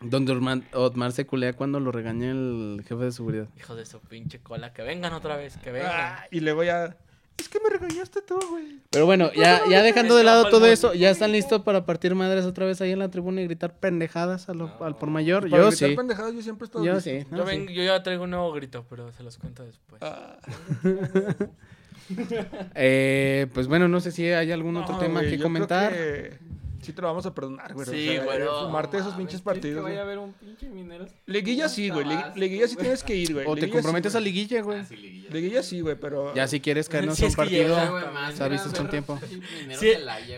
C: Donde Orman- Otmar se culea cuando lo regaña el jefe de seguridad.
A: Hijos de su pinche cola, que vengan otra vez, que vengan.
D: Ah, y le voy a. Es que me regañaste tú, güey.
C: Pero bueno, ya, ya dejando de lado
A: Estaba
C: todo
A: el
C: eso, ¿ya están listos para partir madres otra vez ahí en la tribuna y gritar pendejadas a lo-
B: No.
C: al por mayor?
D: Para
C: Yo
D: gritar
C: sí.
D: pendejadas, yo siempre he estado
C: Yo
D: listo.
C: sí. no,
A: yo,
C: sí.
A: ven- yo ya traigo un nuevo grito, pero se los cuento después.
D: Ah,
C: Eh, pues bueno, no sé si hay algún otro
D: no,
C: tema
D: güey,
C: que
D: yo
C: comentar.
D: creo que Sí, te lo vamos a perdonar, güey.
A: Sí, güey,
D: eh,
A: no,
D: Fumarte esos
B: mames,
D: pinches
B: ¿quieres
D: partidos.
B: Ah, Que vaya a
D: güey.
B: ver un pinche minero.
D: Liguilla sí, güey. Ligui- Liguilla sí tienes que ir, güey.
C: O te
D: Liguilla
C: comprometes
D: sí,
C: a
D: güey.
C: liguilla, güey.
B: Ah, sí, liguilla.
D: Liguilla sí, güey, pero.
C: Ya si quieres caernos
A: Si
C: a un
A: es que
C: partido.
A: llega, güey.
C: Se ha visto un tiempo.
A: Sí,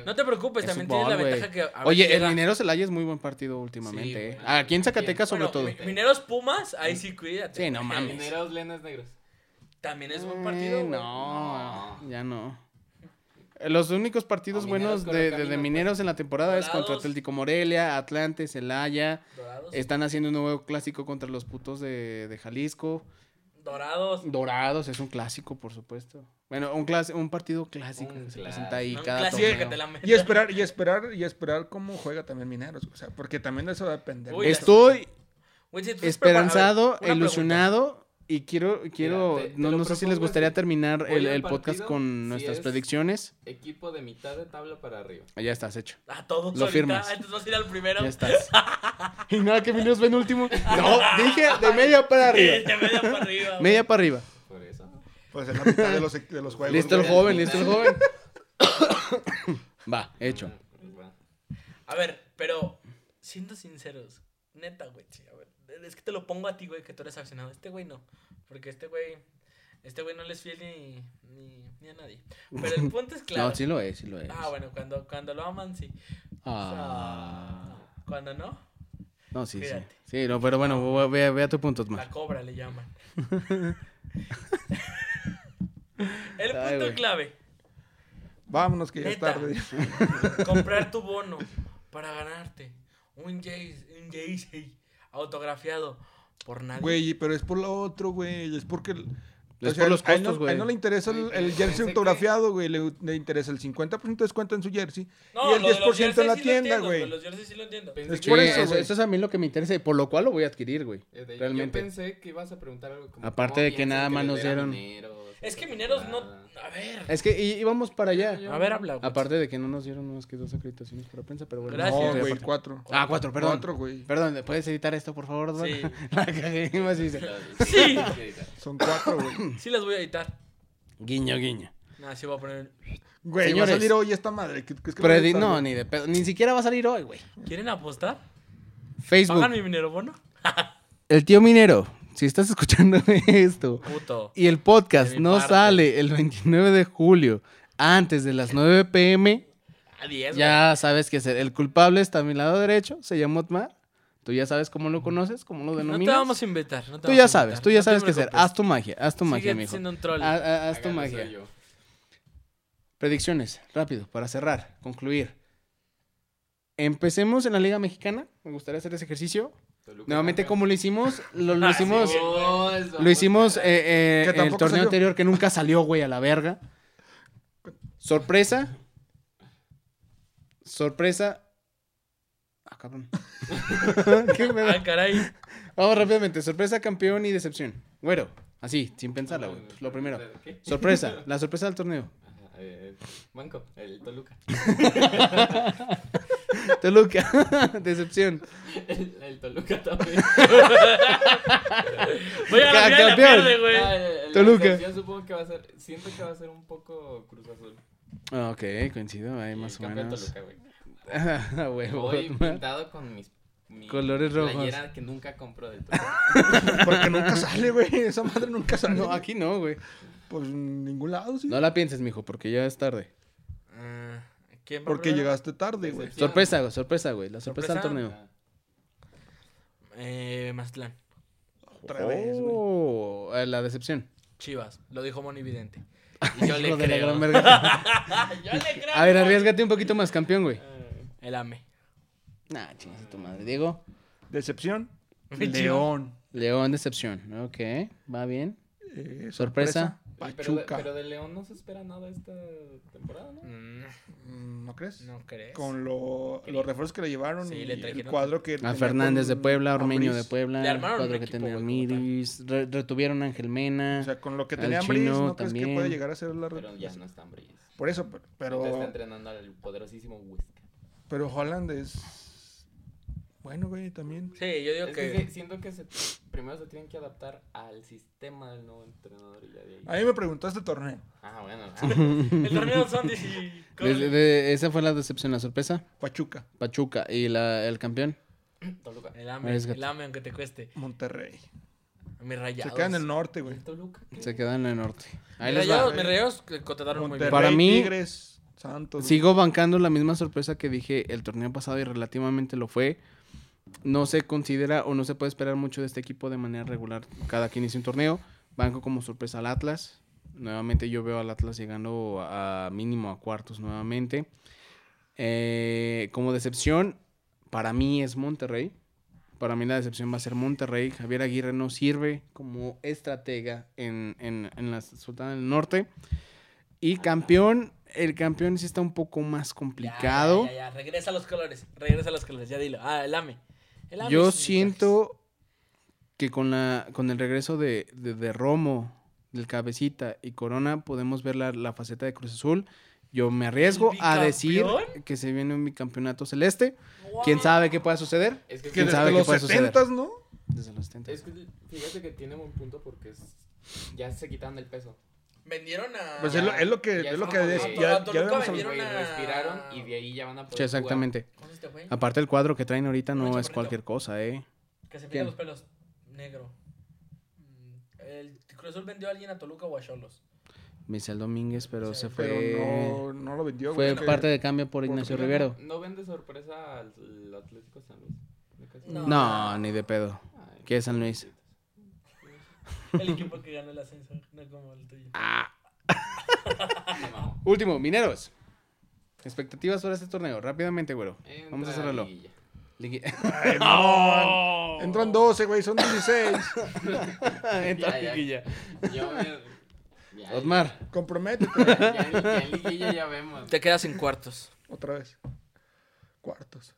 A: no te preocupes,
C: es
A: también
C: fútbol,
A: tienes la
C: güey.
A: ventaja que. a ver si
C: Oye, el
A: llega-
C: Minero Celaya es muy buen partido últimamente.
B: Sí,
C: eh.
B: güey.
C: Aquí en Zacatecas, sobre
A: Bueno,
C: todo.
A: mi- Mineros Pumas, ahí sí cuídate.
C: Sí, no
A: güey.
C: mames.
B: Mineros, lenes negros.
A: También es buen
C: Eh,
A: partido. güey.
C: no,
B: No.
C: ya no. Eh, Los únicos partidos
B: No,
C: buenos
B: Mineros corre
C: de, de- de
B: camino, pues.
C: Mineros en la temporada es contra
A: Dorados.
C: Atlético Morelia, Atlante, Celaya.
A: Dorados. eh,
C: Están haciendo un nuevo clásico contra los putos de, de Jalisco.
A: Dorados.
C: Dorados es un clásico, por supuesto. Bueno, un, clas- un partido clásico
B: Un
C: que se
B: clas-
C: presenta ahí
A: No, un
C: cada
A: clásico que
C: torneo.
A: te la metan.
D: Y esperar, y esperar, y esperar cómo juega también Mineros. O sea, porque también de eso va a depender.
A: Uy,
C: Estoy
A: Güey, si tú estás
C: esperanzado,
A: preparado- a ver, una
C: ilusionado y quiero, quiero,
B: te- te
C: no,
B: lo
C: no sé si
B: propongo
C: les gustaría
B: así.
C: terminar
B: Voy
C: el,
B: al
C: el podcast
B: partido,
C: con
B: si
C: nuestras
B: es-
C: predicciones.
B: Equipo de mitad de tabla para arriba.
C: Ya estás hecho.
A: pregunta. A todos. ahorita,
C: Lo firmas.
A: Entonces vas a ir al primero.
C: Ya estás. y nada, que Emilio es penúltimo. No, dije de media para arriba.
A: De media para arriba. güey.
C: Media para arriba.
B: Por eso.
D: Pues en la mitad de los, de los juegos.
C: Listo el
D: güey.
C: joven, listo el joven. Va, hecho.
B: Va.
A: A ver, pero siendo sinceros, neta, güey, sí, a ver, es que te lo pongo a ti, güey, que tú eres aficionado. Este güey no, porque este güey, este güey no le es fiel ni, ni, ni a nadie. Pero el punto es claro.
C: No, sí lo es, sí lo es.
A: Ah, bueno, cuando, cuando lo aman, sí. O sea,
C: Ah.
A: cuando no,
C: No, sí, sí.
A: Fíjate.
C: Sí, no, pero bueno, voy- ve, ve a tu punto, Otmar.
A: la cobra le llaman. el
C: Ay,
A: punto
C: güey.
A: clave,
D: Vámonos, que ya es
A: Neta.
D: tarde.
A: comprar tu bono para ganarte un Jay- un Jay-Z autografiado por nadie.
D: Güey, pero es por lo otro, güey. Es porque. el-
C: Es por los
D: a él no-
C: costos, güey.
D: A él no le interesa el, el
B: Güey, pensé
D: jersey
B: que-
D: autografiado, güey. Le, le interesa el 50% de descuento en su jersey
A: No,
D: y el
A: lo de los
D: 10% en la
A: jerseys sí lo
D: tienda,
A: entiendo,
D: güey.
A: Los jerseys sí lo entiendo.
B: Pensé
D: Es
B: que-
C: Sí,
D: por
C: eso,
D: eso, güey.
C: eso es a mí lo que me interesa, y por lo cual lo voy a adquirir, güey.
B: Eh, de-
C: Realmente.
B: Yo pensé que ibas a preguntar algo como.
C: Aparte
B: ¿cómo
C: de que
B: piensas
C: nada más
B: les
C: nos
B: dé a
C: dieron-
B: Mineros
A: Es
B: esta
A: que mineros no.
B: temporada?
A: A ver.
C: Es que í- íbamos para allá.
B: Yo-
A: A ver, habla. güey.
C: Aparte de que no nos dieron más que dos acreditaciones para prensa, pero bueno.
A: Gracias.
C: sí,
D: No, güey,
C: aparte.
D: cuatro.
C: Ah, cuatro, perdón.
D: Cuatro, güey.
C: Perdón, ¿puedes editar esto, por favor?
A: Sí.
C: Osvaldo? La cagué, más dice.
A: Sí.
D: Son cuatro, güey.
A: Sí las voy a editar.
C: Guiño, guiño.
A: Nah, sí voy a poner.
D: Güey, va a
C: Señores.
D: salir hoy esta madre. ¿Qué, qué es que va a
C: Predi-
D: estar,
C: no,
D: güey?
C: ni de pedo. Ni siquiera va a salir hoy, güey.
A: ¿Quieren apostar?
C: Facebook.
A: ¿Pagan mi minero bono?
C: El tío minero, si estás escuchando esto
A: Puto.
C: y el podcast
A: De mi
C: no
A: parte.
C: sale el 29 de julio antes de las 9 pm,
A: A 10, güey.
C: ya sabes qué hacer. El culpable está a mi lado derecho, se llama Otmar. Tú ya sabes cómo lo conoces, cómo lo
A: No
C: denominas.
A: te vamos a invitar. no te
C: Tú
A: vamos
C: ya
A: a
C: sabes,
A: invitar.
C: tú ya
A: No te
C: sabes qué hacer.
A: preocupes.
C: Haz tu magia, haz tu magia,
A: Sigue
C: mijo. Ah,
A: siendo un troll.
C: Ha- ha- Haz tu
B: Hágalo,
C: magia.
B: soy yo.
C: Predicciones, rápido, para cerrar, concluir. Empecemos en la Liga Mexicana. Me gustaría hacer ese ejercicio.
B: Toluca
C: Nuevamente,
B: campeón.
C: como lo hicimos, lo, lo
A: Ah, sí,
C: hicimos,
A: güey.
B: No, eso,
C: lo hicimos eh,
B: puta.
C: eh,
D: Que
C: el
D: tampoco
C: torneo
D: salió.
C: anterior que nunca salió, güey, a la verga. Sorpresa. Sorpresa. Ah, cabrón. Qué pedo.
A: Ah, caray.
C: Vamos rápidamente. Sorpresa, campeón y decepción. Güero, así, sin pensarla, güey. pues, lo primero.
B: ¿Qué?
C: Sorpresa, la sorpresa del torneo.
B: Ajá, eh, Banco, el Toluca.
C: Toluca, decepción.
B: El, el Toluca también.
A: Voy a la
C: Ca-
A: final y la
C: campeón.
A: pierde, güey.
B: Ah, el- el-
C: Toluca.
B: la excepción supongo que va a ser. Siento que va a ser un poco Cruz Azul.
C: Ah, Ok, coincido, ahí
B: Y
C: más
B: el
C: o
B: campeón
C: menos.
B: Toluca, güey.
C: Ah, huevo,
B: Voy
C: Otmar.
B: pintado con mis. mi
C: Colores rojos.
B: Playera que nunca compro del Toluca.
D: Porque nunca sale, güey. Esa madre nunca sale.
C: No, aquí no, güey.
D: Pues en ningún lado, sí.
C: No la pienses, mijo, porque ya es tarde.
A: Ah, ¿Quién va
D: Porque
A: primero?
D: llegaste tarde, güey.
B: Sí,
C: Sorpresa, güey, sorpresa, güey. La sorpresa, del
A: Pues ¿Sorpresa?
C: torneo.
A: Eh, Mazatlán.
D: Otra vez, güey.
C: Oh, eh, la decepción.
A: Chivas. Lo dijo Moni Vidente. Y yo le
C: Hijo de la
A: creo.
C: gran verga.
A: yo le creo.
C: A ver, arriesgate un poquito más, campeón, güey.
A: El E. AME.
C: Nah, chingas a tu madre. Diego,
D: Decepción.
A: Chivas.
D: León.
C: León, decepción. Ok, va bien.
D: Eh,
C: Sorpresa.
B: Oye, pero de-
D: Pachuca.
B: Pero de, León no se espera nada esta temporada, ¿no?
A: Mm,
D: Mm, ¿No crees?
A: ¿No crees?
D: Con lo- los refuerzos que le llevaron
A: Sí,
D: y
A: le
D: el
A: trajeron-
D: cuadro que.
C: A
D: tenía
C: Fernández de
D: con
C: Puebla, Ormeño de
D: Ambriz.
C: Puebla,
A: Le armaron
C: cuadro
A: un
C: que
A: equipo,
C: tenía
A: güey, como tal.
C: Miris, re- retuvieron a Ángel Mena.
D: O sea, con lo que
C: Al
D: tenía Ambris,
C: Chino
D: ¿no crees que
C: también.
D: puede llegar a ser la
B: Pero ya
D: refuerzo?
B: no están brillantes.
D: Por eso, pero-
B: Está
D: pero,
B: entrenando al poderosísimo Huesca.
D: pero Holland es. Bueno, güey, también.
A: Sí, yo digo
B: Es
A: que.
B: que sí, siento que se- primero se tienen que adaptar al sistema del nuevo entrenador y ya de ahí.
D: A mí me preguntó este torneo.
B: Ah, bueno.
A: El torneo son 10
C: De- de- esa fue la decepción, la sorpresa.
D: Pachuca,
C: Pachuca y la, el campeón.
B: Toluca.
A: El AME,
C: Arriesgate.
A: el AME, aunque te cueste.
D: Monterrey.
A: Mi rayados.
D: Se queda en el norte, güey.
B: ¿El Toluca qué?
C: Se quedan en el norte. Ahí
A: Mi
C: les va.
A: rayados, mis rayados eh, contrataron muy bien.
D: Monterrey,
C: Para mí-
D: Tigres, Santos. güey.
C: Sigo bancando la misma sorpresa que dije el torneo pasado y relativamente lo fue. No se considera o no se puede esperar mucho de este equipo de manera regular. Cada que inicia un torneo, banco como sorpresa al Atlas. Nuevamente yo veo al Atlas llegando a mínimo a cuartos nuevamente. Eh, como decepción, para mí es Monterrey. Para mí la decepción va a ser Monterrey. Javier Aguirre no sirve como estratega en, en, en la Sultana del Norte. Y campeón, el campeón sí está un poco más
A: Ya,
C: complicado.
A: Ya, ya, ya. Regresa a los colores. Regresa a los colores. Ya dilo. Ah, el AME. El AME
C: Yo
A: es-
C: siento que con, la, con el regreso de, de, de Romo, del Cabecita y Corona, podemos ver la, la faceta de Cruz Azul. Yo me arriesgo a decir
A: bicampeón?
C: que se viene un bicampeonato celeste.
A: Wow.
C: ¿Quién sabe qué pueda suceder?
B: Es que,
D: Que
C: ¿Quién
D: desde
C: sabe qué
D: los
C: puede suceder?
D: 70 ¿no?
C: Desde los 70.
B: es que fíjate que tiene buen punto porque es- ya se quitaron del peso.
A: Vendieron a.
D: Pues es lo, es lo que,
B: Ya
D: es lo
B: es
D: que
B: como-
D: des-
B: a-
D: ya,
A: a
D: ya
A: Toluca
D: habíamos hablado.
A: vendieron
B: Güey,
A: una-
B: Respiraron y de ahí ya van a poder
C: Sí, exactamente.
A: ¿Cómo es este güey?
C: Aparte el cuadro que traen ahorita no
A: Mucho
C: es
A: bonito.
C: cualquier cosa, ¿eh?
A: Que se pinta
C: ¿Quién?
A: los pelos. Negro. Mm, El Cruz Azul vendió a alguien a Toluca o a Cholos.
C: Michel Domínguez, pero
A: Sí,
C: se fue...
D: Pero no, no lo vendió,
C: fue
D: güey. que-
C: parte de cambio por Ignacio
D: Porque-
C: Rivero.
B: No, no vende sorpresa al al Atlético San Luis. ¿De caso?
A: No.
C: No, ni de pedo.
B: Ay,
C: ¿Qué es San Luis?
A: El equipo que ganó el ascenso, no como el tuyo.
B: no, mamá.
C: Último, Mineros. Expectativas para este torneo. Rápidamente, güero. Vamos
B: Entra
C: a cerrarlo.
B: liguilla.
C: Ligui-
D: Ay, no. Entran 12, güey, son 16.
C: Entra
B: Ya, ya.
C: liguilla.
B: Yo me- ya,
C: Otmar.
D: Comprométete
B: Ya, ya, ya, ya en liguilla ya vemos.
A: Te quedas en cuartos.
D: otra vez. Cuartos.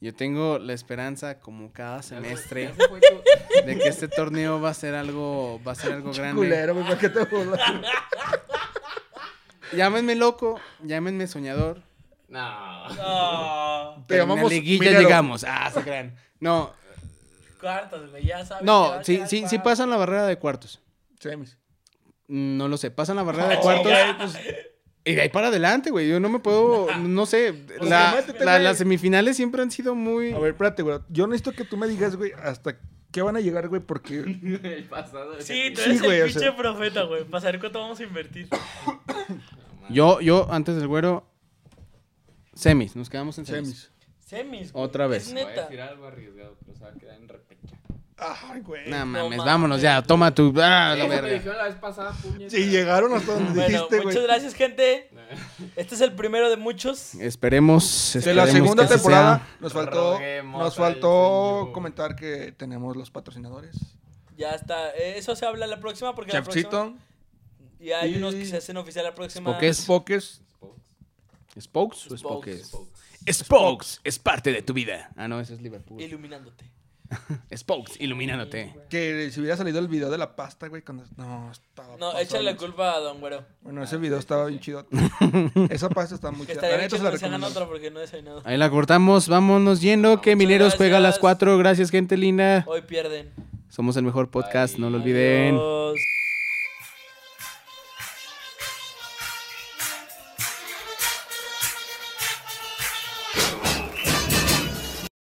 C: Yo tengo la esperanza, como cada semestre,
B: Ya se fue tu-
C: de que este torneo va a ser algo, va a ser algo grande.
D: Culero, güey, ¿para qué te burlas?
C: Llámenme loco, llámenme soñador.
B: No.
A: Ah,
D: Te
C: pero en la
D: llamamos
C: liguilla
D: minero.
C: llegamos. Ah, se crean. No,
A: Cuartos, güey, ya sabes. que va
C: no,
A: a
C: sí,
A: quedar
C: sí, sí
A: cuarto.
C: pasan la barrera de cuartos.
D: Semis.
C: Mm, No lo sé, pasan la
D: Ah,
C: barrera de cuartos.
D: eh, pues.
C: Y de ahí para adelante, güey. Yo no me puedo, no sé.
D: Pues
C: La,
D: métete,
C: la-
D: güey.
C: las semifinales siempre han sido muy.
D: A ver, espérate, güey. Yo necesito que tú me digas, güey, hasta qué van a llegar, güey, porque
B: El pasado. de
A: Sí, tú
D: Sí,
A: eres
D: güey, o
A: el pinche
D: sea.
A: profeta, güey. Para saber cuánto vamos a invertir.
B: No, man.
C: Yo, yo, antes del güero, semis, nos quedamos en semis.
D: semis.
A: Semis. güey,
C: Otra vez.
A: Es
B: Voy a
A: neta.
B: decir algo arriesgado, pero se va a quedar en repecha.
D: Ay, güey.
C: Nah,
A: No
C: mames,
A: mames.
C: vámonos ya, toma tu. Ah, la
B: Eso me
C: verga.
B: dijeron la vez pasada, puñeta.
D: Sí, llegaron hasta donde
A: Bueno,
D: dijiste, güey.
A: muchas gracias, gente.
B: No.
A: Este es el primero de muchos.
C: Esperemos.
D: De la
C: esperemos
D: segunda
C: que así
D: temporada
C: sea.
D: nos faltó,
B: Roguemos
D: nos
B: al
D: faltó
B: Señor.
D: comentar que tenemos los patrocinadores.
A: Ya está. Eh, Eso se habla la próxima porque la próxima.
D: Chefcito,
A: Y hay
D: Y-
A: unos que se hacen oficial la próxima.
C: Spokes.
D: Spokes,
B: Spokes,
C: ¿Spokes o
A: Spokes.
C: Spokes?
B: spokes.
C: Spokes es parte de tu vida. Ah, no, eso es Liverpool.
A: Iluminándote.
C: Spokes, iluminándote.
D: que si hubiera salido el video de la pasta, güey, cuando... No, estaba...
A: No,
D: pasado.
A: échale la culpa a Don Güero.
D: Bueno, ese video estaba bien chido. Esa pasta está muy
A: Que
D: chida.
A: estaría
D: La
A: bien
D: neta se
A: chido
D: la
A: que se hagan
D: recomiendo.
A: otra porque no he desayunado.
C: Ahí la cortamos, vámonos yendo. Que
A: Muchas
C: Mineros pega a las
A: gracias.
C: 4. Gracias, gente linda.
A: Hoy pierden.
C: Somos el mejor podcast, no lo olviden.
A: Adiós.